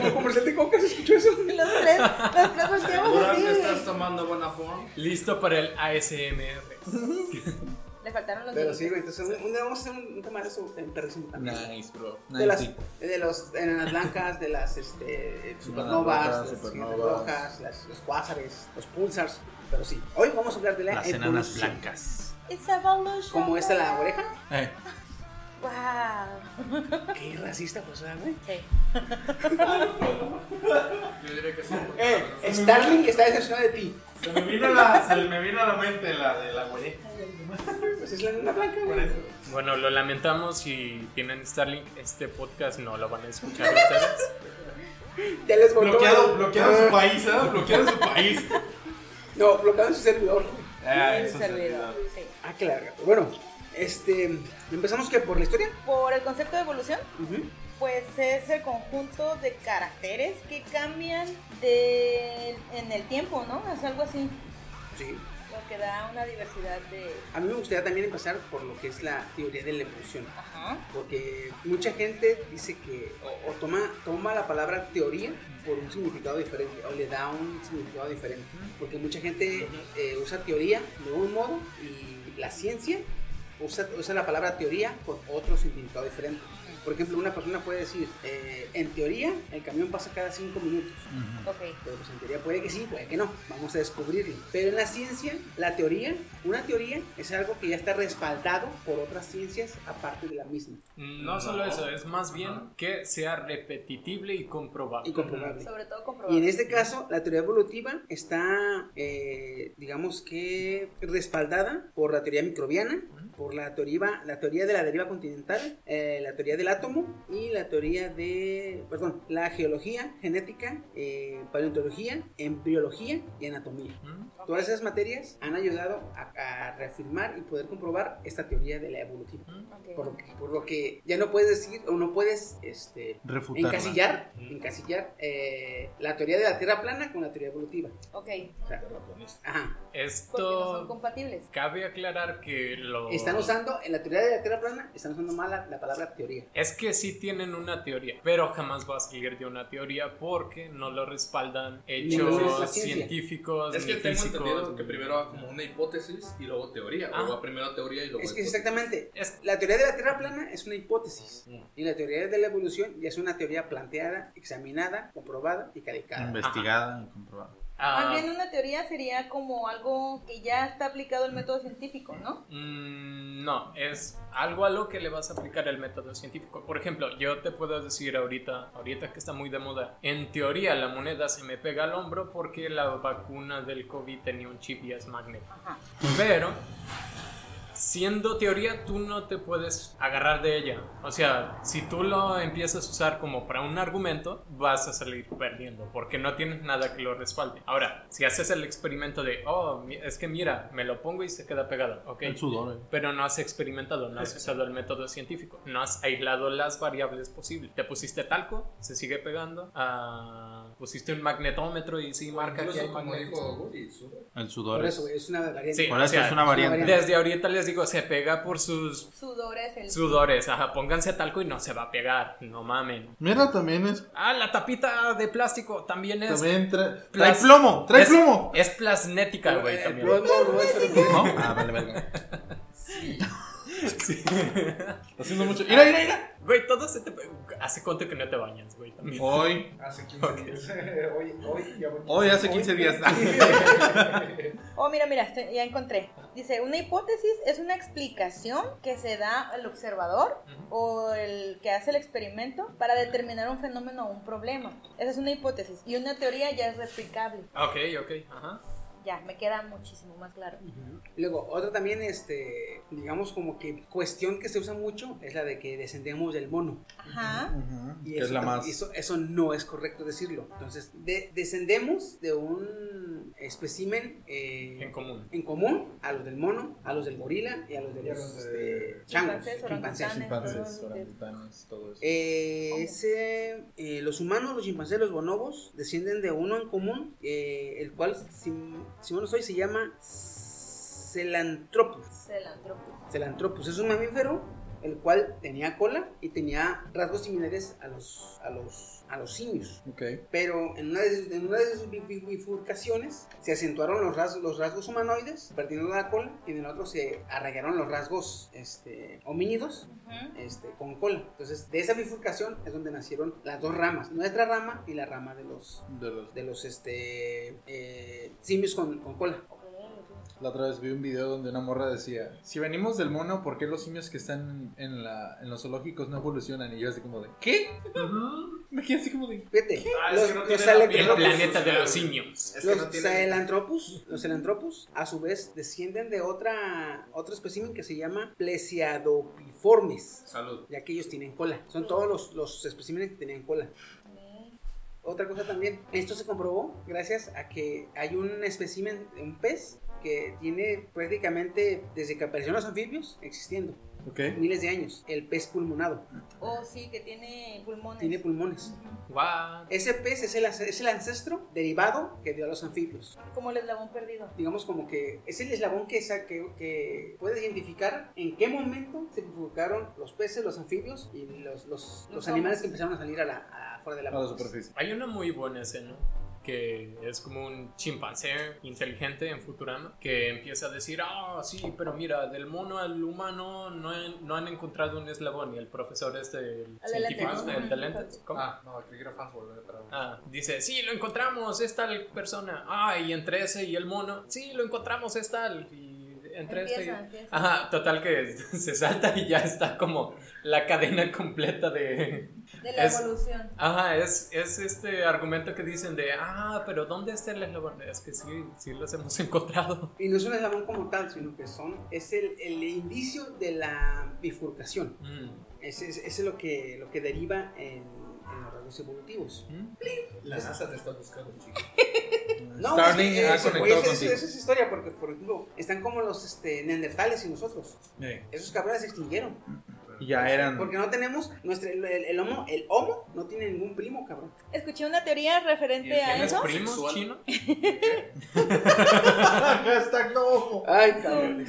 Speaker 7: Como comercial de coca, ¿se escuchó eso?
Speaker 9: Los tres, los tres
Speaker 7: Ah,
Speaker 9: volteamos así.
Speaker 5: Durante estás
Speaker 9: güey.
Speaker 5: tomando buena forma.
Speaker 8: Listo para el ASMR.
Speaker 9: Le faltaron los
Speaker 7: Pero
Speaker 9: deditos.
Speaker 7: sí, güey, entonces un, un día vamos a hacer un, un tema de eso en perrísimo también.
Speaker 6: Nice, bro.
Speaker 7: De las, de los enanas blancas, de las este, supernovas,
Speaker 6: blancas,
Speaker 7: las supernovas.
Speaker 6: supernovas.
Speaker 7: rojas, las- los cuásares, los pulsars, pero sí. Hoy vamos a hablar de la
Speaker 6: Las enanas
Speaker 7: evolución.
Speaker 6: blancas.
Speaker 9: It's evolution.
Speaker 7: Como esta la oreja, Ah,
Speaker 6: Eh.
Speaker 9: Wow.
Speaker 7: qué racista, pues, güey.
Speaker 9: Sí.
Speaker 5: Yo diría que sí. güey.
Speaker 7: Eh, Starling está decepcionado de ti.
Speaker 6: Se me vino la, se me vino a la mente la de la güey.
Speaker 7: Pues pues es la luna blanca,
Speaker 5: Por
Speaker 7: güey.
Speaker 5: eso.
Speaker 2: Bueno, lo lamentamos si tienen Starlink. Este podcast no lo van a
Speaker 7: (laughs)
Speaker 2: escuchar ustedes.
Speaker 7: Ya les volvió.
Speaker 6: Bloqueado, bloqueado en su país, ¿ah? Bloqueado en su país.
Speaker 7: No, bloqueado en su servidor.
Speaker 6: Ah,
Speaker 9: el
Speaker 6: eso es
Speaker 9: servidor,
Speaker 6: servidor.
Speaker 9: sí.
Speaker 7: Ah, qué larga. Bueno, este. ¿Empezamos que por la historia?
Speaker 9: Por el concepto de evolución,
Speaker 7: Ujú.
Speaker 9: pues es el conjunto de caracteres que cambian de, en el tiempo, ¿no? Es algo así,
Speaker 7: Sí.
Speaker 9: lo que da una diversidad de...
Speaker 7: A mí me gustaría también empezar por lo que es la teoría de la evolución.
Speaker 9: Ajá.
Speaker 7: Porque mucha gente dice que, o, o toma, toma la palabra teoría por un significado diferente, o le da un significado diferente. Porque mucha gente eh, usa teoría de un modo y la ciencia usa, usa la palabra teoría con otro significado diferente. Por ejemplo, una persona puede decir, eh, en teoría el camión pasa cada cinco minutos.
Speaker 9: Ok.
Speaker 7: Pero pues en teoría puede que sí, puede que no. Vamos a descubrirlo. Pero en la ciencia, la teoría, una teoría es algo que ya está respaldado por otras ciencias aparte de la misma
Speaker 2: No solo eso, es más bien que sea repetitible y comprobable.
Speaker 7: y comprobable.
Speaker 9: Sobre todo
Speaker 7: Y en
Speaker 9: comprobable.
Speaker 7: este caso, la teoría evolutiva está, eh, digamos que, respaldada por la teoría microbiana, por la teoría, la teoría de la deriva continental, eh, la teoría del átomo y la teoría de, perdón, la geología, genética, eh, paleontología, embriología y anatomía.
Speaker 2: ¿Mm?
Speaker 7: Todas esas materias han ayudado a, a reafirmar y poder comprobar esta teoría de la evolutiva.
Speaker 9: Ok.
Speaker 7: Por lo que, por lo que ya no puedes decir o no puedes este,
Speaker 6: Refutarla.
Speaker 7: encasillar, encasillar eh, la teoría de la Tierra plana con la teoría evolutiva.
Speaker 9: Ok.
Speaker 7: O sea, ajá.
Speaker 9: Porque no son
Speaker 2: Esto
Speaker 9: compatibles.
Speaker 2: cabe aclarar que lo
Speaker 7: Están usando, en la teoría de la Tierra plana, están usando mal la, la palabra teoría.
Speaker 2: Es que sí tienen una teoría, pero jamás va a salir de una teoría porque no lo respaldan
Speaker 7: Entonces, la
Speaker 2: hechos
Speaker 7: ciencia.
Speaker 2: científicos.
Speaker 5: Es que
Speaker 2: ni
Speaker 5: tengo
Speaker 2: físicos,
Speaker 5: entendido que
Speaker 2: ni-
Speaker 5: primero va como una hipótesis y luego teoría.
Speaker 2: Ah.
Speaker 5: O va primero teoría y luego.
Speaker 7: Es que
Speaker 5: hipótesis.
Speaker 7: exactamente,
Speaker 2: Es-
Speaker 7: la teoría de la Tierra plana es una hipótesis y la teoría de la evolución ya es una teoría planteada, examinada, comprobada y calificada.
Speaker 6: Investigada y comprobada.
Speaker 2: ah,
Speaker 9: Más bien una teoría sería como algo que ya está aplicado el método científico, ¿no?
Speaker 2: Mm, No, es algo a lo que le vas a aplicar el método científico. Por ejemplo, yo te puedo decir ahorita, ahorita que está muy de moda, en teoría la moneda se me pega al hombro porque la vacuna del COVID tenía un chip y es magnético.
Speaker 9: Ajá.
Speaker 2: Pero, siendo teoría, tú no te puedes agarrar de ella. O sea, si tú lo empiezas a usar como para un argumento, vas a salir perdiendo porque no tienes nada que lo respalde. Ahora, si haces el experimento de, oh, mi- es que mira, me lo pongo y se queda pegado, ¿ok?
Speaker 6: El sudor, eh.
Speaker 2: Pero no has experimentado, no has usado el método científico, no has aislado las variables posibles. Te pusiste talco, se sigue pegando, ah, pusiste un magnetómetro y sí marca que hay
Speaker 5: Incluso como dijo
Speaker 2: magnetismo.
Speaker 5: Woody, sube.
Speaker 6: El
Speaker 7: Por
Speaker 6: sudor.
Speaker 7: eso güey, es una variante.
Speaker 2: Sí,
Speaker 6: Por
Speaker 2: o
Speaker 6: eso
Speaker 2: sea,
Speaker 6: es una variante.
Speaker 2: Desde ahorita les digo, se pega por sus
Speaker 9: Sudor es el...
Speaker 2: sudores, ajá, pónganse talco y no se va a pegar, no mamen.
Speaker 6: Mira, también es.
Speaker 2: Ah, la tapita de plástico también es...
Speaker 6: También tra- trae
Speaker 2: plas-
Speaker 6: plomo, trae
Speaker 2: es- (laughs)
Speaker 6: plomo.
Speaker 2: Es plasnética, güey,
Speaker 7: El
Speaker 2: también. (laughs)
Speaker 7: plomo no es frecuente.
Speaker 6: ¿No? Ah, vale, vale. Sí. Está haciendo mucho. Mira, mira, mira.
Speaker 2: Güey, todo se te... pe- Hace cuánto que no te bañas, güey, también.
Speaker 6: Hoy.
Speaker 5: Hace 15 (laughs) días. hoy, hoy, ya voy.
Speaker 6: Hoy hace 15 días.
Speaker 9: Oh, mira, mira, estoy- ya encontré. Dice, una hipótesis es una explicación que se da al observador o el que hace el experimento para determinar un fenómeno o un problema. Esa es una hipótesis. Y una teoría ya es replicable.
Speaker 2: Ok, ok, ajá.
Speaker 9: Ya, me queda muchísimo más claro.
Speaker 7: Luego, otra también, este, digamos como que cuestión que se usa mucho es la de que descendemos del mono.
Speaker 9: Ajá.
Speaker 7: Y
Speaker 6: Que
Speaker 7: eso,
Speaker 6: es la
Speaker 7: tam-
Speaker 6: más.
Speaker 7: eso, eso no es correcto decirlo. Entonces, de- descendemos de un espécimen eh,
Speaker 2: En común.
Speaker 7: en común a los del mono, a los del gorila y a los de
Speaker 5: Y a
Speaker 7: los
Speaker 5: los de-
Speaker 7: este, changos,
Speaker 9: Chimpancés, orangutanes,
Speaker 7: chimpancés.
Speaker 9: todo lo de-
Speaker 6: todo eso.
Speaker 7: Eh, ese, eh, los humanos, los chimpancés, los bonobos descienden de uno en común, eh, el cual, si, si mal no soy, se llama Celanthropus.
Speaker 9: Celantropo.
Speaker 7: Celanthropus es un mamífero el cual tenía cola y tenía rasgos similares a los a los a los simios. Pero en una de, en una de sus bi- bi- bifurcaciones se acentuaron los rasgos, los rasgos humanoides, perdiendo la cola, y en el otro se arraigaron los rasgos este, homínidos
Speaker 9: Ujú.
Speaker 7: este, con cola. Entonces, de esa bifurcación es donde nacieron las dos ramas, nuestra rama y la rama de los de los este, eh, simios con, con cola.
Speaker 9: Ok, ok.
Speaker 6: La otra vez vi un video donde una morra decía, si venimos del mono, ¿por qué los simios que están en, la, en los zoológicos no evolucionan? Y yo así como de, ¿qué? (laughs) Me quedé así como de...
Speaker 7: Fíjate,
Speaker 8: Ah, es
Speaker 7: los,
Speaker 8: que no
Speaker 7: los
Speaker 8: tiene la piel, el
Speaker 7: alentropus-
Speaker 8: planeta de los simios.
Speaker 5: Es que no
Speaker 7: Los
Speaker 5: tiene.
Speaker 7: sahelanthropus, los sahelanthropus, a su vez, descienden de otra, otro espécimen que se llama plesiadopiformes,
Speaker 5: Salud.
Speaker 7: ya que ellos tienen cola. Son todos los, los especímenes que tenían cola. Otra cosa también, esto se comprobó gracias a que hay un espécimen, un pez, que tiene prácticamente, desde que aparecieron los anfibios, existiendo,
Speaker 6: Ok.
Speaker 7: miles de años. El pez pulmonado,
Speaker 9: Oh, sí, que tiene pulmones.
Speaker 7: tiene pulmones.
Speaker 8: Guau.
Speaker 7: Ese pez es el, ance- es el ancestro derivado que dio a los anfibios.
Speaker 9: Como el eslabón perdido.
Speaker 7: digamos como que es el eslabón que, sa- que, que puedes identificar en qué momento se bifurcaron los peces, los anfibios y los, los, los
Speaker 9: Los
Speaker 7: animales
Speaker 9: hombres.
Speaker 7: que empezaron a salir a la, afuera de la,
Speaker 6: A la
Speaker 7: boca.
Speaker 6: superficie.
Speaker 8: Hay una muy buena escena que es como un chimpancé inteligente en Futurama que empieza a decir, ah, sí, pero mira, del mono al humano no han, no han encontrado un eslabón y el profesor es del
Speaker 9: Al de
Speaker 8: científico
Speaker 9: lentes,
Speaker 8: del
Speaker 9: ¿no?
Speaker 8: de lentes. ¿Cómo?
Speaker 5: Ah, no, creí que era fastball, pero.
Speaker 8: Ah, dice, sí, lo encontramos, es tal persona. Ah, y entre ese y el mono, sí, lo encontramos, es tal. Y entre este y-
Speaker 9: Empieza, empieza.
Speaker 2: ah,
Speaker 8: Ajá, total que (laughs) se salta y ya está como la cadena completa de...
Speaker 9: De la
Speaker 8: Es-
Speaker 9: evolución.
Speaker 8: Ajá, es, es este argumento que dicen de, ah, pero ¿dónde está el eslabón? Es que sí, sí los
Speaker 2: (laughs)
Speaker 8: hemos encontrado.
Speaker 7: Y no es un eslabón como tal, sino que son, es el, el indicio de la bifurcación.
Speaker 8: Mm,
Speaker 7: Ese es, ese es lo, que, lo que deriva en, en los rasgos evolutivos.
Speaker 8: mm.
Speaker 5: La NASA te está buscando,
Speaker 6: (laughs)
Speaker 5: chico.
Speaker 7: No,
Speaker 6: Starling
Speaker 7: es que,
Speaker 6: ha
Speaker 7: ese-
Speaker 6: conectado
Speaker 7: oye, ese-
Speaker 6: contigo.
Speaker 7: esa es historia, porque por ejemplo, están como los este, neandertales y nosotros.
Speaker 6: Eh,
Speaker 7: Esos cabrones se extinguieron.
Speaker 6: Y ya eran...
Speaker 7: Porque no tenemos, nuestro, el, el- el homo, el homo no tiene ningún primo, cabrón.
Speaker 9: Escuché una teoría referente a
Speaker 8: ¿Tienes
Speaker 9: eso.
Speaker 8: primos
Speaker 5: Sexual.
Speaker 8: chino?
Speaker 6: Hashtag no.
Speaker 7: Ay, cabrón.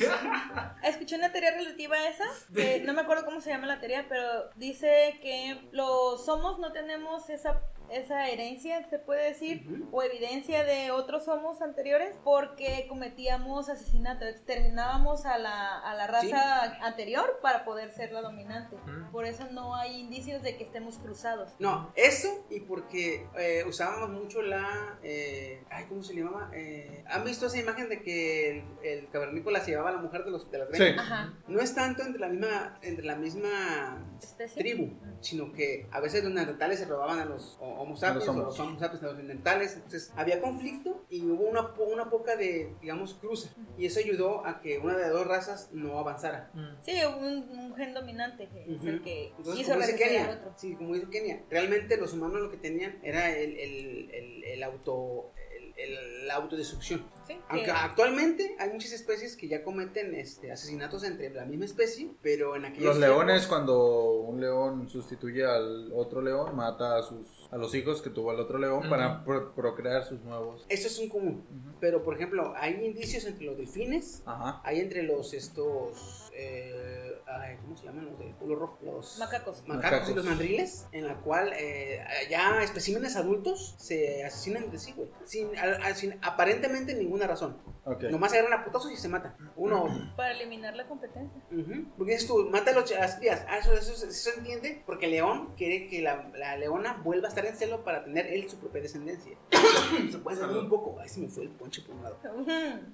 Speaker 9: Escuché una teoría relativa a esa, que no me acuerdo cómo se llama la teoría, pero dice que los somos no tenemos esa, esa herencia, se puede decir, o evidencia de otros somos anteriores, porque cometíamos asesinato, exterminábamos a la, a la raza anterior para poder ser la dominante.
Speaker 8: Ujú.
Speaker 9: Por eso no hay indicios de que estemos cruzados.
Speaker 7: No, eso y porque eh, usábamos mucho la. eh, ay, ¿cómo se le llamaba? Eh, ¿Han visto esa imagen de que el, el cavernícola se llevaba a la mujer de, los, de las
Speaker 6: Sí.
Speaker 9: Ajá,
Speaker 7: No es tanto entre la misma, entre la misma
Speaker 9: especie.
Speaker 7: tribu, sino que a veces los neandertales se robaban a los o- homo sapiens o los homo sapiens a los neandertales. Entonces había conflicto y hubo una, po- una poca de, digamos, cruza. Y eso ayudó a que una de las dos razas no avanzara.
Speaker 8: Mm.
Speaker 9: Sí, un, un gen dominante, que es el
Speaker 7: Ujú.
Speaker 9: que
Speaker 7: Entonces,
Speaker 9: hizo
Speaker 7: como dice
Speaker 9: resistir al
Speaker 7: Kenia,
Speaker 9: otro.
Speaker 7: sí, como dice Kenia, realmente los humanos lo que tenían era el, el, el, el auto el, el- la autodestrucción.
Speaker 9: Sí,
Speaker 7: Aunque
Speaker 9: que-
Speaker 7: actualmente hay muchas especies que ya cometen este, asesinatos entre la misma especie, pero en aquellos
Speaker 6: Los leones, cuando un león sustituye al otro león, mata a, sus, a los hijos que tuvo al otro león para pro- procrear sus nuevos.
Speaker 7: eso es un común.
Speaker 6: Ujú.
Speaker 7: Pero por ejemplo, hay indicios entre los delfines,
Speaker 6: Ajá.
Speaker 7: hay entre los estos eh, ay, ¿cómo se llaman los del culo rojo? Los
Speaker 9: Macacos.
Speaker 7: macacos, y los mandriles, en la cual eh, ya especímenes adultos se asesinan entre sí, güey. Sin, al- al- sin aparentemente ninguna razón.
Speaker 6: Ok.
Speaker 7: Nomás se agarran a putazos y se matan. Uno a otro.
Speaker 9: Para eliminar la competencia. (laughs)
Speaker 7: Ujú. Porque dices tú, mata a los ch- a las crías. Ah, eso, eso, eso se entiende. Porque León quiere que la, la leona vuelva a estar en celo para tener él su propia descendencia. (coughs) se puede saber un poco. Ay, se me fue el ponche por un lado.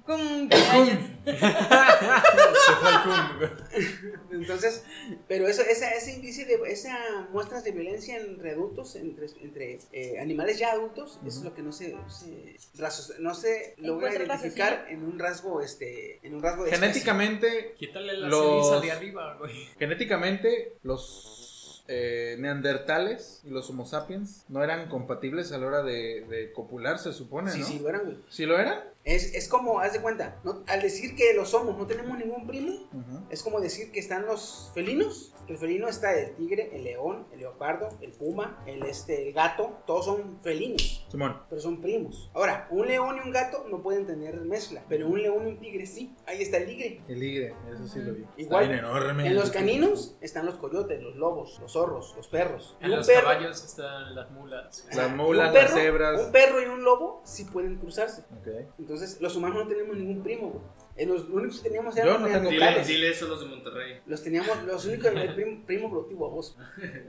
Speaker 9: Cumpleaños.
Speaker 6: pues,
Speaker 8: Se
Speaker 7: (laughs)
Speaker 8: fue el cum, güey.
Speaker 7: Entonces, pero eso, esa, ese indicio de esas muestras de violencia entre adultos, entre, entre eh, animales ya adultos, eso es lo que no se, se razo- no se logra
Speaker 9: Encuentra el
Speaker 7: identificar en un rasgo, este, en un rasgo de
Speaker 6: Genéticamente,
Speaker 8: Quítale la
Speaker 6: Los-
Speaker 8: ceniza de arriba, güey.
Speaker 6: genéticamente, los eh, neandertales y los homo sapiens no eran compatibles a la hora de, de copular, se supone,
Speaker 7: especie.
Speaker 6: ¿no?
Speaker 7: Sí, sí, lo eran, güey.
Speaker 6: ¿Sí lo eran?
Speaker 7: Es, es como, haz de cuenta, no- al decir que los somos, no tenemos ningún primo,
Speaker 6: Ujú.
Speaker 7: es como decir que están los felinos. El felino está el tigre, el león, el leopardo, el puma, el, este, el gato, todos son felinos,
Speaker 6: Simón.
Speaker 7: pero son primos. Ahora, un león y un gato no pueden tener mezcla, pero un león y un tigre sí, ahí está el tigre.
Speaker 6: El ligre, eso sí lo vi.
Speaker 7: Igual,
Speaker 6: Está bien enorme.
Speaker 7: En los caninos están los coyotes, los lobos, los zorros, los perros. Y
Speaker 8: En
Speaker 7: un
Speaker 8: los
Speaker 7: perro-
Speaker 8: caballos están las mulas.
Speaker 7: Ajá,
Speaker 6: Las
Speaker 7: y un
Speaker 6: mulas,
Speaker 7: perro-
Speaker 6: las cebras.
Speaker 7: Un perro y un lobo sí pueden cruzarse.
Speaker 6: Ok.
Speaker 7: Entonces, los humanos no tenemos ningún primo, güey. Eh, los únicos que teníamos
Speaker 10: Yo
Speaker 7: eran
Speaker 10: no
Speaker 7: los
Speaker 10: tengo
Speaker 7: neandertales.
Speaker 10: planes.
Speaker 5: Dile eso a los de Monterrey.
Speaker 7: Los teníamos, los únicos, el primo, primo productivo a vos.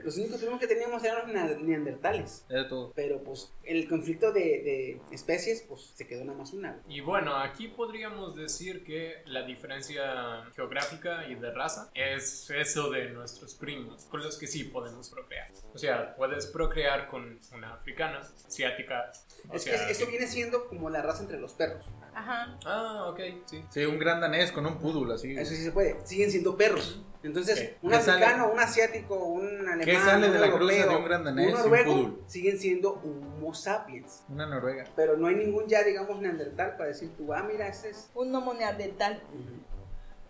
Speaker 7: Los únicos primos que teníamos eran los na- neandertales.
Speaker 10: Era todo.
Speaker 7: Pero pues el conflicto de, de especies, pues se quedó nada más una. güey.
Speaker 2: Y bueno, aquí podríamos decir que la diferencia geográfica y de raza es eso de nuestros primos, con los que sí podemos procrear. O sea, puedes procrear con una africana, asiática. o
Speaker 7: Es que
Speaker 2: sea,
Speaker 7: eso viene siendo como la raza entre los perros.
Speaker 9: Ajá.
Speaker 2: Ah, ok, sí.
Speaker 10: Sí, un gran danés con un púdula, así.
Speaker 7: Eso sí se puede. Siguen siendo perros. Entonces,
Speaker 10: ¿Qué?
Speaker 7: un
Speaker 10: ¿Qué sale?
Speaker 7: africano, un asiático, un alemán,
Speaker 10: sale
Speaker 7: un
Speaker 10: de la
Speaker 7: europeo,
Speaker 10: cruza de un gran danés y un
Speaker 7: noruego,
Speaker 10: poodle?
Speaker 7: siguen siendo homo sapiens.
Speaker 10: Una noruega.
Speaker 7: Pero no hay ningún ya, digamos, neandertal para decir tú, ah, mira, este es...
Speaker 9: Un no dental.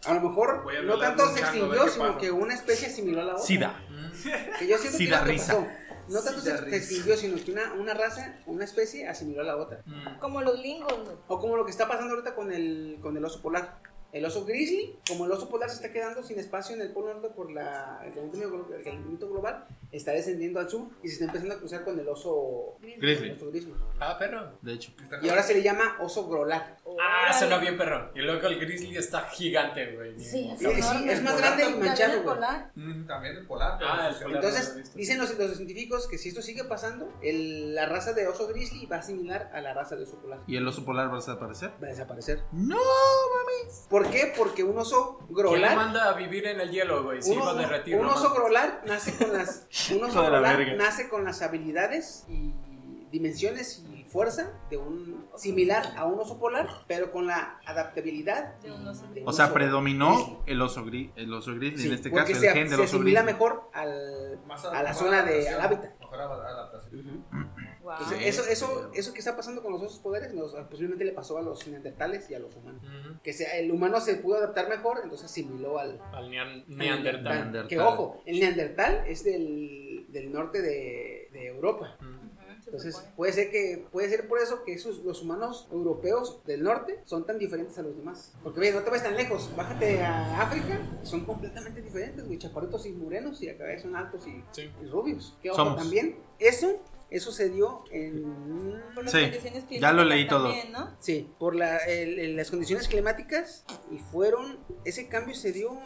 Speaker 7: A lo mejor
Speaker 5: Voy a
Speaker 7: no
Speaker 5: hablar
Speaker 7: tanto
Speaker 5: de un
Speaker 7: se
Speaker 5: chango, a ver
Speaker 7: extinguió,
Speaker 5: qué
Speaker 7: sino
Speaker 5: pasa.
Speaker 7: que una especie asimiló a la otra.
Speaker 6: Sida.
Speaker 2: Mm,
Speaker 7: Que yo siento
Speaker 6: Sí
Speaker 7: que
Speaker 6: da
Speaker 7: es lo que
Speaker 6: risa.
Speaker 7: pasó. No tanto
Speaker 5: Sí da
Speaker 7: se se
Speaker 5: risa.
Speaker 7: extinguió, sino que una, una raza, una especie asimiló a la otra.
Speaker 2: mm.
Speaker 9: Como los lingos, güey.
Speaker 7: O como lo que está pasando ahorita con el, con el oso polar. El oso grizzly, como el oso polar se está quedando sin espacio en el polo norte por la, el, calentamiento, glo- el calentamiento global, está descendiendo al sur y se está empezando a cruzar con el oso
Speaker 10: Grizzly.
Speaker 7: el oso grizzly.
Speaker 2: Ah, perro.
Speaker 6: De hecho.
Speaker 7: Y ahora se le llama oso grolar.
Speaker 2: Ah, suena bien, perro. Y luego el grizzly está gigante, güey.
Speaker 9: Sí, es,
Speaker 7: Sí, sí,
Speaker 9: enorme.
Speaker 7: es más grande y
Speaker 9: También
Speaker 7: manchado,
Speaker 9: el
Speaker 7: güey.
Speaker 9: polar.
Speaker 10: También el polar.
Speaker 2: Ah, el polar. no lo he
Speaker 7: Entonces,
Speaker 2: visto.
Speaker 7: dicen los, los científicos que si esto sigue pasando, el- la raza de oso grizzly va a similar a la raza de oso polar.
Speaker 6: ¿Y el oso polar va a desaparecer?
Speaker 7: Va a desaparecer.
Speaker 6: ¡No!
Speaker 7: ¿Por qué? Porque un oso
Speaker 2: ¿Quién lo
Speaker 7: grolar
Speaker 2: manda a vivir en el hielo, güey? Si
Speaker 7: Un,
Speaker 2: iba a
Speaker 7: un-
Speaker 2: derretir.
Speaker 7: un
Speaker 2: no
Speaker 7: oso
Speaker 2: mames.
Speaker 7: grolar nace con las un
Speaker 6: (laughs)
Speaker 7: oso
Speaker 6: Hijo de la
Speaker 7: grolar
Speaker 6: verga.
Speaker 7: nace con las habilidades y dimensiones y fuerza de un similar a un oso polar, pero con la adaptabilidad
Speaker 9: De un oso
Speaker 7: de
Speaker 9: grizzly.
Speaker 7: un
Speaker 6: O sea,
Speaker 7: oso grizzly.
Speaker 6: predominó el oso, gris, el oso grizzly,
Speaker 7: Sí,
Speaker 6: en este
Speaker 7: porque
Speaker 11: caso, el
Speaker 7: se,
Speaker 11: gen del
Speaker 7: se
Speaker 11: oso
Speaker 7: asimila
Speaker 11: grizzly.
Speaker 7: mejor al, a la zona de al hábitat.
Speaker 9: Wow.
Speaker 7: Entonces,
Speaker 6: Ah,
Speaker 7: eso, eso, eso que está pasando con los osos poderes, nos- posiblemente le pasó a los neandertales y a los humanos.
Speaker 2: Ujú.
Speaker 7: Que sea, el humano se pudo adaptar mejor, entonces asimiló al,
Speaker 2: Al nean- neandertal.
Speaker 6: Neandertal.
Speaker 7: Que ojo, el neandertal es del, del norte de, de Europa.
Speaker 9: Ujú, se
Speaker 7: Entonces
Speaker 9: supone.
Speaker 7: puede ser que puede ser por eso que esos los humanos europeos del norte son tan diferentes a los demás. Porque ve, no te ves tan lejos, bájate a África, son completamente diferentes, güey, chaparritos y morenos y acá son altos y,
Speaker 2: Sí.
Speaker 7: y rubios. Que ojo
Speaker 6: Somos.
Speaker 7: también, eso eso se dio en
Speaker 9: Por las
Speaker 6: Sí,
Speaker 9: condiciones
Speaker 6: ya lo leí
Speaker 9: climáticas
Speaker 6: todo.
Speaker 9: también, ¿no?
Speaker 7: Sí, por la- el- el- las condiciones climáticas y fueron ese cambio se dio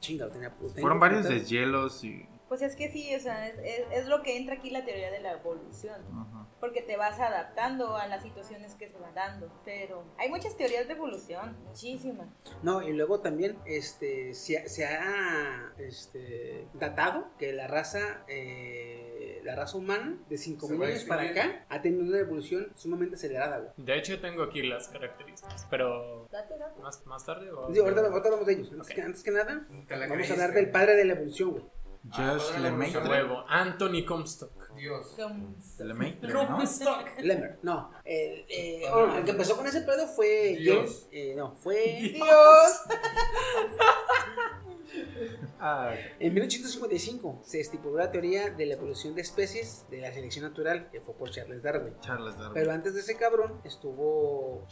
Speaker 7: Chinga, lo tenía- lo tengo
Speaker 6: Fueron varios
Speaker 7: apuntado.
Speaker 6: deshielos y...
Speaker 9: Pues es que sí, o sea, es, es- es lo que entra aquí la teoría de la evolución.
Speaker 6: ajá.
Speaker 9: porque te vas adaptando a las situaciones que se van dando. Pero hay muchas teorías de evolución, muchísimas.
Speaker 7: No, y luego también este, se, ha- se ha este, datado que la raza, eh, la raza humana de 5.000
Speaker 5: va
Speaker 7: años para
Speaker 5: extinguiendo.
Speaker 7: acá ha tenido una evolución sumamente acelerada. güey.
Speaker 2: De hecho, tengo aquí las características, pero...
Speaker 9: Date, date.
Speaker 2: ¿Más, más tarde o...?
Speaker 7: Sí, ahorita, ahorita hablamos de ellos. Antes,
Speaker 2: Ok.
Speaker 7: que, antes que nada,
Speaker 5: Te la
Speaker 7: vamos a
Speaker 5: creíste.
Speaker 7: hablar del padre de la evolución. güey.
Speaker 6: Just
Speaker 5: ahora la
Speaker 6: LeMaitre.
Speaker 5: evolución
Speaker 2: Huevo. Anthony Comstock.
Speaker 5: Dios.
Speaker 6: LeMaitre, ¿no?
Speaker 2: pues,
Speaker 7: Lemmer. No, el, eh, bueno, el que empezó con ese pedo fue
Speaker 5: Ah, Dios.
Speaker 7: James. eh, no,
Speaker 5: (laughs)
Speaker 7: fue
Speaker 9: Dios.
Speaker 6: Ah,
Speaker 7: en 1855 se estipuló la teoría de la evolución de especies de la selección natural que fue por Charles Darwin.
Speaker 6: Charles Darwin.
Speaker 7: Pero antes de ese cabrón estuvo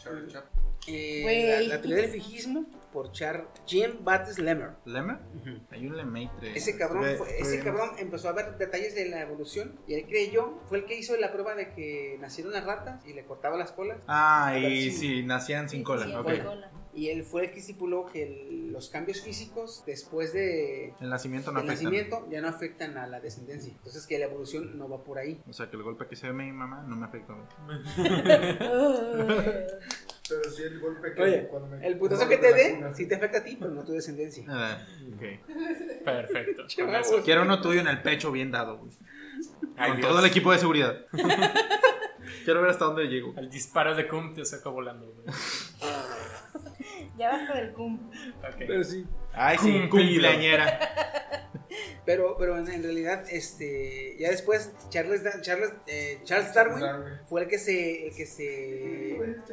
Speaker 7: Eh,
Speaker 9: Güey.
Speaker 7: la, la teoría del fijismo por Char Jim Bates Lemmer.
Speaker 6: ¿Lema? Hay un LeMaitre.
Speaker 7: Ese cabrón,
Speaker 6: Ve-
Speaker 7: fue- ese
Speaker 6: ve-
Speaker 7: cabrón empezó a ver detalles de la evolución y él creyó, fue el que hizo la prueba de que nacieron las ratas y le cortaba las colas
Speaker 6: Ah,
Speaker 7: Sí.
Speaker 6: y sí, nacían sin cola.
Speaker 9: Sí, sí,
Speaker 6: ok.
Speaker 9: sin cola.
Speaker 7: y él fue el que estipuló que el- los cambios físicos después de
Speaker 6: El nacimiento
Speaker 7: del
Speaker 6: no afecta.
Speaker 7: nacimiento ya no afectan a la descendencia. Entonces que la evolución no va por ahí.
Speaker 6: O sea, que el golpe que se ve mi mamá no me afecta. a mí.
Speaker 12: Pero sí el golpe que
Speaker 7: Oye,
Speaker 12: cuando me-
Speaker 7: el putazo que
Speaker 12: cuando
Speaker 7: te
Speaker 12: me
Speaker 7: dé
Speaker 12: vacunas.
Speaker 7: sí te afecta a ti, pero no a tu descendencia.
Speaker 6: Ah, ok.
Speaker 2: Perfecto. Con eso.
Speaker 6: Quiero uno tuyo en el pecho bien dado, güey.
Speaker 2: Ay,
Speaker 6: Con
Speaker 2: Dios.
Speaker 6: todo el equipo de seguridad. Quiero ver hasta dónde llego.
Speaker 2: El disparo de Cum te saca volando, güey.
Speaker 9: (laughs) Ya basta del cum.
Speaker 2: Ok.
Speaker 7: sí.
Speaker 6: Ay, sí,
Speaker 2: Cumplido.
Speaker 6: cumpleañera.
Speaker 7: Pero, pero en, en realidad, este, ya después, Charles, Da- Charles, eh, Charles Darwin fue el que se, el que se, eh,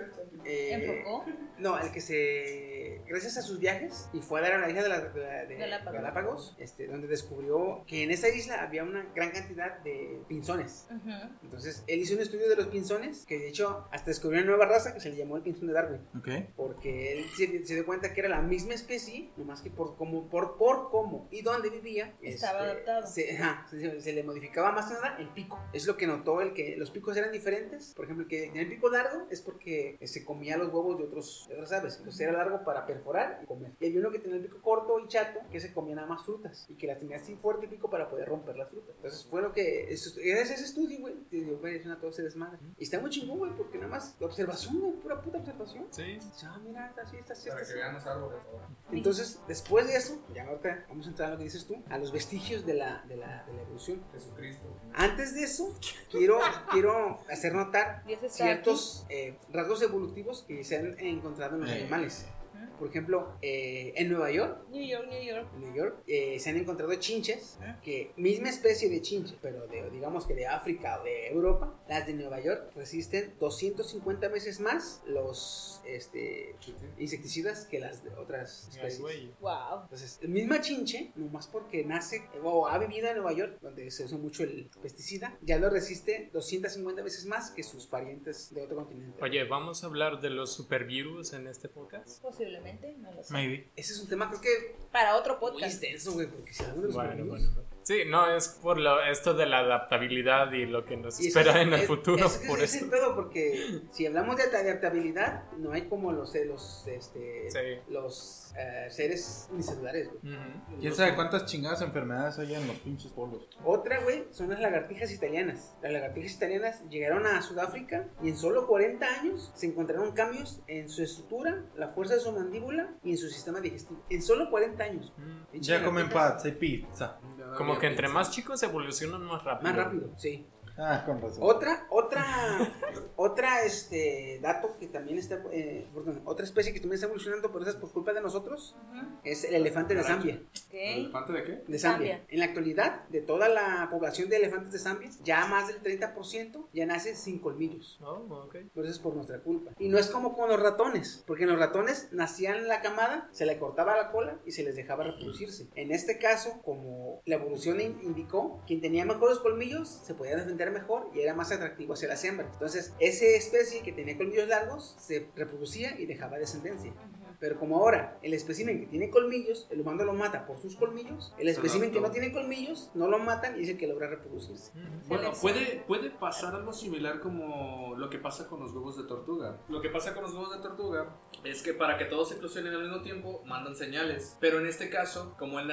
Speaker 9: ¿Enfocó?
Speaker 7: no, el que se gracias a sus viajes y fue a dar a la isla de, la- de la- de
Speaker 9: Galápagos.
Speaker 7: Galápagos, este, donde descubrió que en esa isla había una gran cantidad de pinzones.
Speaker 9: Ujú.
Speaker 7: Entonces, él hizo un estudio de los pinzones, que de hecho hasta descubrió una nueva raza que se le llamó el pinzón de Darwin.
Speaker 6: Ok.
Speaker 7: Porque él se, se dio cuenta que era la misma especie, nomás que por cómo, por, por cómo y dónde vivía.
Speaker 9: Estaba
Speaker 7: este,
Speaker 9: adaptado.
Speaker 7: Se, ajá, se- se le modificaba más que nada el pico. Es lo que notó el que los picos eran diferentes. Por ejemplo, el que tenía el pico largo es porque eh, se comía los huevos de, otros, de otras aves. Entonces era largo para perforar y comer. Y había uno que tenía el pico corto y chato que se comía nada más frutas y que las tenía así fuerte el pico para poder romper las frutas. Entonces fue lo que. eso- Gracias a ese estudio, güey, te dio güey, es una todo se desmadre. Y está muy chingón, güey, porque nada más observación, güey, pura puta observación.
Speaker 2: Sí.
Speaker 7: Ah, mira, está así, está así,
Speaker 5: Para
Speaker 7: está
Speaker 5: que
Speaker 7: así.
Speaker 5: vean los árboles ahora.
Speaker 7: Entonces, después de eso, ya ahorita vamos a entrar a lo que dices tú, a los vestigios de la, de la, de la evolución.
Speaker 5: Jesucristo.
Speaker 7: Antes de eso,
Speaker 5: (laughs)
Speaker 7: quiero, quiero hacer notar
Speaker 9: Dios está
Speaker 7: ciertos eh, rasgos evolutivos que se han encontrado en los
Speaker 6: Eh.
Speaker 7: animales.
Speaker 9: Ujú.
Speaker 7: Por ejemplo, eh, en Nueva York,
Speaker 9: New York, New York.
Speaker 7: en Nueva York eh, se han encontrado chinches,
Speaker 2: Ah.
Speaker 7: que misma especie de chinche, pero de, digamos que de África o de Europa, las de Nueva York resisten 250 veces más los este, insecticidas que las de otras
Speaker 2: Ay,
Speaker 7: especies.
Speaker 2: güey.
Speaker 9: Wow.
Speaker 7: Entonces, el misma chinche, nomás porque nace o ha vivido en Nueva York, donde se usa mucho el pesticida, ya lo resiste 250 veces más que sus parientes de otro continente.
Speaker 2: Oye, ¿vamos a hablar de los supervirus en este podcast?
Speaker 9: Posiblemente, no lo sé.
Speaker 6: Maybe.
Speaker 7: Ese es un tema, creo que
Speaker 9: Para otro
Speaker 7: muy
Speaker 9: podcast.
Speaker 7: extenso, güey, porque si hablamos de los
Speaker 2: Bueno,
Speaker 7: virus-
Speaker 2: bueno. Sí, no, es por lo, esto de la adaptabilidad y lo que nos
Speaker 7: Y eso
Speaker 2: espera
Speaker 7: es-
Speaker 2: en el
Speaker 7: es-
Speaker 2: futuro.
Speaker 7: es-
Speaker 2: por
Speaker 7: es
Speaker 2: eso.
Speaker 7: el pedo, porque si hablamos de adaptabilidad, no hay como los, eh, los, este,
Speaker 2: Sí.
Speaker 7: los eh, seres unicelulares, güey.
Speaker 2: Ujú.
Speaker 6: ¿Quién sabe cuántas chingadas enfermedades hay en los pinches pueblos?
Speaker 7: Otra, güey, son las lagartijas italianas. Las lagartijas italianas llegaron a Sudáfrica y en solo 40 años se encontraron cambios en su estructura, la fuerza de su mandíbula y en su sistema digestivo. En solo 40 años. Pinches
Speaker 6: Ya comen
Speaker 7: lagartijas.
Speaker 6: pats y pizza.
Speaker 2: Como que entre más chicos evolucionan más rápido.
Speaker 7: Más rápido, sí.
Speaker 6: Ah, con razón.
Speaker 7: Otra, otra, otra, este, dato que también está, eh, perdón, otra especie que también está evolucionando, pero esa es por culpa de nosotros,
Speaker 9: Ujú.
Speaker 7: es el elefante de Zambia.
Speaker 9: Ok.
Speaker 5: ¿Elefante de qué?
Speaker 7: de Zambia.
Speaker 9: Zambia.
Speaker 7: En la actualidad, de toda la población de elefantes de Zambia, ya más del 30% ya nace sin colmillos.
Speaker 2: Oh, ok.
Speaker 7: Pero eso Pues es por nuestra culpa. Y no es como con los ratones, porque en los ratones nacían en la camada, se le cortaba la cola y se les dejaba reproducirse. En este caso, como la evolución in- indicó, quien tenía mejores colmillos se podía defender mejor y era más atractivo hacia las hembras. Entonces, esa especie que tenía colmillos largos se reproducía y dejaba descendencia.
Speaker 9: Ujú.
Speaker 7: Pero como ahora el espécimen que tiene colmillos, el humano lo mata por sus colmillos, el espécimen que no tiene colmillos no lo matan y es el que logra reproducirse.
Speaker 5: Bueno, puede, puede pasar algo similar como lo que pasa con los huevos de tortuga. Lo que pasa con los huevos de tortuga es que para que todos eclosionen al mismo tiempo, mandan señales. Pero en este caso, como el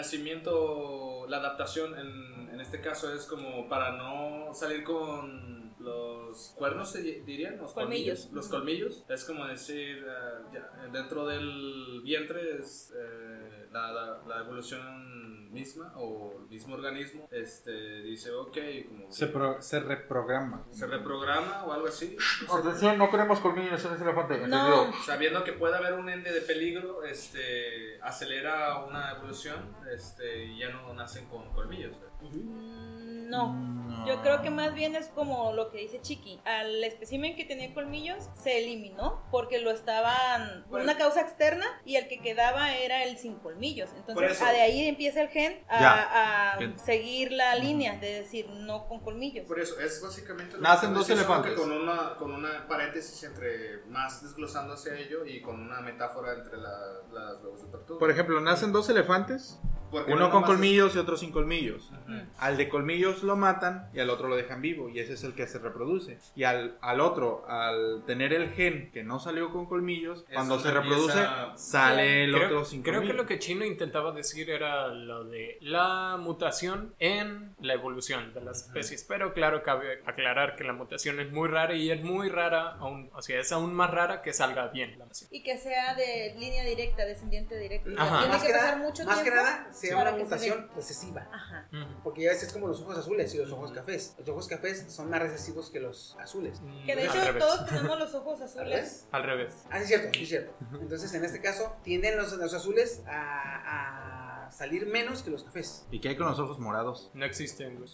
Speaker 5: nacimiento, la adaptación en, en este caso es como para no salir con los cuernos, se di- dirían, los
Speaker 9: Colmillos.
Speaker 5: colmillos. Los colmillos. Es como decir, eh, ya, dentro del vientre es eh, la, la- la evolución misma o el mismo organismo este dice ok como
Speaker 6: Se,
Speaker 5: que-
Speaker 6: pro- se reprograma.
Speaker 5: se reprograma o algo así.
Speaker 6: Atención, no queremos colmillos en ese elefante.
Speaker 9: No.
Speaker 5: Sabiendo que puede haber un ende de peligro, este, acelera una evolución este, y ya no nacen con colmillos.
Speaker 9: Mm, No. Yo creo que más bien es como lo que dice Chiqui. Al espécimen que tenía colmillos se eliminó porque lo estaban por
Speaker 5: Por
Speaker 9: una
Speaker 5: eso.
Speaker 9: causa externa y el que quedaba era el sin colmillos.
Speaker 5: Por
Speaker 9: Entonces,
Speaker 5: eso.
Speaker 9: a de ahí empieza el gen a, a
Speaker 6: Bien.
Speaker 9: seguir la línea de decir no con colmillos.
Speaker 5: Por eso, es básicamente... lo
Speaker 6: Nacen
Speaker 5: que
Speaker 6: dos
Speaker 5: es como que
Speaker 6: elefantes.
Speaker 5: Con una, con una paréntesis entre más desglosando hacia ello y con una metáfora entre la- las huevos de tortuga.
Speaker 6: Por ejemplo, nacen dos elefantes,
Speaker 5: Porque
Speaker 6: uno
Speaker 5: no
Speaker 6: con
Speaker 5: nomás
Speaker 6: colmillos y otro sin colmillos.
Speaker 5: es- Ujú.
Speaker 9: Mm.
Speaker 6: Al de colmillos lo matan y al otro lo dejan vivo y ese es el que se reproduce. Y al, al otro, al tener el gen que no salió con colmillos,
Speaker 5: Es
Speaker 6: cuando se
Speaker 5: donde
Speaker 6: reproduce
Speaker 5: empieza-
Speaker 6: sale el
Speaker 2: creo,
Speaker 6: otro sin
Speaker 2: creo que
Speaker 6: colmillos.
Speaker 2: lo que Chino intentaba decir era lo de la mutación en la evolución de las especies. Pero claro, cabe aclarar que la mutación es muy rara y es muy rara, aún, o sea, es aún más rara que salga bien la mutación.
Speaker 9: Y que sea de línea directa, descendiente directo. O sea,
Speaker 2: Ajá.
Speaker 9: Tiene
Speaker 7: Más
Speaker 9: que,
Speaker 7: que,
Speaker 9: pasar
Speaker 7: nada,
Speaker 9: mucho
Speaker 7: más que
Speaker 9: tiempo.
Speaker 7: nada, sea
Speaker 9: para
Speaker 7: una
Speaker 9: que se
Speaker 7: mutación recesiva.
Speaker 9: Ajá.
Speaker 2: Ujú.
Speaker 7: Porque ya ves, es como los ojos azules y los ojos cafés. Los ojos cafés son más recesivos que los azules.
Speaker 9: Que de
Speaker 2: Pues Al
Speaker 9: hecho
Speaker 2: revés.
Speaker 9: todos tenemos los ojos azules.
Speaker 7: revés?
Speaker 2: Al revés.
Speaker 7: Ah, sí, es cierto, sí, es cierto. Entonces, en este caso, tienden los, los azules a, a salir menos que los cafés.
Speaker 6: ¿Y qué hay con los ojos morados?
Speaker 2: No existen. güey.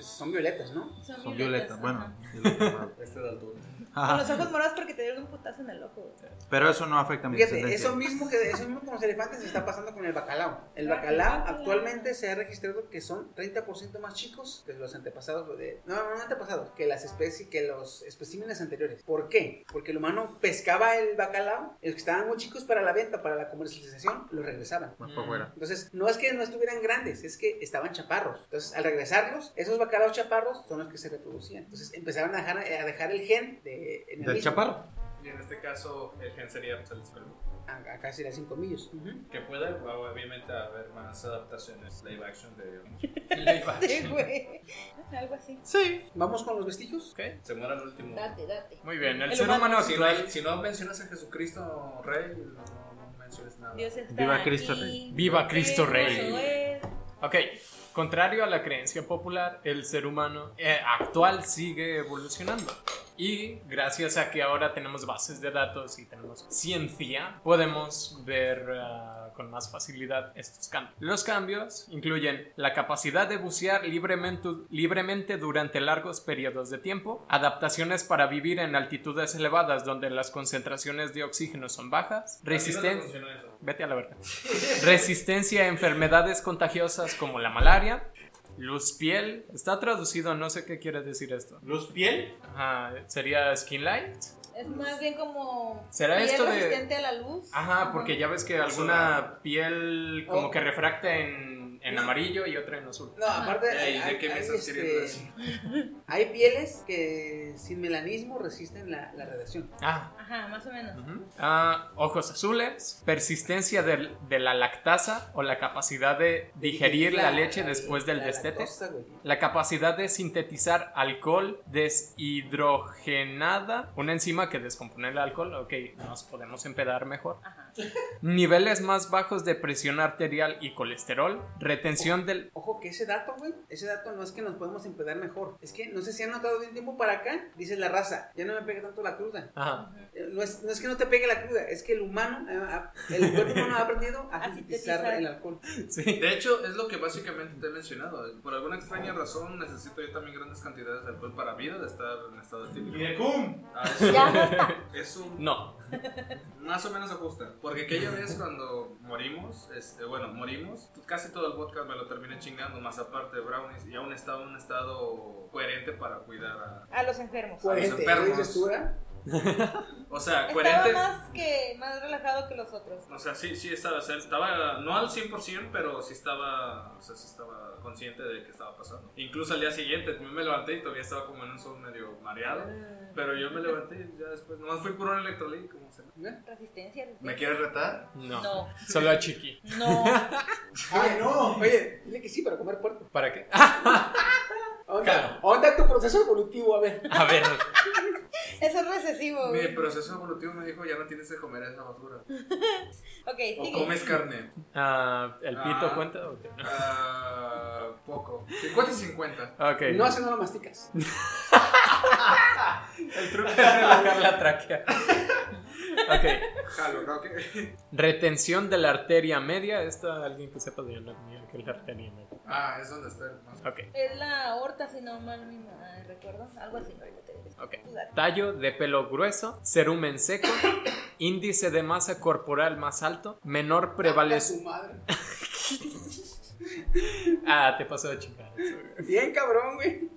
Speaker 7: Son violetas, ¿no?
Speaker 9: Son
Speaker 6: Son
Speaker 9: violetas,
Speaker 6: violetas,
Speaker 9: ajá.
Speaker 6: bueno.
Speaker 7: (laughs)
Speaker 6: violeta, bueno.
Speaker 5: Este de altura.
Speaker 6: Ajá.
Speaker 9: Con los ojos morados porque te dieron un putazo en el ojo. güey.
Speaker 6: Pero eso no afecta a mi
Speaker 7: Fíjate,
Speaker 6: descendencia.
Speaker 7: eso mismo que eso mismo con los elefantes se está pasando con el bacalao. El bacalao actualmente se ha registrado que son 30% más chicos que los antepasados de no, no no antepasados, que las especies que los especímenes anteriores. ¿Por qué? Porque el humano pescaba el bacalao, los que estaban muy chicos para la venta, para la comercialización, los regresaban.
Speaker 6: Más para afuera.
Speaker 7: Entonces, no es que no estuvieran grandes, es que estaban chaparros. Entonces, al regresarlos, esos bacalaos chaparros son los que se reproducían. Entonces, empezaron a dejar, a dejar el gen de, en el
Speaker 6: Del
Speaker 7: mismo.
Speaker 6: chaparro.
Speaker 5: Y en este caso, el gen sería pues, el esperma.
Speaker 7: A- Acá sería 5 millos. Ujú.
Speaker 5: Que pueda, obviamente, haber más adaptaciones live action de.
Speaker 9: (laughs) Sí, güey. Algo así.
Speaker 2: Sí.
Speaker 7: Vamos con los vestigios.
Speaker 5: Se muera el último.
Speaker 9: Date, date.
Speaker 2: Muy bien, el,
Speaker 9: El
Speaker 2: ser
Speaker 9: humano
Speaker 2: humano
Speaker 5: Si
Speaker 2: sin
Speaker 5: no,
Speaker 2: rey-
Speaker 5: si no mencionas a Jesucristo Rey, no, no menciones nada.
Speaker 9: Dios está
Speaker 6: Viva Cristo
Speaker 9: aquí.
Speaker 6: Rey.
Speaker 2: Viva Cristo
Speaker 9: Qué
Speaker 2: Rey.
Speaker 9: hermoso es.
Speaker 2: Ok, contrario a la creencia popular, el ser humano eh, actual sigue evolucionando. Y gracias a que ahora tenemos bases de datos y tenemos ciencia, podemos ver ah, con más facilidad estos cambios. Los cambios incluyen la capacidad de bucear libremente, libremente durante largos periodos de tiempo, adaptaciones para vivir en altitudes elevadas donde las concentraciones de oxígeno son bajas,
Speaker 5: Resistencia.
Speaker 2: resistencia... Vete a la verdad. Resistencia a enfermedades contagiosas como la malaria, luz piel. Está traducido, no sé qué quiere decir esto.
Speaker 6: ¿Luz piel?
Speaker 2: Ajá, sería skin light.
Speaker 9: Es más bien como.
Speaker 2: ¿Será
Speaker 9: piel
Speaker 2: esto de-
Speaker 9: resistente a la luz.
Speaker 2: Ajá, porque ya ves que alguna piel como que refracta en, en amarillo y otra en azul.
Speaker 7: No, aparte.
Speaker 5: Ey,
Speaker 7: hay-
Speaker 5: ¿de qué me
Speaker 7: hay,
Speaker 5: estás
Speaker 7: este,
Speaker 5: queriendo decir?
Speaker 7: Hay pieles que sin melanismo resisten la, la radiación.
Speaker 2: Ah.
Speaker 9: Ajá, más o menos.
Speaker 2: ujú. Ah, ojos azules, persistencia del- de, la lactasa o la capacidad de digerir la leche después del
Speaker 7: la
Speaker 2: destete.
Speaker 7: lactosa, güey.
Speaker 2: La capacidad de sintetizar alcohol deshidrogenada, una enzima que descompone el alcohol, ok, nos podemos empedar mejor.
Speaker 9: Ajá.
Speaker 2: Niveles más bajos de presión arterial y colesterol, retención del...
Speaker 7: Ojo que ese dato, güey, ese dato no es que nos podemos empedar mejor. Es que no sé si han notado de un tiempo para acá, dice la raza, ya no me pega tanto la cruda.
Speaker 2: Ajá.
Speaker 7: Eh, No es, no es que no te pegue la cruda, es que el humano, eh, ha- el cuerpo humano ha aprendido a
Speaker 9: A
Speaker 7: sintetizar
Speaker 9: sintetizar.
Speaker 7: el alcohol.
Speaker 2: Sí.
Speaker 5: De hecho, es lo que básicamente te he mencionado. Por alguna extraña razón, necesito yo también grandes cantidades de alcohol para vida, de estar en estado etílico. Ah, eso-
Speaker 9: Ya basta.
Speaker 5: es un
Speaker 2: No.
Speaker 5: Más o menos ajusta. Porque aquella vez cuando morimos, este, bueno, morimos, casi todo el podcast me lo terminé chingando, más aparte de brownies, y aún estaba en un estado coherente para cuidar a...
Speaker 9: A los enfermos.
Speaker 5: Pues,
Speaker 7: Coherente,
Speaker 5: enfermos.
Speaker 7: ¿no dices tú, verdad?
Speaker 5: O sea,
Speaker 9: Estaba
Speaker 5: coherente...
Speaker 9: más que más relajado que los otros.
Speaker 5: O sea, sí, sí estaba, o sea, estaba, no al 100%, pero sí estaba, o sea, sí estaba consciente de que estaba pasando. Incluso al día siguiente, yo me levanté y todavía estaba como en un sol medio mareado, pero yo me levanté y ya después, nomás fui por un electrolit, como se
Speaker 9: Resistencia.
Speaker 5: ¿Me quieres retar?
Speaker 2: No.
Speaker 9: No.
Speaker 2: Solo a Chiqui.
Speaker 9: No.
Speaker 2: (laughs)
Speaker 7: Oye, Ah, no. Oye, dile que sí para comer puerco.
Speaker 2: ¿Para qué? (laughs)
Speaker 7: Onda, onda tu proceso evolutivo, a ver.
Speaker 2: A ver.
Speaker 9: Eso es recesivo.
Speaker 5: Mi
Speaker 9: güey.
Speaker 5: proceso evolutivo me dijo, ya no tienes que comer esa basura.
Speaker 9: Ok,
Speaker 6: (laughs)
Speaker 5: O
Speaker 9: sigue.
Speaker 5: comes carne.
Speaker 2: ah, ¿El pito
Speaker 5: Ah.
Speaker 2: cuenta? o qué?
Speaker 5: Ah, poco. 50 y 50.
Speaker 2: Ok.
Speaker 7: No hace no lo masticas.
Speaker 2: El truco es relajar la tráquea. (laughs) Ok.
Speaker 5: Jalo, ¿no? ¿Qué?
Speaker 2: Retención de la arteria media. Esta alguien que sepa de anatomía que es la arteria media.
Speaker 5: Ah, es donde está el más.
Speaker 2: Ok.
Speaker 9: Es la aorta, si no mal me ah, recuerdo. Algo así. ahorita te digo.
Speaker 2: Ok.
Speaker 9: Tú date.
Speaker 2: Tallo de pelo grueso, cerumen seco, índice de masa corporal más alto, menor
Speaker 7: A
Speaker 2: prevalece.
Speaker 7: su madre.
Speaker 2: Ah, te pasó de chingada.
Speaker 7: Bien cabrón, güey.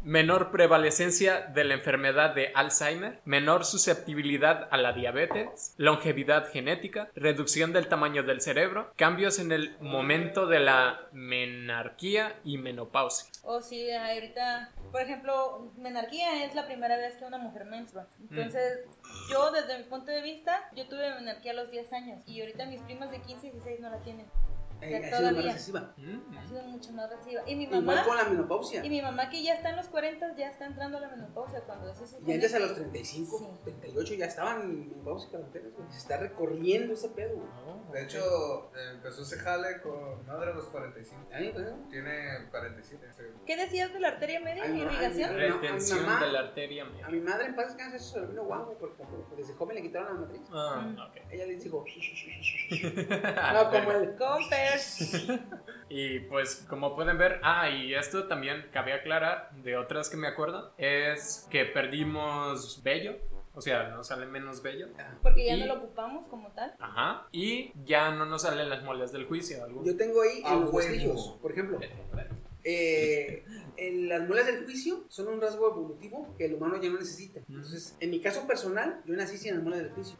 Speaker 2: Menor prevalecencia de la enfermedad de Alzheimer, menor susceptibilidad a la diabetes, longevidad genética, reducción del tamaño del cerebro, cambios en el momento de la menarquía y menopausia.
Speaker 9: O si ahorita, por ejemplo, menarquía es la primera vez que una mujer menstrua. Entonces,
Speaker 7: Mm.
Speaker 9: yo desde mi punto de vista, yo tuve menarquía a los 10 años y ahorita mis primas de 15 y 16 no la tienen.
Speaker 7: Eh, ha sido
Speaker 9: todavía.
Speaker 7: más recesiva.
Speaker 9: Ha
Speaker 2: Mm.
Speaker 9: sido mucho más reciba. Y mi
Speaker 7: Igual
Speaker 9: mamá,
Speaker 7: con la menopausia.
Speaker 9: y mi mamá que ya está en los 40 ya está entrando a la menopausia cuando eso se
Speaker 7: Y
Speaker 9: supone
Speaker 7: antes a
Speaker 9: que-
Speaker 7: los 35,
Speaker 9: Sí.
Speaker 7: 38 ya estaban en pausas carreteras, güey. Se está recorriendo ese pedo, güey.
Speaker 5: De hecho, empezó ese jale con madre a los 45.
Speaker 7: A mí, por ejemplo,
Speaker 5: Tiene 47. sí.
Speaker 9: ¿Qué decías de la arteria media
Speaker 7: Ay,
Speaker 9: y
Speaker 7: no, ay,
Speaker 9: irrigación?
Speaker 7: no.
Speaker 2: Retención
Speaker 7: mamá-
Speaker 2: de la arteria
Speaker 7: a
Speaker 2: media.
Speaker 7: mi madre en paz descanse eso se lo vino guau, güey, porque como desde joven le quitaron la matriz.
Speaker 2: Ah, ok.
Speaker 7: Ella les dijo, "Shh, shh, shh, shh, shh". no, como el,
Speaker 9: Con
Speaker 2: Y pues como pueden ver, ah, y esto también cabe aclarar de otras que me acuerdo, es que perdimos bello, o sea, no sale menos bello.
Speaker 9: Porque ya
Speaker 2: Y-
Speaker 9: no lo ocupamos como tal.
Speaker 2: Ajá, y ya no nos salen las moles del juicio. algo.
Speaker 7: Yo tengo ahí
Speaker 2: Ah,
Speaker 7: en los
Speaker 2: huevo.
Speaker 7: huesillos, por ejemplo. Eh, en las muelas del juicio son un rasgo evolutivo que el humano ya no necesita.
Speaker 2: Mm.
Speaker 7: Entonces, en mi caso personal, yo nací sin las muelas del juicio.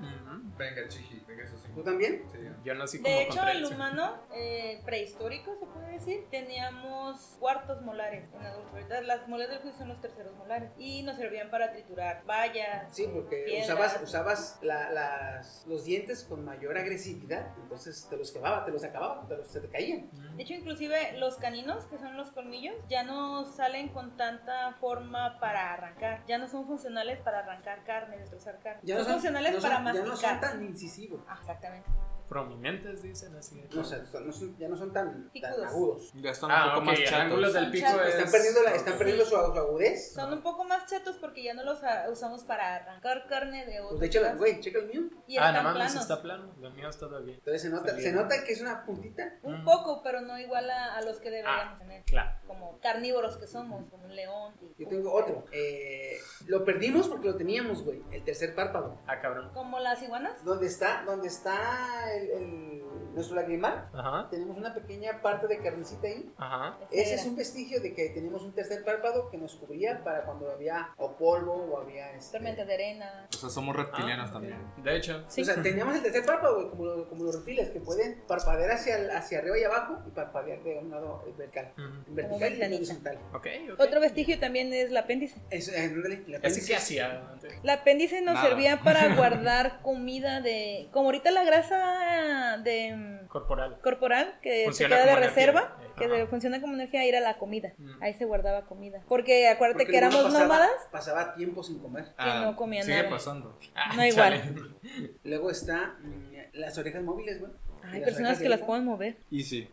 Speaker 5: Venga, chichi, venga, eso sí.
Speaker 7: ¿Tú también?
Speaker 5: Sí.
Speaker 2: Yo nací como
Speaker 9: De hecho,
Speaker 2: contra
Speaker 9: el humano eh, prehistórico, se puede decir, teníamos cuartos molares en adulto. Ahorita Las molas del juicio son los terceros molares y nos servían para triturar vallas.
Speaker 7: Sí, porque
Speaker 9: piedras.
Speaker 7: usabas, usabas la- las- los dientes con mayor agresividad, entonces te los quemaba, te los acababa, te los, se te caían.
Speaker 9: De hecho, inclusive los caninos, que son los colmillos, ya no salen con tanta forma para arrancar. Ya no son funcionales para arrancar carne, destrozar carne.
Speaker 7: Ya
Speaker 9: son, funcionales
Speaker 7: no son-
Speaker 9: para
Speaker 7: Ya
Speaker 9: masticar.
Speaker 7: no son tan incisivos.
Speaker 9: Ah, exactamente.
Speaker 2: Prominentes, dicen así.
Speaker 7: No, o sea, no son- ya no son tan, tan
Speaker 9: Picudos.
Speaker 7: agudos.
Speaker 13: Ya están
Speaker 2: Ah,
Speaker 13: un poco más
Speaker 2: ok,
Speaker 13: chatos.
Speaker 2: ángulos del
Speaker 9: Son
Speaker 2: pico
Speaker 9: chatos.
Speaker 2: es-
Speaker 7: Están perdiendo, la, están perdiendo su, su agudez.
Speaker 9: Son un poco más chatos porque ya no los ah, usamos para arrancar carne de otros.
Speaker 7: Pues de hecho, la- güey, checa el mío.
Speaker 9: y
Speaker 2: Ah,
Speaker 9: están
Speaker 2: no mames,
Speaker 9: planos.
Speaker 2: está plano. Los míos todavía.
Speaker 7: Entonces se nota, se nota que es una puntita.
Speaker 2: Mm.
Speaker 9: Un poco, pero no igual a, a los que deberíamos
Speaker 2: Ah,
Speaker 9: tener.
Speaker 2: Claro.
Speaker 9: Como carnívoros que somos, como un león. y-
Speaker 7: Yo tengo otro. Eh, lo perdimos porque lo teníamos, güey. El tercer párpado.
Speaker 2: Ah, cabrón.
Speaker 9: Como las iguanas.
Speaker 7: ¿Dónde está, dónde está el, el- nuestro lagrimal?
Speaker 2: Ajá,
Speaker 7: Tenemos una pequeña parte de carnicita ahí.
Speaker 2: ajá.
Speaker 7: Ese
Speaker 9: era.
Speaker 7: es un vestigio de que tenemos un tercer párpado que nos cubría para cuando había o polvo o había... este-
Speaker 9: Tormentas de arena.
Speaker 6: O sea, somos reptilianos también.
Speaker 2: De hecho,
Speaker 7: O sea, teníamos el tercer párpado, güey, como, lo- como los reptiles, que pueden parpadear hacia, el- hacia arriba y abajo y parpadear de un lado vertical.
Speaker 2: Ujú.
Speaker 7: En
Speaker 9: Como
Speaker 7: vertical y en
Speaker 9: ventanita.
Speaker 7: horizontal.
Speaker 2: ok, ok.
Speaker 9: Otro vestigio también es la apéndice.
Speaker 7: Eso, eh, ándale, la
Speaker 2: Así que
Speaker 7: apéndice.
Speaker 2: hacía antes.
Speaker 9: La apéndice nos
Speaker 6: Nada.
Speaker 9: servía
Speaker 7: (laughs)
Speaker 9: para guardar comida de. Como ahorita la grasa de mm,
Speaker 2: Corporal.
Speaker 9: corporal que
Speaker 2: Funciona
Speaker 9: se queda de
Speaker 2: como energía.
Speaker 9: reserva,
Speaker 2: Eh,
Speaker 9: que
Speaker 2: ajá.
Speaker 9: se- funciona como energía, era la comida.
Speaker 2: Mm.
Speaker 9: Ahí se guardaba comida. Porque acuérdate
Speaker 7: Porque
Speaker 9: que
Speaker 7: el humano
Speaker 9: éramos
Speaker 7: pasaba-
Speaker 9: nómadas.
Speaker 7: Pasaba tiempo sin comer.
Speaker 9: Ah, no comía
Speaker 6: sigue
Speaker 9: nada.
Speaker 6: pasando.
Speaker 2: Ah,
Speaker 9: No igual.
Speaker 2: chale. (laughs)
Speaker 7: Luego está mm, las orejas móviles, güey.
Speaker 9: Hay
Speaker 7: Las
Speaker 9: personas
Speaker 7: orejas
Speaker 9: que
Speaker 7: de
Speaker 9: las
Speaker 7: abeja.
Speaker 9: pueden mover.
Speaker 13: Y sí.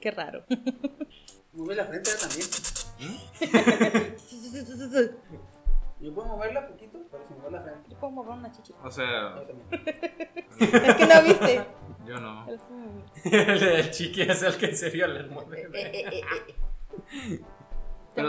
Speaker 9: Qué
Speaker 7: (laughs)
Speaker 9: raro.
Speaker 7: Mueve la frente ahora también. Yo puedo moverla poquito, pero sin mover la frente.
Speaker 9: Yo puedo mover una chichi.
Speaker 6: O sea,
Speaker 7: Yo
Speaker 9: (laughs)
Speaker 7: también.
Speaker 9: Es que no
Speaker 7: (laughs)
Speaker 9: viste.
Speaker 6: yo no.
Speaker 2: el chiqui es el que en serio le
Speaker 9: Eh,
Speaker 2: mueve.
Speaker 6: Pero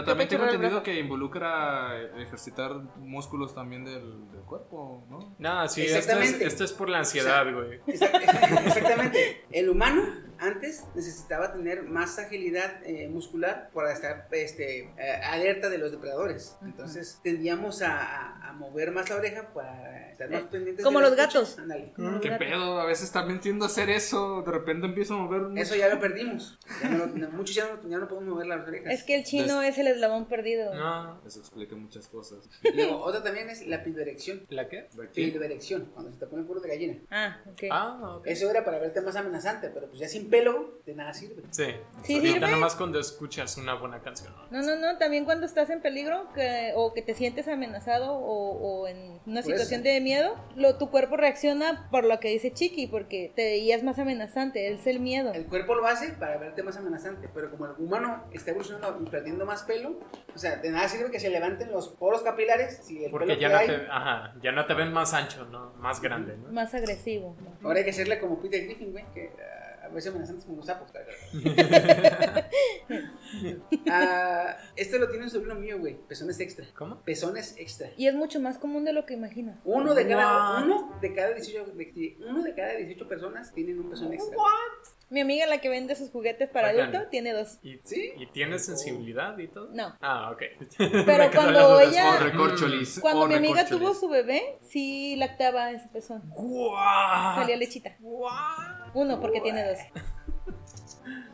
Speaker 9: Tengo que
Speaker 6: también tengo
Speaker 9: pechorrar el
Speaker 6: entendido que involucra ejercitar músculos también del, del cuerpo, ¿no?
Speaker 2: No, sí, esto es,
Speaker 7: Exactamente.
Speaker 2: esto es por la ansiedad,
Speaker 7: O sea,
Speaker 2: güey.
Speaker 7: Exact- (laughs) Exactamente. El humano antes necesitaba tener más agilidad eh, muscular para estar este, eh, alerta de los depredadores. Entonces tendíamos a, a- a mover más la oreja para estar más pendientes. de
Speaker 9: Eh, Como
Speaker 7: la
Speaker 9: los
Speaker 7: escucha.
Speaker 9: gatos.
Speaker 7: Ándale.
Speaker 6: ¿Qué pedo? A veces también tiendo a hacer eso. De repente empiezo a mover.
Speaker 7: Eso ya lo perdimos. Ya no lo- no- muchos ya no, ya no podemos mover las orejas.
Speaker 9: Es que el chino es el eslabón perdido.
Speaker 2: No.
Speaker 6: Eso explica muchas cosas.
Speaker 7: Luego, otra también es la piberección.
Speaker 2: ¿La qué?
Speaker 6: ¿De qué?
Speaker 7: Piberección, cuando se te pone el culo de gallina.
Speaker 9: Ah, ok.
Speaker 2: Ah, ok.
Speaker 7: Eso era para verte más amenazante, pero pues ya sin pelo, de nada sirve.
Speaker 2: Sí.
Speaker 9: Sí,
Speaker 2: Ahorita
Speaker 9: sirve.
Speaker 2: nomás cuando escuchas una buena canción.
Speaker 9: No, no, no, también cuando estás en peligro que- o que te sientes amenazado o, o en una
Speaker 7: Por
Speaker 6: Pues
Speaker 9: situación
Speaker 7: eso.
Speaker 9: de miedo, lo, tu cuerpo reacciona por lo que dice Chiqui, porque te veías más amenazante, es el miedo.
Speaker 7: El cuerpo lo hace para verte más amenazante, pero como el humano está evolucionando y perdiendo más pelo, o sea, de nada sirve que se levanten los poros capilares si el
Speaker 2: Porque
Speaker 7: pelo
Speaker 2: ya
Speaker 7: que
Speaker 2: no,
Speaker 7: hay-
Speaker 2: te, ajá, ya no te ven más ancho, ¿no? Más grande, ¿no?
Speaker 9: Más agresivo. ¿no?
Speaker 7: Ahora hay que hacerle como Peter Griffin, güey, que ah, a veces amenazantes como los
Speaker 2: (laughs)
Speaker 7: sapos. claro. Ah, este lo tiene un sobrino mío, güey, pezones extra.
Speaker 2: ¿Cómo?
Speaker 7: Pezones extra.
Speaker 9: Y es mucho más común de lo que imaginas.
Speaker 6: Uh.
Speaker 7: Uno de cada, uno de cada 18, de- uno de cada 18 personas tienen un pezón extra.
Speaker 9: Mi amiga, la que vende sus juguetes para
Speaker 2: Oigan.
Speaker 9: adulto, tiene dos.
Speaker 2: ¿Y,
Speaker 7: ¿Sí?
Speaker 2: ¿Y tienes sensibilidad y todo?
Speaker 9: No.
Speaker 2: Ah, ok.
Speaker 9: Pero cuando ella,
Speaker 6: Recorcholis.
Speaker 9: cuando
Speaker 6: o
Speaker 9: mi amiga tuvo
Speaker 6: recorcholis.
Speaker 9: su bebé, sí lactaba ese pezón.
Speaker 2: ¡Guau!
Speaker 9: Salía lechita. Uno, porque tiene dos.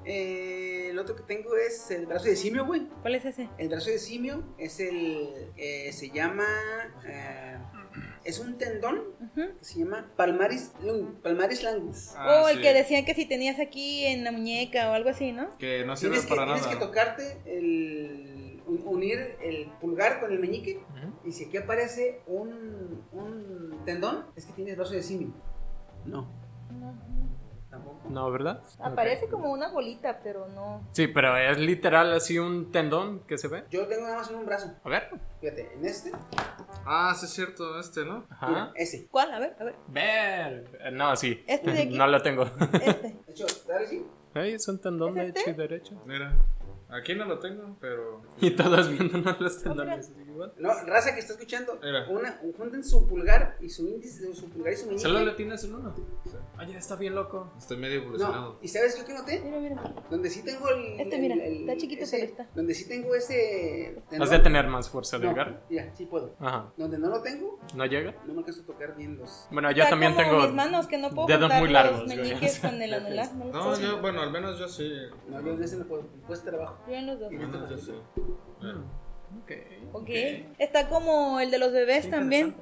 Speaker 7: Eh, el otro que tengo es el brazo de simio, güey.
Speaker 9: ¿Cuál es ese?
Speaker 7: El brazo de simio es el. eh, se llama. eh, es un tendón
Speaker 9: Ujú.
Speaker 7: que se llama palmaris, lung- palmaris langus.
Speaker 6: Ah,
Speaker 9: o Oh, el
Speaker 6: sí.
Speaker 9: que decían que si tenías aquí en la muñeca o algo así, ¿no?
Speaker 6: Que no sirve
Speaker 7: Tienes que,
Speaker 6: para
Speaker 7: tienes que
Speaker 6: nada.
Speaker 7: tocarte el. un- unir el pulgar con el meñique.
Speaker 2: ¿Mm?
Speaker 7: Y si aquí aparece un, un tendón, es que tienes brazo de simio. No.
Speaker 9: No.
Speaker 2: No, ¿verdad?
Speaker 9: Aparece como una bolita, pero no.
Speaker 2: Sí, pero es literal así un tendón que se ve.
Speaker 7: Yo tengo nada más en un brazo.
Speaker 2: A ver.
Speaker 7: Fíjate, en este.
Speaker 6: Ah, sí es cierto, este, ¿no?
Speaker 7: Mira, ese.
Speaker 9: ¿Cuál? A ver, a ver.
Speaker 2: Ver. Eh, No, sí.
Speaker 9: Este de
Speaker 2: (laughs)
Speaker 9: aquí.
Speaker 2: No lo tengo.
Speaker 9: Este.
Speaker 7: De hecho, dale sí.
Speaker 2: Ey, es un tendón
Speaker 9: ¿Es
Speaker 2: de
Speaker 9: este?
Speaker 2: hecho y derecho.
Speaker 6: Mira. Aquí no lo tengo, pero.
Speaker 2: Y todos viéndonos
Speaker 9: Oh,
Speaker 2: los tendones.
Speaker 7: No, raza que está escuchando,
Speaker 6: Mira.
Speaker 7: una, junten su pulgar y su índice, su pulgar y su meñique.
Speaker 2: Solo le tienes el uno. Ay, está bien loco.
Speaker 6: Estoy medio evolucionado.
Speaker 7: No, ¿y sabes yo qué noté?
Speaker 9: Mira, mira.
Speaker 7: Donde sí tengo el...
Speaker 9: Este,
Speaker 7: el-
Speaker 9: mira,
Speaker 7: el-
Speaker 9: está chiquito,
Speaker 7: ese-
Speaker 9: pero está.
Speaker 7: Donde sí tengo ese...
Speaker 2: Has de tener más fuerza de
Speaker 7: No,
Speaker 2: llegar.
Speaker 7: mira, sí puedo.
Speaker 2: Ajá.
Speaker 7: Donde no lo tengo,
Speaker 2: ¿No llega?
Speaker 7: no me alcanzo a tocar bien los...
Speaker 2: Bueno, Ah, yo
Speaker 9: Está
Speaker 2: también
Speaker 9: como
Speaker 2: tengo
Speaker 9: mis manos, que no puedo
Speaker 2: dedos
Speaker 9: juntar
Speaker 2: muy
Speaker 9: los
Speaker 2: largos. güey.
Speaker 9: meñiques
Speaker 2: (laughs)
Speaker 9: con el anular. No, los
Speaker 6: No,
Speaker 9: puedo
Speaker 6: yo,
Speaker 9: juntar.
Speaker 6: bueno, al menos yo sí.
Speaker 7: No, yo de ese no puedo. Me cuesta trabajo.
Speaker 9: Yo en los dos.
Speaker 7: Y este
Speaker 6: Yo
Speaker 7: tampoco.
Speaker 6: sí.
Speaker 2: Ah,
Speaker 9: Ok. Está como el de los bebés también.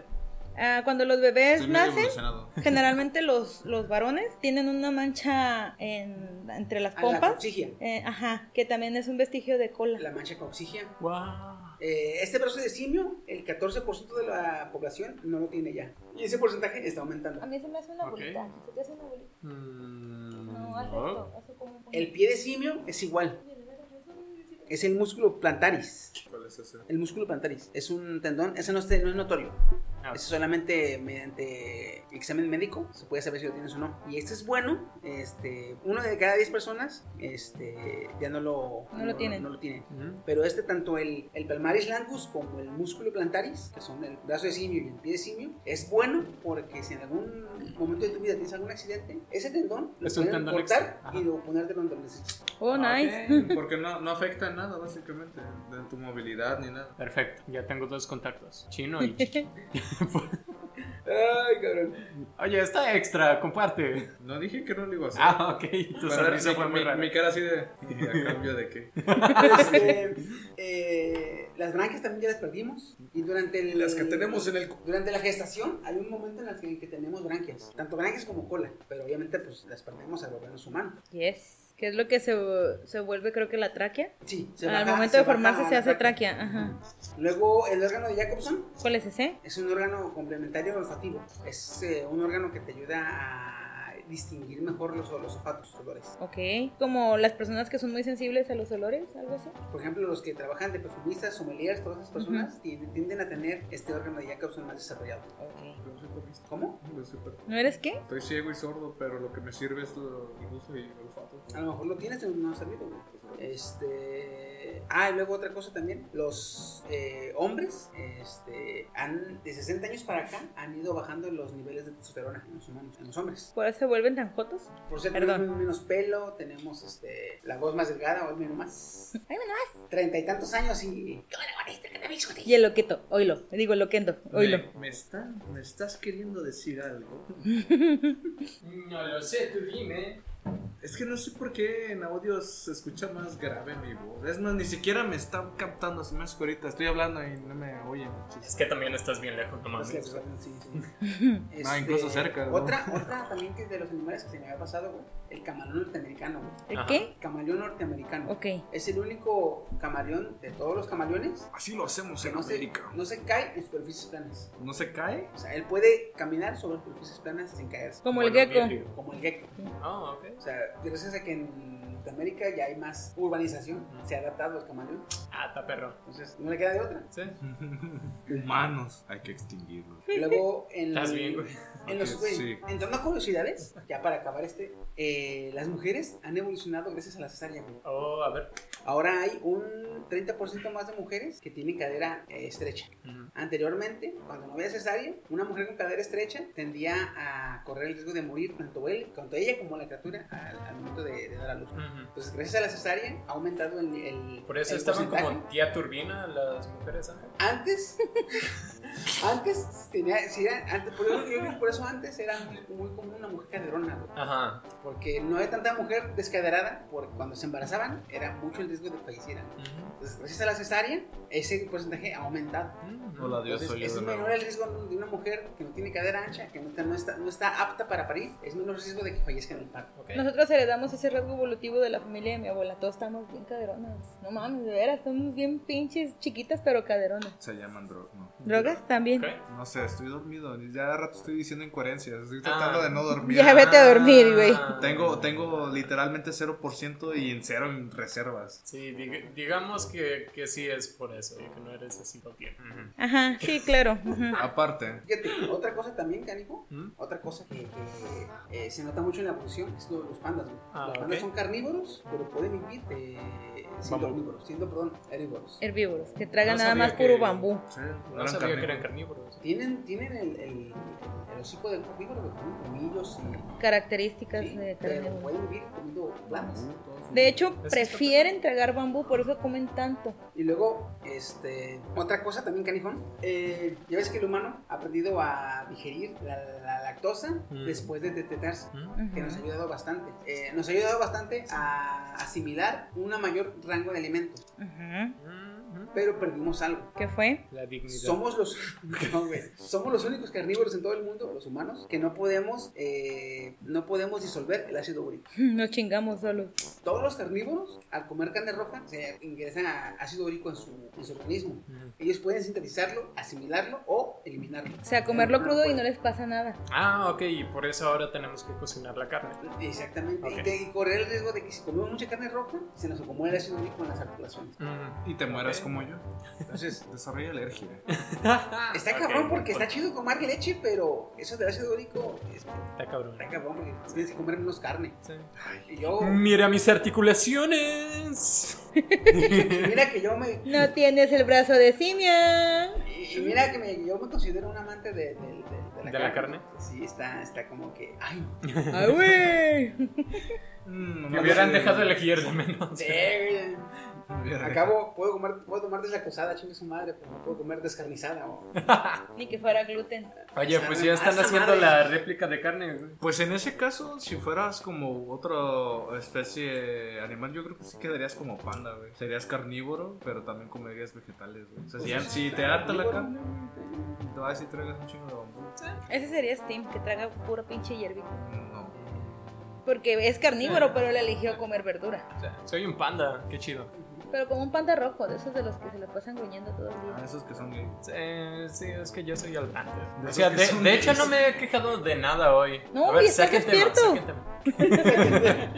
Speaker 9: Ah, cuando los bebés
Speaker 6: Estoy medio
Speaker 9: nacen,
Speaker 6: evolucionado.
Speaker 9: generalmente los, los varones tienen una mancha en, entre las
Speaker 7: Ah, la
Speaker 9: pompas.
Speaker 7: coxigia.
Speaker 9: Eh, ajá, que también es un vestigio de
Speaker 7: La
Speaker 9: cola.
Speaker 7: mancha coxigia.
Speaker 2: Guau.
Speaker 7: Eh, este brazo de simio, el 14% de la población no lo tiene ya. Y ese porcentaje está aumentando.
Speaker 9: A mí se me hace una
Speaker 2: Ok.
Speaker 9: bolita. ¿Se te hace una bolita?
Speaker 2: Mm,
Speaker 9: No, hace
Speaker 2: no.
Speaker 9: esto. Hace como un
Speaker 7: El pie de simio es igual. Es el músculo plantaris.
Speaker 6: ¿Cuál es ese?
Speaker 7: El músculo plantaris es un tendón, ese no es, no es notorio.
Speaker 2: Ah.
Speaker 7: Eso solamente mediante examen médico se puede saber si lo tienes o no. Y este es bueno, este, uno de cada 10 personas este, ya no lo,
Speaker 9: No lo tienen.
Speaker 7: No lo tienen.
Speaker 2: Mm.
Speaker 7: Pero este, tanto el, el palmaris langus como el músculo plantaris, que son el brazo de simio y el pie de simio, es bueno porque si en algún momento de tu vida tienes algún accidente, ese tendón lo
Speaker 2: Es un
Speaker 7: pueden
Speaker 2: tendón
Speaker 7: cortar
Speaker 2: extra. Ajá.
Speaker 7: y lo ponerte donde lo necesites.
Speaker 9: Oh, nice.
Speaker 6: Ok, (laughs) Porque no, no afecta en nada, básicamente. En tu movilidad ni nada.
Speaker 2: Perfecto, ya tengo dos contactos, chino
Speaker 9: (laughs)
Speaker 2: y...
Speaker 6: Ay, cabrón.
Speaker 2: Oye, está extra, comparte. (laughs)
Speaker 6: No dije que no lo iba a hacer.
Speaker 2: Ah, ok, tu
Speaker 6: Para
Speaker 2: sonrisa
Speaker 6: mi-
Speaker 2: fue muy
Speaker 6: mi,
Speaker 2: rara.
Speaker 6: mi cara así de. "¿Y
Speaker 2: (laughs)
Speaker 6: ¿A cambio de qué?
Speaker 7: Este, eh, las branquias también ya las perdimos. Y durante el-
Speaker 6: Las que tenemos en el. cu-
Speaker 7: Durante la gestación hay un momento en el que, en que tenemos branquias, tanto branquias como cola, pero obviamente pues las perdemos al volvernos humanos.
Speaker 9: Yes. Que es lo que se, se vuelve, creo que la tráquea.
Speaker 7: Sí, se
Speaker 9: Al
Speaker 7: baja-
Speaker 9: momento
Speaker 7: se
Speaker 9: de
Speaker 7: baja
Speaker 9: formarse
Speaker 7: la
Speaker 9: se hace tráquea. Ajá.
Speaker 7: Luego el órgano de Jacobson
Speaker 9: ¿Cuál es ese?
Speaker 7: es un órgano complementario olfativo, es eh, un órgano que te ayuda a distinguir mejor los, los olfatos, los olores.
Speaker 9: Ok. Como las personas que son muy sensibles a los olores, algo así.
Speaker 7: Por ejemplo, los que trabajan de perfumistas, sommeliers, todas esas personas tienden, tienden a tener este órgano de Jacobson más desarrollado.
Speaker 9: Ok.
Speaker 6: No soy papista,
Speaker 7: ¿Cómo?
Speaker 6: no soy papista.
Speaker 9: ¿No eres qué?
Speaker 6: Pues, Estoy ciego y sordo, pero lo que me sirve es lo, el gusto y el olfato.
Speaker 7: A lo mejor lo tienes, pero no ha servido. güey. Este. Ah, y luego otra cosa también. Los eh, hombres, este, han, de 60 años para acá, han ido bajando los niveles de testosterona en los humanos, en los hombres.
Speaker 9: ¿Por eso se vuelven tan jotos?
Speaker 7: Por eso
Speaker 9: Perdón.
Speaker 7: tenemos menos pelo, tenemos este, la voz más delgada, hoy menos más.
Speaker 9: Ay,
Speaker 7: Treinta y tantos años y.
Speaker 9: Y el loqueto, oílo. Digo, loquendo, (laughs) oílo.
Speaker 6: Me, me está, me estás queriendo decir algo.
Speaker 2: No lo sé, tú dime.
Speaker 6: Es que no sé por qué en audio se escucha más grave mi voz. Es más, ni siquiera me están captando. Se me hace que ahorita estoy hablando y no me oyen.
Speaker 2: Es que también estás bien lejos, no
Speaker 7: Pues,
Speaker 2: mames.
Speaker 7: la- sí, sí.
Speaker 6: (laughs)
Speaker 7: Este,
Speaker 6: Ah, incluso cerca, ¿no?
Speaker 7: Otra, otra también que es de los animales que se me había pasado, güey, El camaleón norteamericano, güey.
Speaker 9: ¿El
Speaker 2: Ajá.
Speaker 9: qué?
Speaker 7: Camaleón norteamericano.
Speaker 9: Ok.
Speaker 7: Es el único camaleón de todos los camaleones
Speaker 6: Así lo hacemos
Speaker 7: que
Speaker 6: en
Speaker 7: no se,
Speaker 6: América.
Speaker 7: no se cae en superficies planas.
Speaker 6: ¿No se cae?
Speaker 7: O sea, él puede caminar sobre superficies planas sin caerse,
Speaker 9: Como el
Speaker 2: Bueno,
Speaker 9: gecko.
Speaker 2: vidrio.
Speaker 7: como el gecko.
Speaker 2: Ah, ok.
Speaker 7: O sea, gracias a que en Norteamérica ya hay más urbanización, se ha adaptado al camaleón.
Speaker 2: Ah, está perro.
Speaker 7: Entonces, no le queda
Speaker 2: (laughs)
Speaker 7: de otra.
Speaker 2: Sí.
Speaker 6: Humanos. Hay que extinguirlos.
Speaker 7: Luego, en,
Speaker 2: Estás bien, güey.
Speaker 7: en los
Speaker 6: Ok,
Speaker 7: güey,
Speaker 6: sí.
Speaker 7: en torno a curiosidades, ya para acabar este, eh, las mujeres han evolucionado gracias a la cesárea. güey.
Speaker 2: Oh, a ver.
Speaker 7: Ahora hay un 30% más de mujeres que tienen cadera eh, estrecha.
Speaker 2: Ujú.
Speaker 7: Anteriormente, cuando no había cesárea, una mujer con cadera estrecha tendía a correr el riesgo de morir tanto él, tanto ella como la criatura al, al momento de, de dar a luz.
Speaker 2: Ujú.
Speaker 7: Entonces, gracias a la cesárea ha aumentado el, el-
Speaker 2: Mm-hmm. Por eso
Speaker 7: el
Speaker 2: estaban
Speaker 7: porcentaje.
Speaker 2: como tía turbina las mujeres antes.
Speaker 7: Antes, (laughs) antes tenía, si era- antes, por, eso, yo creo que por eso antes era muy, muy común una mujer caderona, güey,
Speaker 2: Ajá.
Speaker 7: porque no había tanta mujer descaderada, porque cuando se embarazaban era mucho el riesgo de que fallecieran.
Speaker 2: Ujú.
Speaker 7: Entonces, gracias a la cesárea, ese porcentaje ha aumentado.
Speaker 2: Mm-hmm.
Speaker 6: Hola, Dios,
Speaker 7: Entonces,
Speaker 6: soy yo
Speaker 7: es
Speaker 6: de nuevo.
Speaker 7: menor el riesgo de una mujer que no tiene cadera ancha, que no está, no está, no está apta para parir, es menor riesgo de que fallezca en el parto.
Speaker 9: Nosotros heredamos ese rasgo evolutivo de la familia de mi abuela. Todos estamos bien caderonas. No mames, de veras, estamos bien pinches chiquitas, pero caderonas.
Speaker 6: Se llaman drogas. No.
Speaker 9: Drogas también.
Speaker 6: No sé, estoy dormido. Ya de rato estoy diciendo incoherencias. Estoy tratando de no dormir.
Speaker 9: Ya vete a dormir, güey.
Speaker 2: Ah.
Speaker 6: Tengo, tengo literalmente 0% y en cero en reservas.
Speaker 2: Sí, dig- digamos que, que sí es por eso, y que no eres así lo bien.
Speaker 9: Ajá, sí, claro.
Speaker 6: Aparte.
Speaker 7: Fíjate, otra cosa también, canijo,
Speaker 2: "Mm,
Speaker 7: otra cosa que, que, eh, se nota mucho en la evolución es lo de los pandas. güey.
Speaker 2: Ah,
Speaker 7: los pandas
Speaker 2: ok.
Speaker 7: son carnívoros, pero pueden vivir eh, siendo omnívoros, siendo, perdón, herbívoros.
Speaker 9: Eh. Herbívoros, que tragan
Speaker 7: No
Speaker 9: nada
Speaker 7: sabía
Speaker 9: más puro
Speaker 7: que-
Speaker 9: bambú.
Speaker 2: No sabía que eran carnívoros.
Speaker 7: Tienen, tienen el, el, el hocico del carnívoro, güey, tienen colmillos y...
Speaker 9: Características de
Speaker 7: Pero
Speaker 9: carne.
Speaker 7: pueden vivir comiendo plantas.
Speaker 9: De hecho, prefieren tragar bambú, por eso comen tanto.
Speaker 7: Y luego, este, otra cosa también, canijón. eh, ya ves que el humano ha aprendido a digerir la, la lactosa
Speaker 2: Mm.
Speaker 7: después de detetarse,
Speaker 9: Mm.
Speaker 7: que nos ha ayudado bastante. Eh, nos ha ayudado bastante a asimilar un mayor rango de alimentos, pero perdimos algo.
Speaker 9: ¿Qué fue?
Speaker 2: mm,
Speaker 9: (laughs)
Speaker 2: La dignidad.
Speaker 7: Somos los, (laughs) no, güey. somos los únicos carnívoros en todo el mundo, los humanos, que no podemos, eh, no podemos disolver el ácido úrico.
Speaker 9: Nos chingamos solo.
Speaker 7: Todos los carnívoros, al comer carne roja, se ingresan a ácido úrico en su, en su organismo.
Speaker 2: Mm.
Speaker 7: Ellos pueden sintetizarlo, asimilarlo o eliminarlo.
Speaker 9: O sea,
Speaker 7: Ah,
Speaker 9: comerlo crudo y no les pasa nada.
Speaker 2: Ah, ok, y por eso ahora tenemos que cocinar la carne.
Speaker 7: Exactamente.
Speaker 2: Ok.
Speaker 7: Y, te- y correr el riesgo de que si comemos mucha carne roja, se nos acumula el ácido úrico en las articulaciones.
Speaker 2: Mm,
Speaker 6: Y te mueras como yo. Entonces, (laughs) desarrolla alergia.
Speaker 9: Ah.
Speaker 7: Está
Speaker 2: Ok,
Speaker 7: cabrón porque
Speaker 2: ok.
Speaker 7: está chido tomar leche, pero eso del ácido úrico es-
Speaker 2: Está cabrón.
Speaker 7: está cabrón porque tienes que comer menos carne. Y
Speaker 2: (laughs)
Speaker 7: yo,
Speaker 2: Mira mis articulaciones.
Speaker 7: y mira que yo me,
Speaker 9: No tienes el brazo de
Speaker 7: (laughs)
Speaker 9: simia.
Speaker 7: y y mira que me- yo me considero un amante de, de- de- de la,
Speaker 2: ¿De la carne?
Speaker 7: Sí, está, está como que,
Speaker 2: (laughs)
Speaker 7: ay, Ah,
Speaker 9: ¡Ay, güey!
Speaker 6: Mm,
Speaker 2: Me
Speaker 6: eh,
Speaker 2: hubieran dejado elegir de menos.
Speaker 7: Sí, güey. Acabo, puedo comer, puedo tomar deslacosada, chingue su madre, pero no puedo comer descarnizada. o-
Speaker 9: Ni que fuera gluten.
Speaker 2: Oye, pues ya
Speaker 7: Ah,
Speaker 2: están
Speaker 7: esa
Speaker 2: haciendo
Speaker 7: madre.
Speaker 2: la réplica de carne. güey.
Speaker 6: Pues en ese caso, si fueras como otra especie animal, yo creo que sí quedarías como panda, güey. Serías carnívoro, pero también comerías vegetales, güey. O sea, si, si te harta la carne, te vas y tragas un chingo de bambú.
Speaker 9: Ese sería Steam, que traga puro pinche hierbico.
Speaker 6: No.
Speaker 9: Porque es carnívoro, pero le eligió comer verdura.
Speaker 2: O sea, soy un panda, qué chido.
Speaker 9: Pero como un panda rojo, de esos de los que se la pasan gruñendo todo el
Speaker 6: Ah,
Speaker 9: día.
Speaker 6: esos que son gay.
Speaker 2: Eh, sí, es que yo soy al panda.
Speaker 6: De
Speaker 2: O sea,
Speaker 6: esos que
Speaker 2: de,
Speaker 6: son
Speaker 2: de hecho
Speaker 6: gays.
Speaker 2: no me he quejado de nada hoy.
Speaker 9: No,
Speaker 2: A
Speaker 9: y
Speaker 2: ver,
Speaker 9: estás
Speaker 2: saquen tema,
Speaker 9: despierto.
Speaker 2: saquen tema.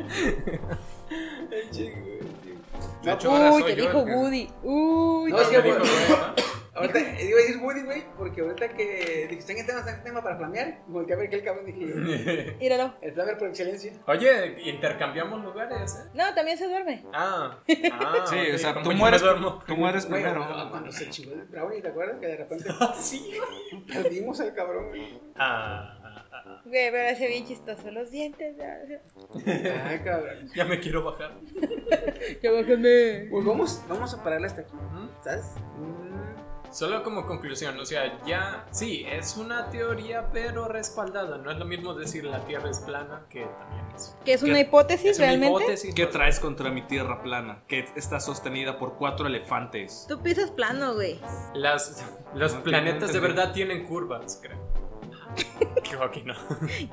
Speaker 2: (laughs)
Speaker 7: No,
Speaker 9: Uy, te dijo Woody. Uy,
Speaker 7: No,
Speaker 9: te
Speaker 7: es que
Speaker 9: dijo-
Speaker 7: güey, ahorita eh, iba a decir Woody, güey, porque ahorita que dijiste en tema, está en tema para flamear, volteé a ver que el
Speaker 2: (laughs)
Speaker 7: cabrón dije,
Speaker 9: míralo.
Speaker 7: el flamer por excelencia.
Speaker 2: Oye, intercambiamos lugares, ¿eh?
Speaker 9: No, también se duerme.
Speaker 2: Ah, (laughs) ah
Speaker 6: Sí, o
Speaker 2: ok,
Speaker 6: sea,
Speaker 2: ¿cómo
Speaker 6: tú
Speaker 2: yo
Speaker 6: mueres,
Speaker 2: me duermo?
Speaker 6: tú mueres
Speaker 7: Güey,
Speaker 6: primero.
Speaker 7: cuando- cuando se chingó el brownie, ¿te acuerdas? Que de repente (laughs)
Speaker 2: Sí.
Speaker 7: perdimos al
Speaker 2: (laughs)
Speaker 7: cabrón, güey.
Speaker 2: Ah, (laughs) ah, ah, ah.
Speaker 9: Güey, pero hace bien chistoso los dientes. ya.
Speaker 7: Ay, Ah, cabrón.
Speaker 2: ya me quiero bajar.
Speaker 9: Ya bájame.
Speaker 7: Pues vamos, vamos a pararle hasta aquí, ¿sabes?
Speaker 2: Solo como conclusión, o sea, ya sí, es una teoría pero respaldada. No es lo mismo decir la Tierra es plana que también es.
Speaker 9: Que es una
Speaker 2: que-
Speaker 9: hipótesis
Speaker 2: es una
Speaker 9: realmente.
Speaker 2: hipótesis,
Speaker 14: ¿Qué
Speaker 2: ¿no?
Speaker 14: traes contra mi tierra plana? Que está sostenida por cuatro elefantes.
Speaker 9: Tú pisas plano, güey.
Speaker 2: Las, los
Speaker 14: No,
Speaker 2: planetas
Speaker 14: no entendí.
Speaker 2: de verdad tienen curvas, creo. (laughs) Creo que no.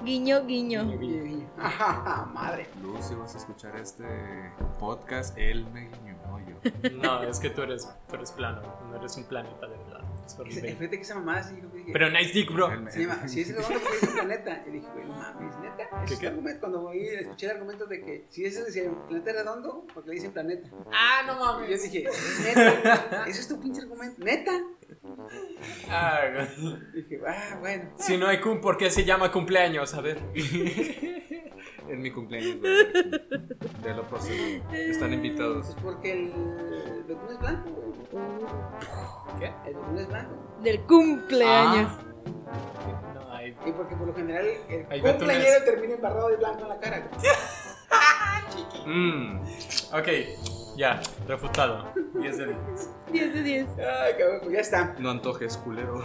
Speaker 9: Guiño, guiño.
Speaker 7: Y- Ajá, madre.
Speaker 15: Luz, si vas a escuchar este podcast, él me guiñó, no yo.
Speaker 2: No, es que tú eres, tú eres plano, no eres un planeta de verdad. Es horrible.
Speaker 7: Fíjate que esa mamada sí, yo dije,
Speaker 2: Pero nice dick, bro.
Speaker 15: Él me-
Speaker 7: Se llama, si es el argumento que dice el planeta. Y dije, güey, no mames, neta.
Speaker 2: ¿Qué,
Speaker 7: Ese
Speaker 2: qué?
Speaker 7: argumento, cuando voy a escuché el argumento de que si ese es el planeta es redondo, porque le dicen planeta.
Speaker 2: Ah, no
Speaker 7: Y yo
Speaker 2: mames.
Speaker 7: dije, neta, ese es tu pinche argumento, neta.
Speaker 2: Ah, güey.
Speaker 7: Y dije, ah, bueno.
Speaker 2: si no hay cum, ¿por qué se llama cumpleaños? A
Speaker 6: (laughs)
Speaker 2: ver.
Speaker 14: En mi cumpleaños, güey. De lo próximo. Están invitados.
Speaker 7: Pues porque el, el betún es blanco, güey.
Speaker 2: ¿Qué?
Speaker 7: El betún es blanco.
Speaker 9: Del cumpleaños.
Speaker 2: Ah. No, hay
Speaker 7: Y porque por lo general el
Speaker 2: Hay
Speaker 7: cumpleañero termina embarrado de blanco en la cara. güey.
Speaker 14: Mm.
Speaker 2: Ok, Ya, refutado. 10 de 10.
Speaker 9: 10 de 10.
Speaker 7: Ay, cabrón, pues ya está.
Speaker 6: No antojes, culero.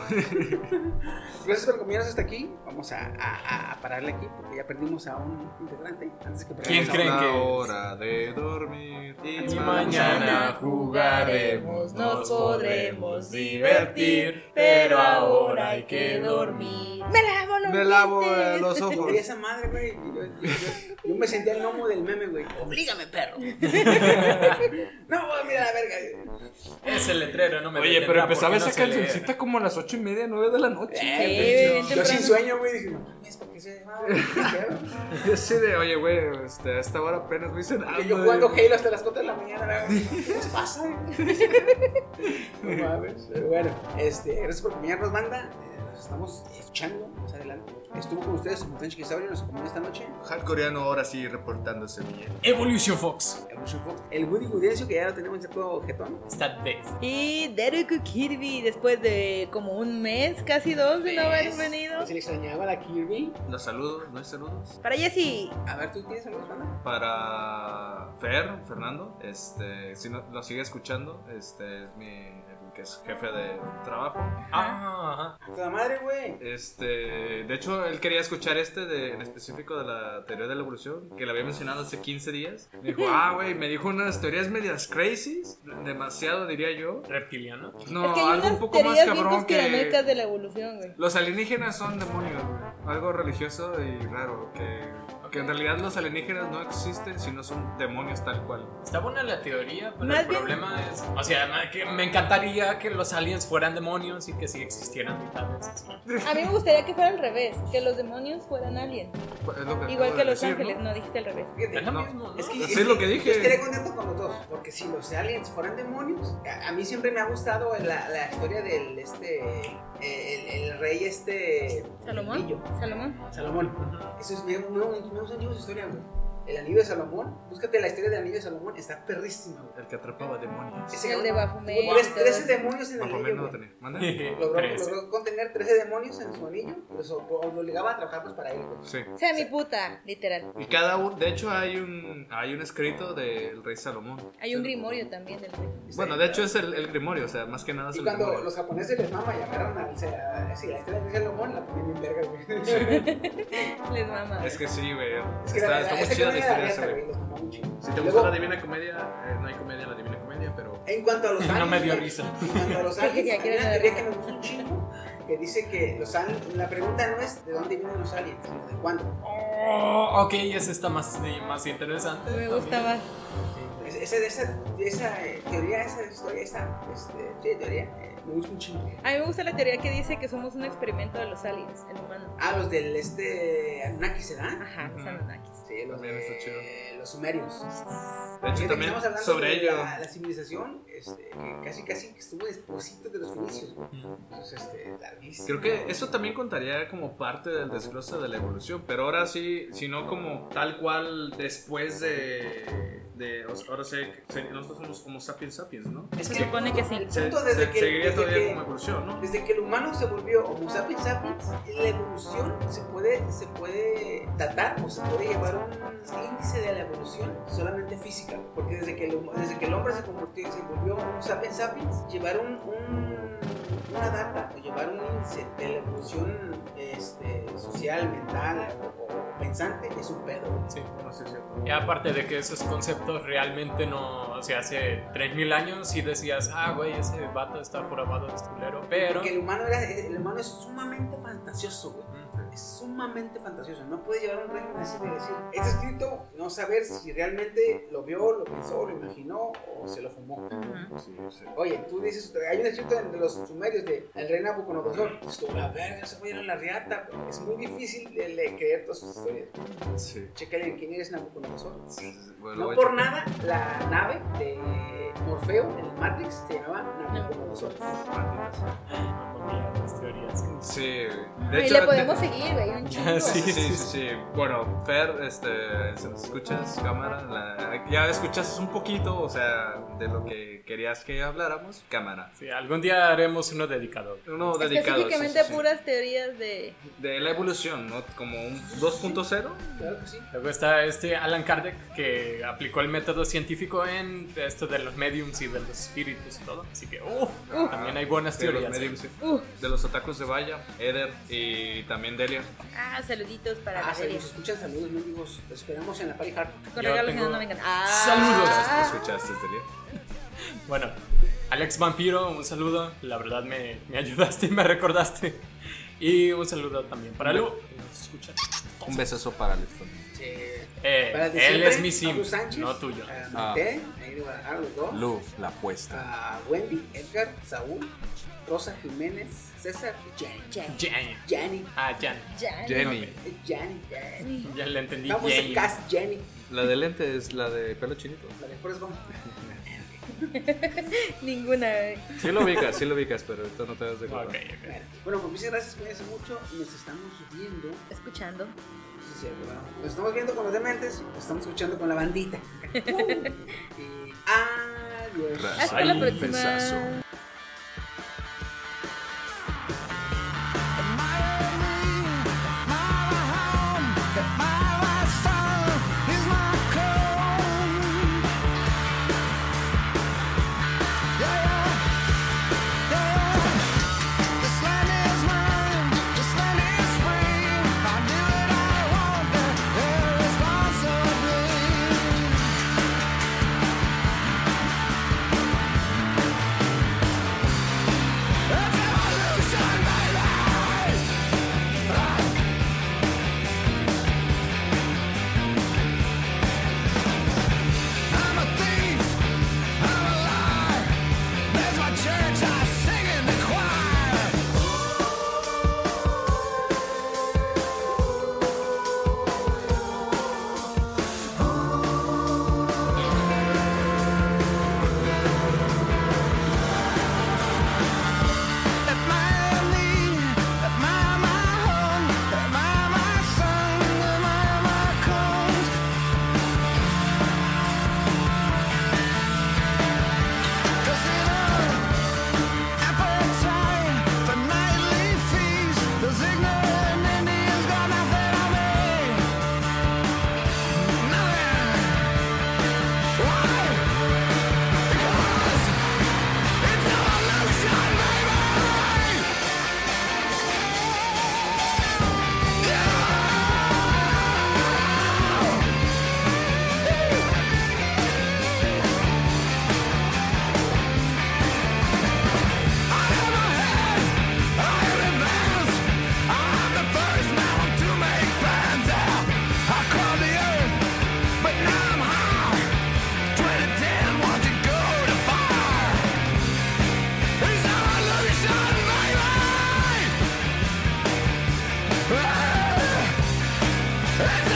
Speaker 7: Gracias por acompañarnos hasta aquí. Vamos a, a- a- a pararle aquí porque ya perdimos a un integrante. Antes que
Speaker 2: ¿Quién
Speaker 7: perdamos a
Speaker 2: creen
Speaker 7: una-
Speaker 2: que es?
Speaker 6: Hora de dormir.
Speaker 2: Y mañana jugaremos, nos podremos divertir, pero ahora hay que dormir.
Speaker 9: Me lavo los
Speaker 6: Me lavo,
Speaker 9: dientes.
Speaker 6: eh, los ojos.
Speaker 7: Y esa madre, güey. Yo, yo- yo- yo me sentía el gnomo del meme, güey. Oblígame, perro. (laughs) no, güey, mira la verga.
Speaker 2: Ese letrero no me
Speaker 6: Oye,
Speaker 2: detendrá
Speaker 6: pero empezaba
Speaker 2: porque
Speaker 6: esa
Speaker 2: no sé leer.
Speaker 6: cancioncita como a las ocho y media, nueve de la noche.
Speaker 9: Eh, bien
Speaker 7: Yo sin
Speaker 9: temprano.
Speaker 7: sueño, güey. Dije, no mames, ¿por qué se va?
Speaker 6: Yo sí de, oye, güey, este, a esta hora apenas voy cenando.
Speaker 7: Yo jugando Halo hasta las 4 de la mañana. güey. ¿Qué nos pasa? güey? no mames. Pero bueno, este, gracias por acompañarnos, banda. Eh, Nos estamos escuchando más adelante. Estuvo con ustedes el Fontaine Chiquisaurio, nos acompañó esta noche.
Speaker 6: Hal coreano ahora sí reportándose bien.
Speaker 2: Evolution Fox.
Speaker 7: El Mucho Fox, El Woody Gudencio, que ya lo tenemos en cierto objetón.
Speaker 2: Está de.
Speaker 9: Y Derek Kirby, después de como un mes, casi dos, de no haber
Speaker 7: ¿Ves?
Speaker 9: venido.
Speaker 7: Se le extrañaba la Kirby.
Speaker 6: Los saludos, no hay saludos.
Speaker 9: Para Jessy,
Speaker 7: A ver, ¿tú tienes saludos, banda?
Speaker 6: Para Fer, Fernando, este, si no, lo sigue escuchando, este es mi, el que es jefe de trabajo.
Speaker 2: Ah, ajá.
Speaker 7: Toda madre, güey.
Speaker 6: Este, de hecho, él quería escuchar este de, en específico de la teoría de la evolución, que le había mencionado hace 15 días. Me dijo, ah, güey, me dijo unas teorías medias crazies, demasiado diría yo.
Speaker 2: Reptiliano.
Speaker 6: No,
Speaker 9: es que hay
Speaker 6: algo un
Speaker 9: unas
Speaker 6: poco más
Speaker 9: teorías bien
Speaker 6: cabrón
Speaker 9: conspiranoicas
Speaker 6: que...
Speaker 9: de la evolución, güey.
Speaker 6: Los alienígenas son demonios, güey. algo religioso y raro, que, que en realidad los alienígenas no existen, sino son demonios tal cual.
Speaker 2: Está buena la teoría, pero
Speaker 9: Más
Speaker 2: el
Speaker 9: bien-
Speaker 2: problema es. O sea, ma- que me encantaría que los aliens fueran demonios y que sí existieran titanes. así.
Speaker 9: A mí me gustaría que fuera al revés, que los demonios fueran aliens.
Speaker 6: Es lo
Speaker 9: Igual
Speaker 6: acabo
Speaker 9: que
Speaker 6: de
Speaker 9: Los
Speaker 6: decir,
Speaker 9: Ángeles,
Speaker 6: ¿no?
Speaker 9: no dijiste al revés.
Speaker 7: Fíjate,
Speaker 2: Es lo
Speaker 7: no,
Speaker 2: mismo, ¿no?
Speaker 7: Es que,
Speaker 6: Pues es lo que dije.
Speaker 7: Yo estaría contento con los dos, porque si los aliens fueran demonios, a, a mí siempre me ha gustado la, la historia del este el, el rey este
Speaker 9: ¿Salomón?
Speaker 7: anillo,
Speaker 9: Salomón.
Speaker 7: Salomón. Eso es me, me, me, me gusta mucho su historia, güey. El anillo de Salomón, búscate la historia del anillo de Salomón, está perrísima, güey.
Speaker 6: El que atrapaba demonios.
Speaker 7: Ese
Speaker 9: El
Speaker 7: cabrón
Speaker 9: de Baphomet,
Speaker 7: tuvo tres-
Speaker 9: todo
Speaker 7: 13
Speaker 9: eso.
Speaker 7: demonios en el
Speaker 6: Bajo
Speaker 7: anillo.
Speaker 6: menos no
Speaker 7: güey.
Speaker 6: tenía. ¿Mande?
Speaker 7: Logró,
Speaker 2: Trece.
Speaker 7: logró contener 13 demonios en su anillo, pues, los obligaba a trabajar pues, para él, güey.
Speaker 6: Sí.
Speaker 9: O sea, mi puta, literal.
Speaker 6: Y cada uno, de hecho hay un hay un escrito
Speaker 7: Ah,
Speaker 6: del rey Salomón.
Speaker 9: Hay un grimorio también del rey.
Speaker 6: Bueno, de hecho es el, el grimorio, o sea, más que nada es
Speaker 7: Y
Speaker 6: el
Speaker 7: cuando
Speaker 6: grimorio.
Speaker 7: los japoneses les mama llamaron al. se- a- Sí, la historia de Salomón la ponen bien verga, güey.
Speaker 9: Les mama.
Speaker 6: Es que sí, güey.
Speaker 7: (laughs) Es que
Speaker 6: está
Speaker 7: la,
Speaker 6: está muy
Speaker 7: ese
Speaker 6: chida la
Speaker 7: cabrón era
Speaker 6: historia esa,
Speaker 7: reta,
Speaker 6: güey.
Speaker 7: güey, los mamaba un chingo.
Speaker 6: Si te gusta
Speaker 7: Luego,
Speaker 6: la Divina Comedia, eh, no hay comedia en la Divina Comedia, pero...
Speaker 7: En cuanto a
Speaker 6: (laughs)
Speaker 7: los
Speaker 2: No me
Speaker 7: aliens,
Speaker 2: dio
Speaker 7: güey,
Speaker 2: risa.
Speaker 7: En cuanto a los
Speaker 9: Dije que ya
Speaker 7: aliens, hay
Speaker 9: quiere
Speaker 7: una
Speaker 9: dar
Speaker 7: teoría que
Speaker 9: risa.
Speaker 7: me gusta un chingo que dice que los aliens. La pregunta no es de dónde vienen los aliens, sino de cuándo.
Speaker 2: Oh, ok, esa está más, más interesante.
Speaker 9: Me gusta
Speaker 2: también.
Speaker 9: más.
Speaker 7: Es- Esa, esa, esa eh, teoría, esa historia, esa este, sí, teoría, eh, me gusta un chingo.
Speaker 9: A mí me gusta la teoría que dice que somos un experimento de los aliens, el humano.
Speaker 7: Ah, los del este. Anunnaki se dan.
Speaker 9: Ajá, los Anunnakis.
Speaker 7: Sí, los,
Speaker 6: También está chido.
Speaker 7: de, los sumerios.
Speaker 6: De hecho,
Speaker 7: Fíjate que
Speaker 6: también
Speaker 7: estamos hablando
Speaker 6: sobre
Speaker 7: de
Speaker 6: ello.
Speaker 7: La, la civilización, este, que casi casi que estuvo desposito de los fenicios. güey. Entonces, este, larguísimo.
Speaker 6: Creo que eso también contaría como parte del desglose de la evolución, pero ahora sí, si no como tal cual después de... de o sea, ahora sí, que nosotros somos Homo sapiens sapiens, ¿no?
Speaker 9: Se supone que sí.
Speaker 6: Se,
Speaker 7: Punto desde
Speaker 6: se-
Speaker 7: que-
Speaker 6: seguiría
Speaker 7: desde
Speaker 6: todavía
Speaker 7: que-
Speaker 6: como evolución, ¿no?
Speaker 7: Desde que el humano se volvió Homo sapiens sapiens, la evolución se puede, se puede datar o se puede llevar un índice de la evolución solamente física. Porque desde que el, hum- desde que el hombre se, convirtió, se volvió Homo sapiens sapiens, llevar un, un- una data o llevar un índice de la evolución este, social, mental o, o pensante es un pedo. güey.
Speaker 2: Sí.
Speaker 6: No sé si-
Speaker 2: Y aparte de que esos conceptos realmente no, o sea, hace 3000 años sí decías, ah, güey, ese vato está por abajo de culero, pero
Speaker 7: Porque el humano, era, el humano es sumamente fantasioso, güey. Es sumamente fantasioso. No puede llevar un régimen así de decir, está escrito, no saber si realmente lo vio, lo pensó, lo imaginó o se lo fumó. Oye, tú dices, hay un escrito de los sumerios de el rey Nabucodonosor. Esto, la verga, se fueron la riata. Es muy difícil de le- creer todas sus historias.
Speaker 6: Sí.
Speaker 7: Chécale quién eres Nabucodonosor.
Speaker 6: Bueno,
Speaker 7: No
Speaker 6: voy a
Speaker 7: por
Speaker 6: checar.
Speaker 7: nada, la nave de Morfeo en el Matrix se llamaba Nabucodonosor.
Speaker 6: Maldita sea.
Speaker 2: Ah, mamá mía, este teorías.
Speaker 6: Sí. De
Speaker 9: Güey,
Speaker 6: hecho,
Speaker 9: le
Speaker 6: de-
Speaker 9: podemos seguir, güey, un chingo. (laughs)
Speaker 6: Ah, Sí, sí, sí, sí. Bueno, Fer, este, si nos escuchas, cámara, la- ya escuchaste un poquito, o sea, de lo que querías que habláramos, cámara.
Speaker 2: Sí, algún día haremos uno dedicado.
Speaker 6: Uno dedicado. sí,
Speaker 9: Específicamente
Speaker 6: sí, sí.
Speaker 9: puras teorías de.
Speaker 6: De la evolución, ¿no? Como un 2.0.
Speaker 9: Claro que sí.
Speaker 2: Luego está este Alan Kardec que aplicó el método científico en esto de los mediums y de los espíritus y todo. Así que, uff,
Speaker 6: Ah,
Speaker 2: también hay buenas
Speaker 6: de los
Speaker 2: teorías. ¿eh?
Speaker 6: mediums, sí.
Speaker 9: Uh.
Speaker 6: De los atacos de Vaya, Eder y también Delia.
Speaker 9: Ah, saluditos para
Speaker 7: Ah,
Speaker 9: la
Speaker 7: se
Speaker 9: serie.
Speaker 7: nos escuchan saludos, no amigos. Los esperamos en la Party Hard.
Speaker 9: Con
Speaker 6: Yo
Speaker 9: regalos
Speaker 6: tengo-
Speaker 9: no me encantan. Ah.
Speaker 6: escuchaste, Delia?
Speaker 2: Bueno, Alex Vampiro, un saludo. La verdad me, me (laughs) ayudaste y me recordaste. Y un saludo también para Lu. que nos escucha.
Speaker 6: Un besazo para Alexton.
Speaker 2: Eh,
Speaker 7: Para de
Speaker 2: él
Speaker 7: siempre,
Speaker 2: es mi sim,
Speaker 7: Pablo Sánchez,
Speaker 2: no tuyo.
Speaker 7: a Maite, ahí de Guadalajara, los dos.
Speaker 16: Lu, la apuesta.
Speaker 7: A Wendy, Edgar, Saúl, Rosa Jiménez, César y Jenny.
Speaker 2: Jenny.
Speaker 7: Jenny.
Speaker 2: Ah, Jan.
Speaker 7: Jenny.
Speaker 6: Jenny.
Speaker 7: Jenny. Jenny.
Speaker 2: Ya le entendí.
Speaker 7: Vamos
Speaker 2: Jenny.
Speaker 7: en casa, Jenny.
Speaker 6: La de lente es la de pelo chinito.
Speaker 7: La de Forrest Gump.
Speaker 9: (laughs) Ninguna, güey.
Speaker 6: Sí lo ubicas, sí lo ubicas, pero ahorita no te das de cuenta.
Speaker 2: Ok, ok.
Speaker 7: Bueno, pues muchas gracias, cuídense mucho. Nos estamos viendo.
Speaker 9: Escuchando.
Speaker 7: Sí, sí, bueno, Nos estamos viendo con los dementes, nos estamos escuchando con
Speaker 2: (laughs)
Speaker 7: la bandita. y adiós.
Speaker 9: Hasta la
Speaker 16: Ahí,
Speaker 9: próxima.
Speaker 16: besazo.
Speaker 1: It's